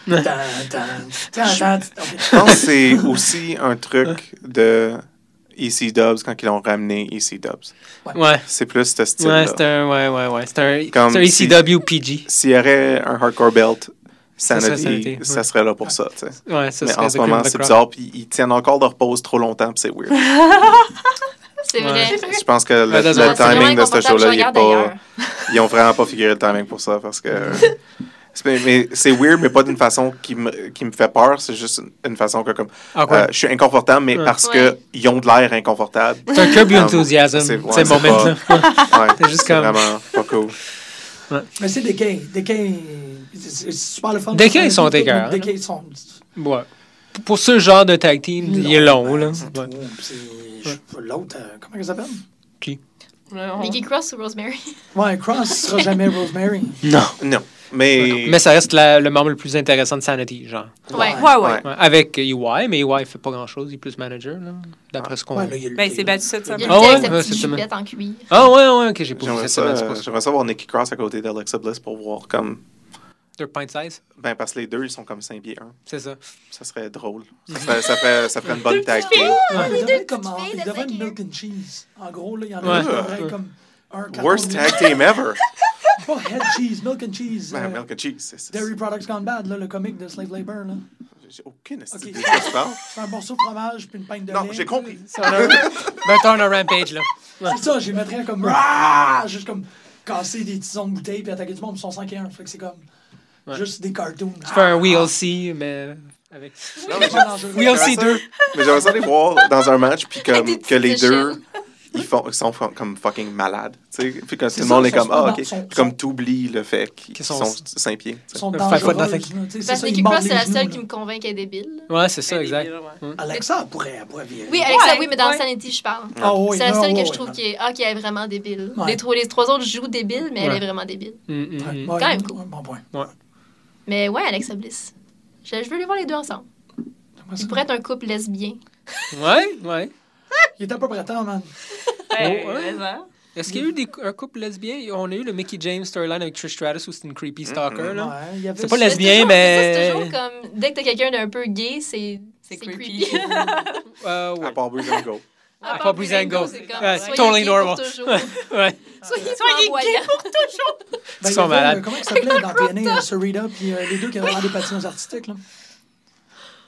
S2: Tan, tan, tan, tan, ok.
S4: Je pense que c'est aussi un truc de EC Dubs quand ils l'ont ramené EC Dubs.
S5: Ouais.
S4: C'est plus ce
S5: Ouais,
S4: style-là.
S5: c'est un, ouais, ouais, ouais. C'est un,
S4: Comme
S5: c'est un E
S4: si-
S5: ECW PG.
S4: S'il y aurait un hardcore belt,
S5: Ça serait
S4: Sanity,
S5: Sanity, ouais.
S4: ça serait là pour ça. tu sais.
S5: Ouais, ça
S4: Mais
S5: serait
S4: en
S5: The
S4: ce
S5: Cream
S4: moment,
S5: of the
S4: c'est
S5: Crop.
S4: bizarre. Puis ils tiennent encore leur pause trop longtemps, puis c'est weird.
S3: C'est
S5: Ouais.
S3: vrai.
S4: Je pense que le, le
S5: Ouais, c'est
S3: Ah, c'est vraiment
S4: timing de ce
S3: inconfortable, je
S4: show-là, il est
S3: regarde
S4: pas.
S3: ailleurs.
S4: ils ont vraiment pas figuré le timing pour ça parce que euh, c'est- mais- mais c'est weird mais pas d'une façon qui me, qui me fait peur c'est juste une- une façon que comme
S5: Awkward.
S4: euh, je suis inconfortable mais
S5: Ah, Ouais.
S4: parce
S3: Ouais.
S4: que ils ont de l'air inconfortable
S5: C'est un curb
S4: Um,
S5: enthusiasm,
S4: c'est- ouais,
S5: ces
S4: c'est
S5: moments-là.
S4: ouais,
S5: C'est juste comme-
S4: vraiment pas cool
S2: Mais c'est Decay. Decay, c'est- c'est super le fun.
S5: Decay, ils sont hein.
S2: Mais
S5: écœurants.
S2: Decay, ils sont...
S5: Ouais. Pour ce genre de tag team, il est long, là.
S2: C'est
S5: Ouais.
S2: trop, c'est- je- L'autre, euh, comment elle s'appelle?
S3: Vicky Cross ou Rosemary?
S2: Ouais, Cross sera jamais Rosemary.
S5: Non.
S4: non mais
S5: Mais ça reste la- le membre le plus intéressant de Sanity, genre.
S3: Ouais.
S6: Ouais, ouais.
S5: Ouais, Avec EY, mais EY fait pas grand-chose, il est plus manager, là, d'après ce qu'on...
S2: Ouais, là, il y a le-
S6: Ben, il s'est battu cette
S3: Il y
S6: semaine.
S3: a
S5: Ah
S3: lui
S5: ouais?
S3: avec sa
S5: Ouais,
S3: petite
S5: c'est ça, mais-
S3: jupette en cuir.
S5: Ah ouais, ouais, ok, j'ai pas vu
S4: j'aimerais
S5: cette
S4: ça,
S5: semaine, c'est
S4: euh,
S5: pas ça.
S4: j'aimerais ça voir Nicky Cross à côté d'Alexa Bliss pour voir comme
S5: They're pint size,
S4: ben parce que les deux ils sont comme 5 pieds 1
S5: c'est ça.
S4: ça serait drôle ça ferait, ça ferait, ça ferait une bonne tag team.
S2: Ah, Il devrait être comme en-
S3: filles
S2: il
S3: de
S2: devrait être
S3: cinq
S2: milk and cheese. En gros, là, il y en
S5: Ouais.
S2: a qui devraient être comme un carton
S4: worst
S2: de-
S4: tag team ever
S2: Pas head cheese, milk and cheese.
S4: man
S2: euh,
S4: milk and cheese c'est- c'est-
S2: Dairy Products Gone Bad, là, le comique de Slave Labor. là.
S4: j'ai aucune idée
S2: Ok.
S4: de quoi tu parles.
S2: C'est un morceau de fromage puis une pinte de lait.
S4: non j'ai compris
S5: Mettons Ben, un rampage, là.
S2: C'est ça, j'ai mettrais un comme. Raaah Juste comme casser des tisons de bouteille puis attaquer du monde, ils sont 101. Fait que c'est comme. Juste des cartoons. Ah,
S5: Tu fais un WLC, mais... Avec...
S4: Non, mais
S2: Pas dangereux.
S5: Oui,
S4: J'aimerais
S5: aussi.
S4: ça-
S5: deux.
S4: Mais j'aimerais ça les voir dans un match, puis
S3: Avec des
S4: comme, que les
S3: petites
S4: deux, ils, font, ils sont fo- comme fucking malades. tu sais. Puis que tout
S2: C'est
S4: le monde
S2: ça,
S4: est comme,
S2: sont-
S4: ah,
S2: sont-
S4: ok.
S2: sont-
S4: Puis comme t'oublies le fait qu'ils
S5: Qu'ils
S4: sont
S5: sont-
S4: 5 pieds. tu
S2: Ils
S4: sais.
S2: sont
S5: Five
S2: dangereux.
S5: foot nothing.
S3: Parce que Vicky Cross, c'est la seule qui me convainc qu'elle est débile.
S5: Ouais, c'est ça, exact.
S2: Alexa elle pourrait, elle pourrait virer.
S3: Oui, Alexa,
S6: Ouais,
S3: oui, mais dans
S6: ouais.
S3: Sanity, je parle.
S2: Ah oui,
S3: C'est la
S2: non, ouais,
S3: seule que
S2: ouais,
S3: je trouve
S2: ouais.
S3: qui est, ah, qui est vraiment débile.
S2: Ouais.
S3: Les, trois, les trois autres jouent débile, mais elle
S5: Ouais.
S3: est vraiment débile.
S5: Hum, hum, hum.
S2: Ouais,
S3: Quand même
S2: ouais,
S3: cool.
S2: Bon point.
S3: Mais ouais, Alexa Bliss. Je, je veux les voir les deux ensemble.
S2: Comment ça?
S3: Ils pourraient être un couple lesbien.
S5: mm. Ouais, ouais.
S2: Il était à peu près temps, man.
S6: Ouais,
S5: Oh, hein?
S6: mais, hein?
S5: Est-ce qu'il y a eu des, cou- un couple lesbien? On a eu le Mickey James storyline avec Trish Stratus où c'est une creepy stalker, là.
S2: Ouais, il y avait
S5: C'est pas
S3: Mais
S5: la-
S3: c'est
S5: Lesbien,
S3: toujours-
S5: mais-
S3: c'est ça, C'est toujours comme, dès que t'as quelqu'un d'un peu gay, c'est
S6: C'est
S3: c'est
S6: creepy.
S3: creepy.
S5: Euh, ouais.
S4: À part Breezango.
S5: Ah,
S3: À
S5: pas
S3: part
S5: Breezango.
S3: Breezango, c'est comme,
S5: Ouais,
S3: soyez
S5: totally
S3: gay pour
S5: normal.
S3: toujours.
S5: ouais.
S3: Soyez
S6: Soyez
S3: flamboyants.
S2: Ben,
S5: Ils
S2: il
S5: sont
S2: y avait,
S5: malades.
S2: euh, Comment il s'appelait dans TNA, euh, Sarita, puis euh, les deux qui avaient des patineurs artistiques, là?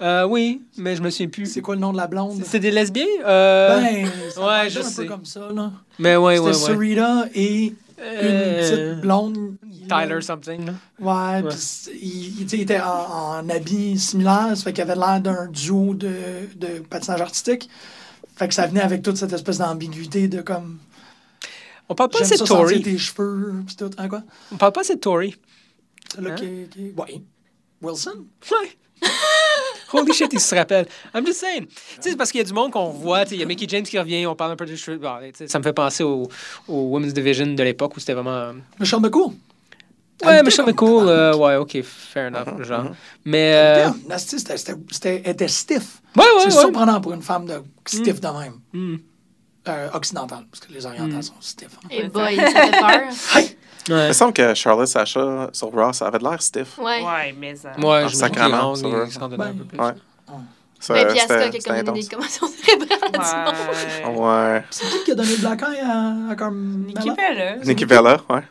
S5: Euh, oui, mais je me souviens plus.
S2: C'est quoi le nom de la blonde?
S5: C'est des lesbiens? Euh,
S2: Ben, ça
S5: ouais,
S2: marchait
S5: je
S2: un
S5: sais.
S2: peu comme ça, là.
S5: mais ouais, ouais,
S2: C'était
S5: ouais.
S2: Sarita et une
S5: Euh,
S2: petite blonde.
S5: Tyler something, là.
S2: Ouais,
S5: Ouais.
S2: puis c'est- il, il- tu sais, il était en, en habit similaire, ça fait qu'il avait l'air d'un duo de, de patinage artistique. Fait que ça venait avec toute cette espèce d'ambiguïté de comme.
S5: On parle pas
S2: J'aime
S5: assez de
S2: ça sentir
S5: Tory.
S2: tes cheveux, pis tout. Hein, quoi?
S5: On parle pas assez de Tory.
S2: Celle-là
S5: Hein?
S2: qui, qui- Ouais. Wilson?
S5: Ouais. Holy shit, il se rappelle. I'm just saying. Tu sais, c'est parce qu'il y a du monde qu'on voit. tu sais, Il y a Mickey James qui revient, on parle un peu de Trish. bon, tu sais, ça me fait penser au, au Women's Division de l'époque où c'était vraiment. euh,
S2: Michel McCool?
S5: Ouais,
S2: Elle Ah,
S5: mais
S2: était Uh-huh,
S5: ça
S2: comme
S5: mais cool. euh, ouais, ok, fair enough, genre. Mais. euh,
S2: Damn, Ah, Nasty, c'était- c'était c'était- elle était stiff. C'est
S5: Ouais, ouais, ouais.
S2: surprenant pour une femme de stiff de même.
S5: Mm.
S2: Euh, occidentale, parce que les orientales sont stiff. hein.
S3: Et boy, ça fait peur.
S4: Il
S5: Ouais,
S4: me semble que Charlotte Sacha sur Ross avait de l'air stiff.
S3: Ouais.
S6: Ouais, mais. hein.
S5: Moi, je me
S4: sacrément,
S5: sacrément,
S4: ça va.
S5: ils se rendent un peu plus.
S4: Ouais. Ça-
S3: Ben, puis Asuka
S4: c'était-
S3: qui a
S4: c'était
S3: comme euh, donné
S4: intense.
S3: des commotions cérébrales à du monde.
S6: Ouais.
S4: Ouais.
S2: C'est qui qui a donné le black eye à, à Carmella?
S6: Nikki Bella.
S4: Nikki Bella, ouais.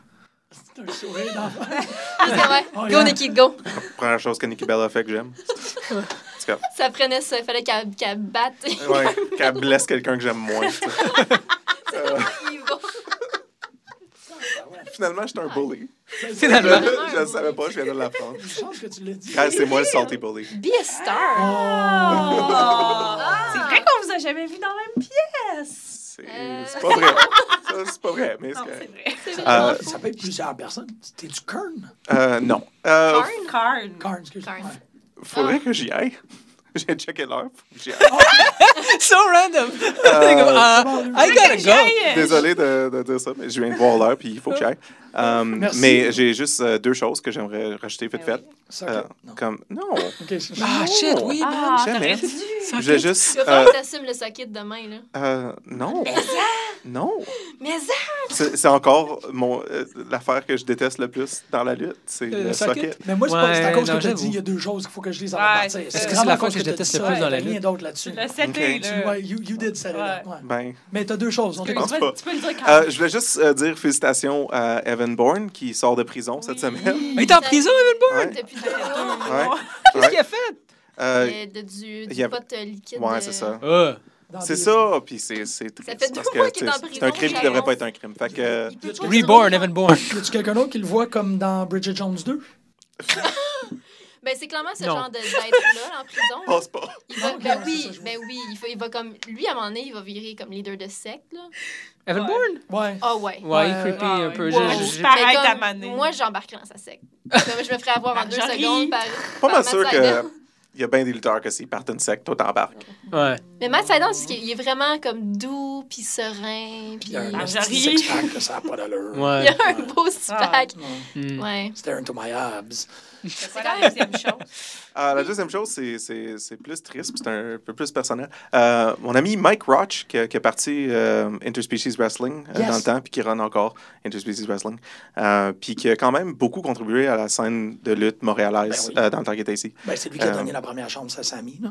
S2: C'est un sourire d'enfant.
S3: C'est vrai.
S2: Oh,
S3: go,
S2: yeah.
S3: Nikki, go.
S4: Première chose que Nikki Bella fait que j'aime. En tout cas,
S3: Ça prenait ça. Fallait qu'elle qu'elle batte.
S4: ouais, qu'elle blesse quelqu'un que j'aime moins. tu sais.
S3: Il va.
S2: Ah ouais,
S4: Finalement, j'étais un bully.
S5: Finalement.
S4: Je ne savais pas, je viens de l'apprendre.
S2: Je pense que tu l'as dit.
S4: Ah, c'est moi le salty bully.
S3: Be a star.
S6: Ah! C'est vrai qu'on vous a jamais vu dans la même pièce.
S4: C'est c'est pas vrai. Ça, c'est pas vrai, mais c'est
S6: Euh. Non, c'est
S4: correct.
S6: vrai.
S4: Euh,
S2: Ça peut être plusieurs personnes. T'es-tu Kern?
S4: euh, non. Euh,
S6: Karn.
S2: Kern, excuse-moi.
S3: Kern.
S2: Ouais.
S6: Ah.
S4: faudrait que j'y aille. J'ai checké l'heure. faut que j'y aille.
S5: so random.
S4: Euh,
S6: Ah,
S5: Uh, I gotta go.
S4: Désolé de, de dire ça, mais je viens de voir l'heure, puis il faut que j'aille. Euh,
S2: Merci.
S4: Mais j'ai juste euh, deux choses que j'aimerais rajouter vite
S6: Ah. Ben
S4: fait.
S6: oui.
S2: Ça,
S4: Euh,
S2: ok. Non.
S4: comme, non,
S2: Ok, c'est ça.
S5: Ah, shit, oui, man.
S6: Oh. Ah,
S4: jamais.
S6: t'aurais dû.
S4: Je vais juste...
S3: Tu vas
S4: euh,
S3: falloir que t'assumes le socket demain, là.
S4: euh, non. Non.
S3: Mais ça!
S4: C'est c'est encore mon euh, l'affaire que je déteste le plus dans la lutte, c'est
S5: Euh,
S4: le
S5: socket.
S4: socket.
S2: Mais moi, c'est pas-
S5: Ouais,
S2: c'est à cause
S5: non,
S2: que je te
S5: j'avoue.
S2: dis, il y a deux choses qu'il faut que je dise avant
S6: Ouais,
S2: de partir.
S6: c'est
S2: C'est
S6: ça.
S2: vraiment
S5: C'est la
S2: fois
S5: fois que je
S2: t'as
S5: déteste
S2: dit
S5: le
S2: ça,
S5: plus dans la
S2: il y a Rien
S5: lutte.
S2: d'autre là-dessus.
S6: Le
S4: Ok.
S6: seté,
S2: Tu-
S6: là.
S2: ouais, you, you did set it up. ouais.
S4: Ben,
S2: Mais t'as deux choses. on
S6: Tu
S2: est
S6: peux
S4: pense
S6: le
S4: pas.
S6: dire- tu peux le dire quand
S3: Ah.
S4: euh, je vais juste euh, dire félicitations à Evan Bourne qui sort de prison cette
S6: Oui.
S4: semaine.
S5: Il est en prison, Evan Bourne.
S4: Ouais.
S3: Depuis le temps.
S4: Ouais.
S5: Qu'est-ce qu'il a fait?
S4: Euh,
S3: Euh, de- Du,
S4: il y
S3: du
S4: a-
S3: pot euh, liquide.
S4: ouais,
S3: euh,
S4: c'est ça.
S5: Ah.
S2: dans
S4: C'est
S2: des-
S4: ça, puis c'est c'est triste,
S3: fait deux
S4: parce que
S3: mois qu'il est
S4: c'est-
S3: en prison,
S4: c'est un crime qui devrait pas être un crime. Fait que euh,
S3: il peut pas
S5: Reborn,
S3: se-
S5: Evan Bourne.
S2: Y a-tu quelqu'un d'autre qui le voit comme dans Bridget Jones 2?
S3: Ben, c'est clairement ce
S5: Non.
S3: genre de- d'être-là, en prison. là.
S4: passe pas.
S3: Il va,
S2: Ok,
S3: ben
S2: ouais, c'est ça,
S3: oui,
S2: je
S3: ben oui, il, faut- il va comme... Lui, à un moment donné, il va virer comme leader de secte, là.
S5: Evan
S6: Ouais.
S5: Bourne?
S2: Ouais.
S4: Oh.
S3: Ah ouais.
S5: Ouais, il
S2: Ouais,
S5: creepy
S6: ouais,
S5: un
S6: ouais.
S5: peu.
S3: Wow.
S5: Je- je-
S6: Disparaître
S3: Mais comme,
S6: à Mané.
S3: Moi, j'embarquerai dans sa secte. Comme je me ferais avoir en deux
S6: Marjorie.
S3: secondes par.
S4: Pas mal
S3: par
S4: sûr
S3: Matt
S4: que
S3: Seidel.
S4: il y a bien des lutteurs que s'ils partent une secte, toi t'embarques.
S5: Ouais.
S3: Mais Matt Seidel, c'est qu'il- il est vraiment comme doux, puis serein, puis.
S2: Il y a un
S4: Ah,
S6: Marjorie.
S2: petit six-pack que ça n'a pas d'allure.
S3: Il y
S5: Ouais.
S3: a un beau
S6: Ah,
S3: six-pack.
S5: Hmm.
S3: Ouais.
S2: Stare into my abs.
S6: C'est quoi la deuxième chose?
S4: Euh, la deuxième chose, c'est- c'est c'est plus triste, puis c'est un peu plus personnel. Euh, mon ami Mike Roach, qui, a- qui est parti euh, Interspecies Wrestling euh,
S2: Yes.
S4: dans le temps, puis qui run encore Interspecies Wrestling, euh, puis qui a quand même beaucoup contribué à la scène de lutte montréalaise
S2: Ben oui.
S4: euh, dans le temps qu'il était ici.
S2: Ben, c'est lui qui a
S4: Euh.
S2: donné la première chambre à Samy, là.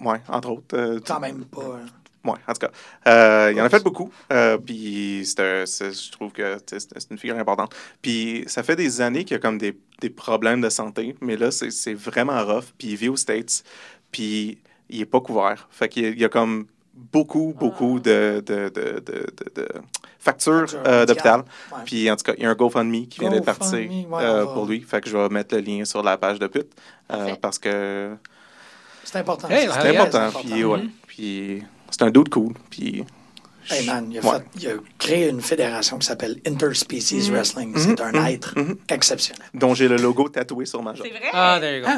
S4: Ouais, entre autres. euh,
S2: Quand même pas. hein.
S4: Ouais, en tout cas, euh, il en a fait beaucoup. euh, puis c'est un- c'est- je trouve que tu sais, c'est c'est une figure importante. Puis ça fait des années qu'il y a comme des, des problèmes de santé, mais là, c'est- c'est vraiment rough. Puis il vit aux States, puis il est pas couvert. Fait qu'il y a- il y a comme beaucoup, beaucoup de, de, de, de, de- de factures
S2: Ah. Factures
S4: euh, d'hôpital.
S2: Ouais.
S4: Puis en tout cas, il y a un GoFundMe qui vient d'être parti
S2: GoFundMe, ouais,
S4: euh,
S2: on va-
S4: pour lui. Fait que je vais mettre le lien sur la page de pute euh,
S3: Parfait.
S4: parce que
S2: C'est important.
S5: Hey,
S4: c'est
S5: Ah, yes,
S4: important. Puis ouais, puis c'est un dude cool. Puis
S2: Hey, man, il a,
S4: Ouais.
S2: fait- il a créé une fédération qui s'appelle
S4: Mhm.
S2: Interspecies Wrestling. C'est un être exceptionnel.
S4: dont j'ai le logo tatoué sur ma jambe.
S6: C'est vrai?
S5: Ah, there you go.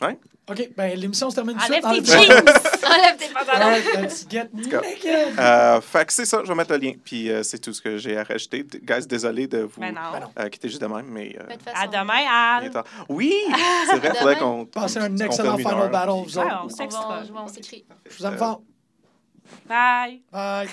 S2: Ah. OK, ben l'émission se termine tout de suite.
S6: Enlève tes
S2: Enlève-
S6: jeans!
S3: Enlève tes pantalons.
S2: Ouais, ben, tu get naked.
S4: Euh, fait que c'est ça, je vais mettre le lien. Puis euh, c'est tout ce que j'ai à rajouter. D- Guys, désolé de vous
S6: Mais
S2: Ben
S6: non.
S2: non.
S4: euh, quitter juste de même, mais euh,
S3: Mais de toute
S6: À
S3: façon,
S6: demain,
S4: il est
S6: Al.
S4: tard. Oui, c'est vrai,
S3: À
S4: faudrait
S3: demain.
S4: qu'on.
S2: Passez
S4: qu'on
S2: un
S4: ferme
S2: excellent
S4: une
S2: final
S4: heure.
S2: battle, vous
S6: Ouais,
S2: autres.
S6: on
S3: on
S6: s'extra.
S3: va, on s'écrit.
S2: Je vous aime fort.
S6: Bye.
S2: Bye.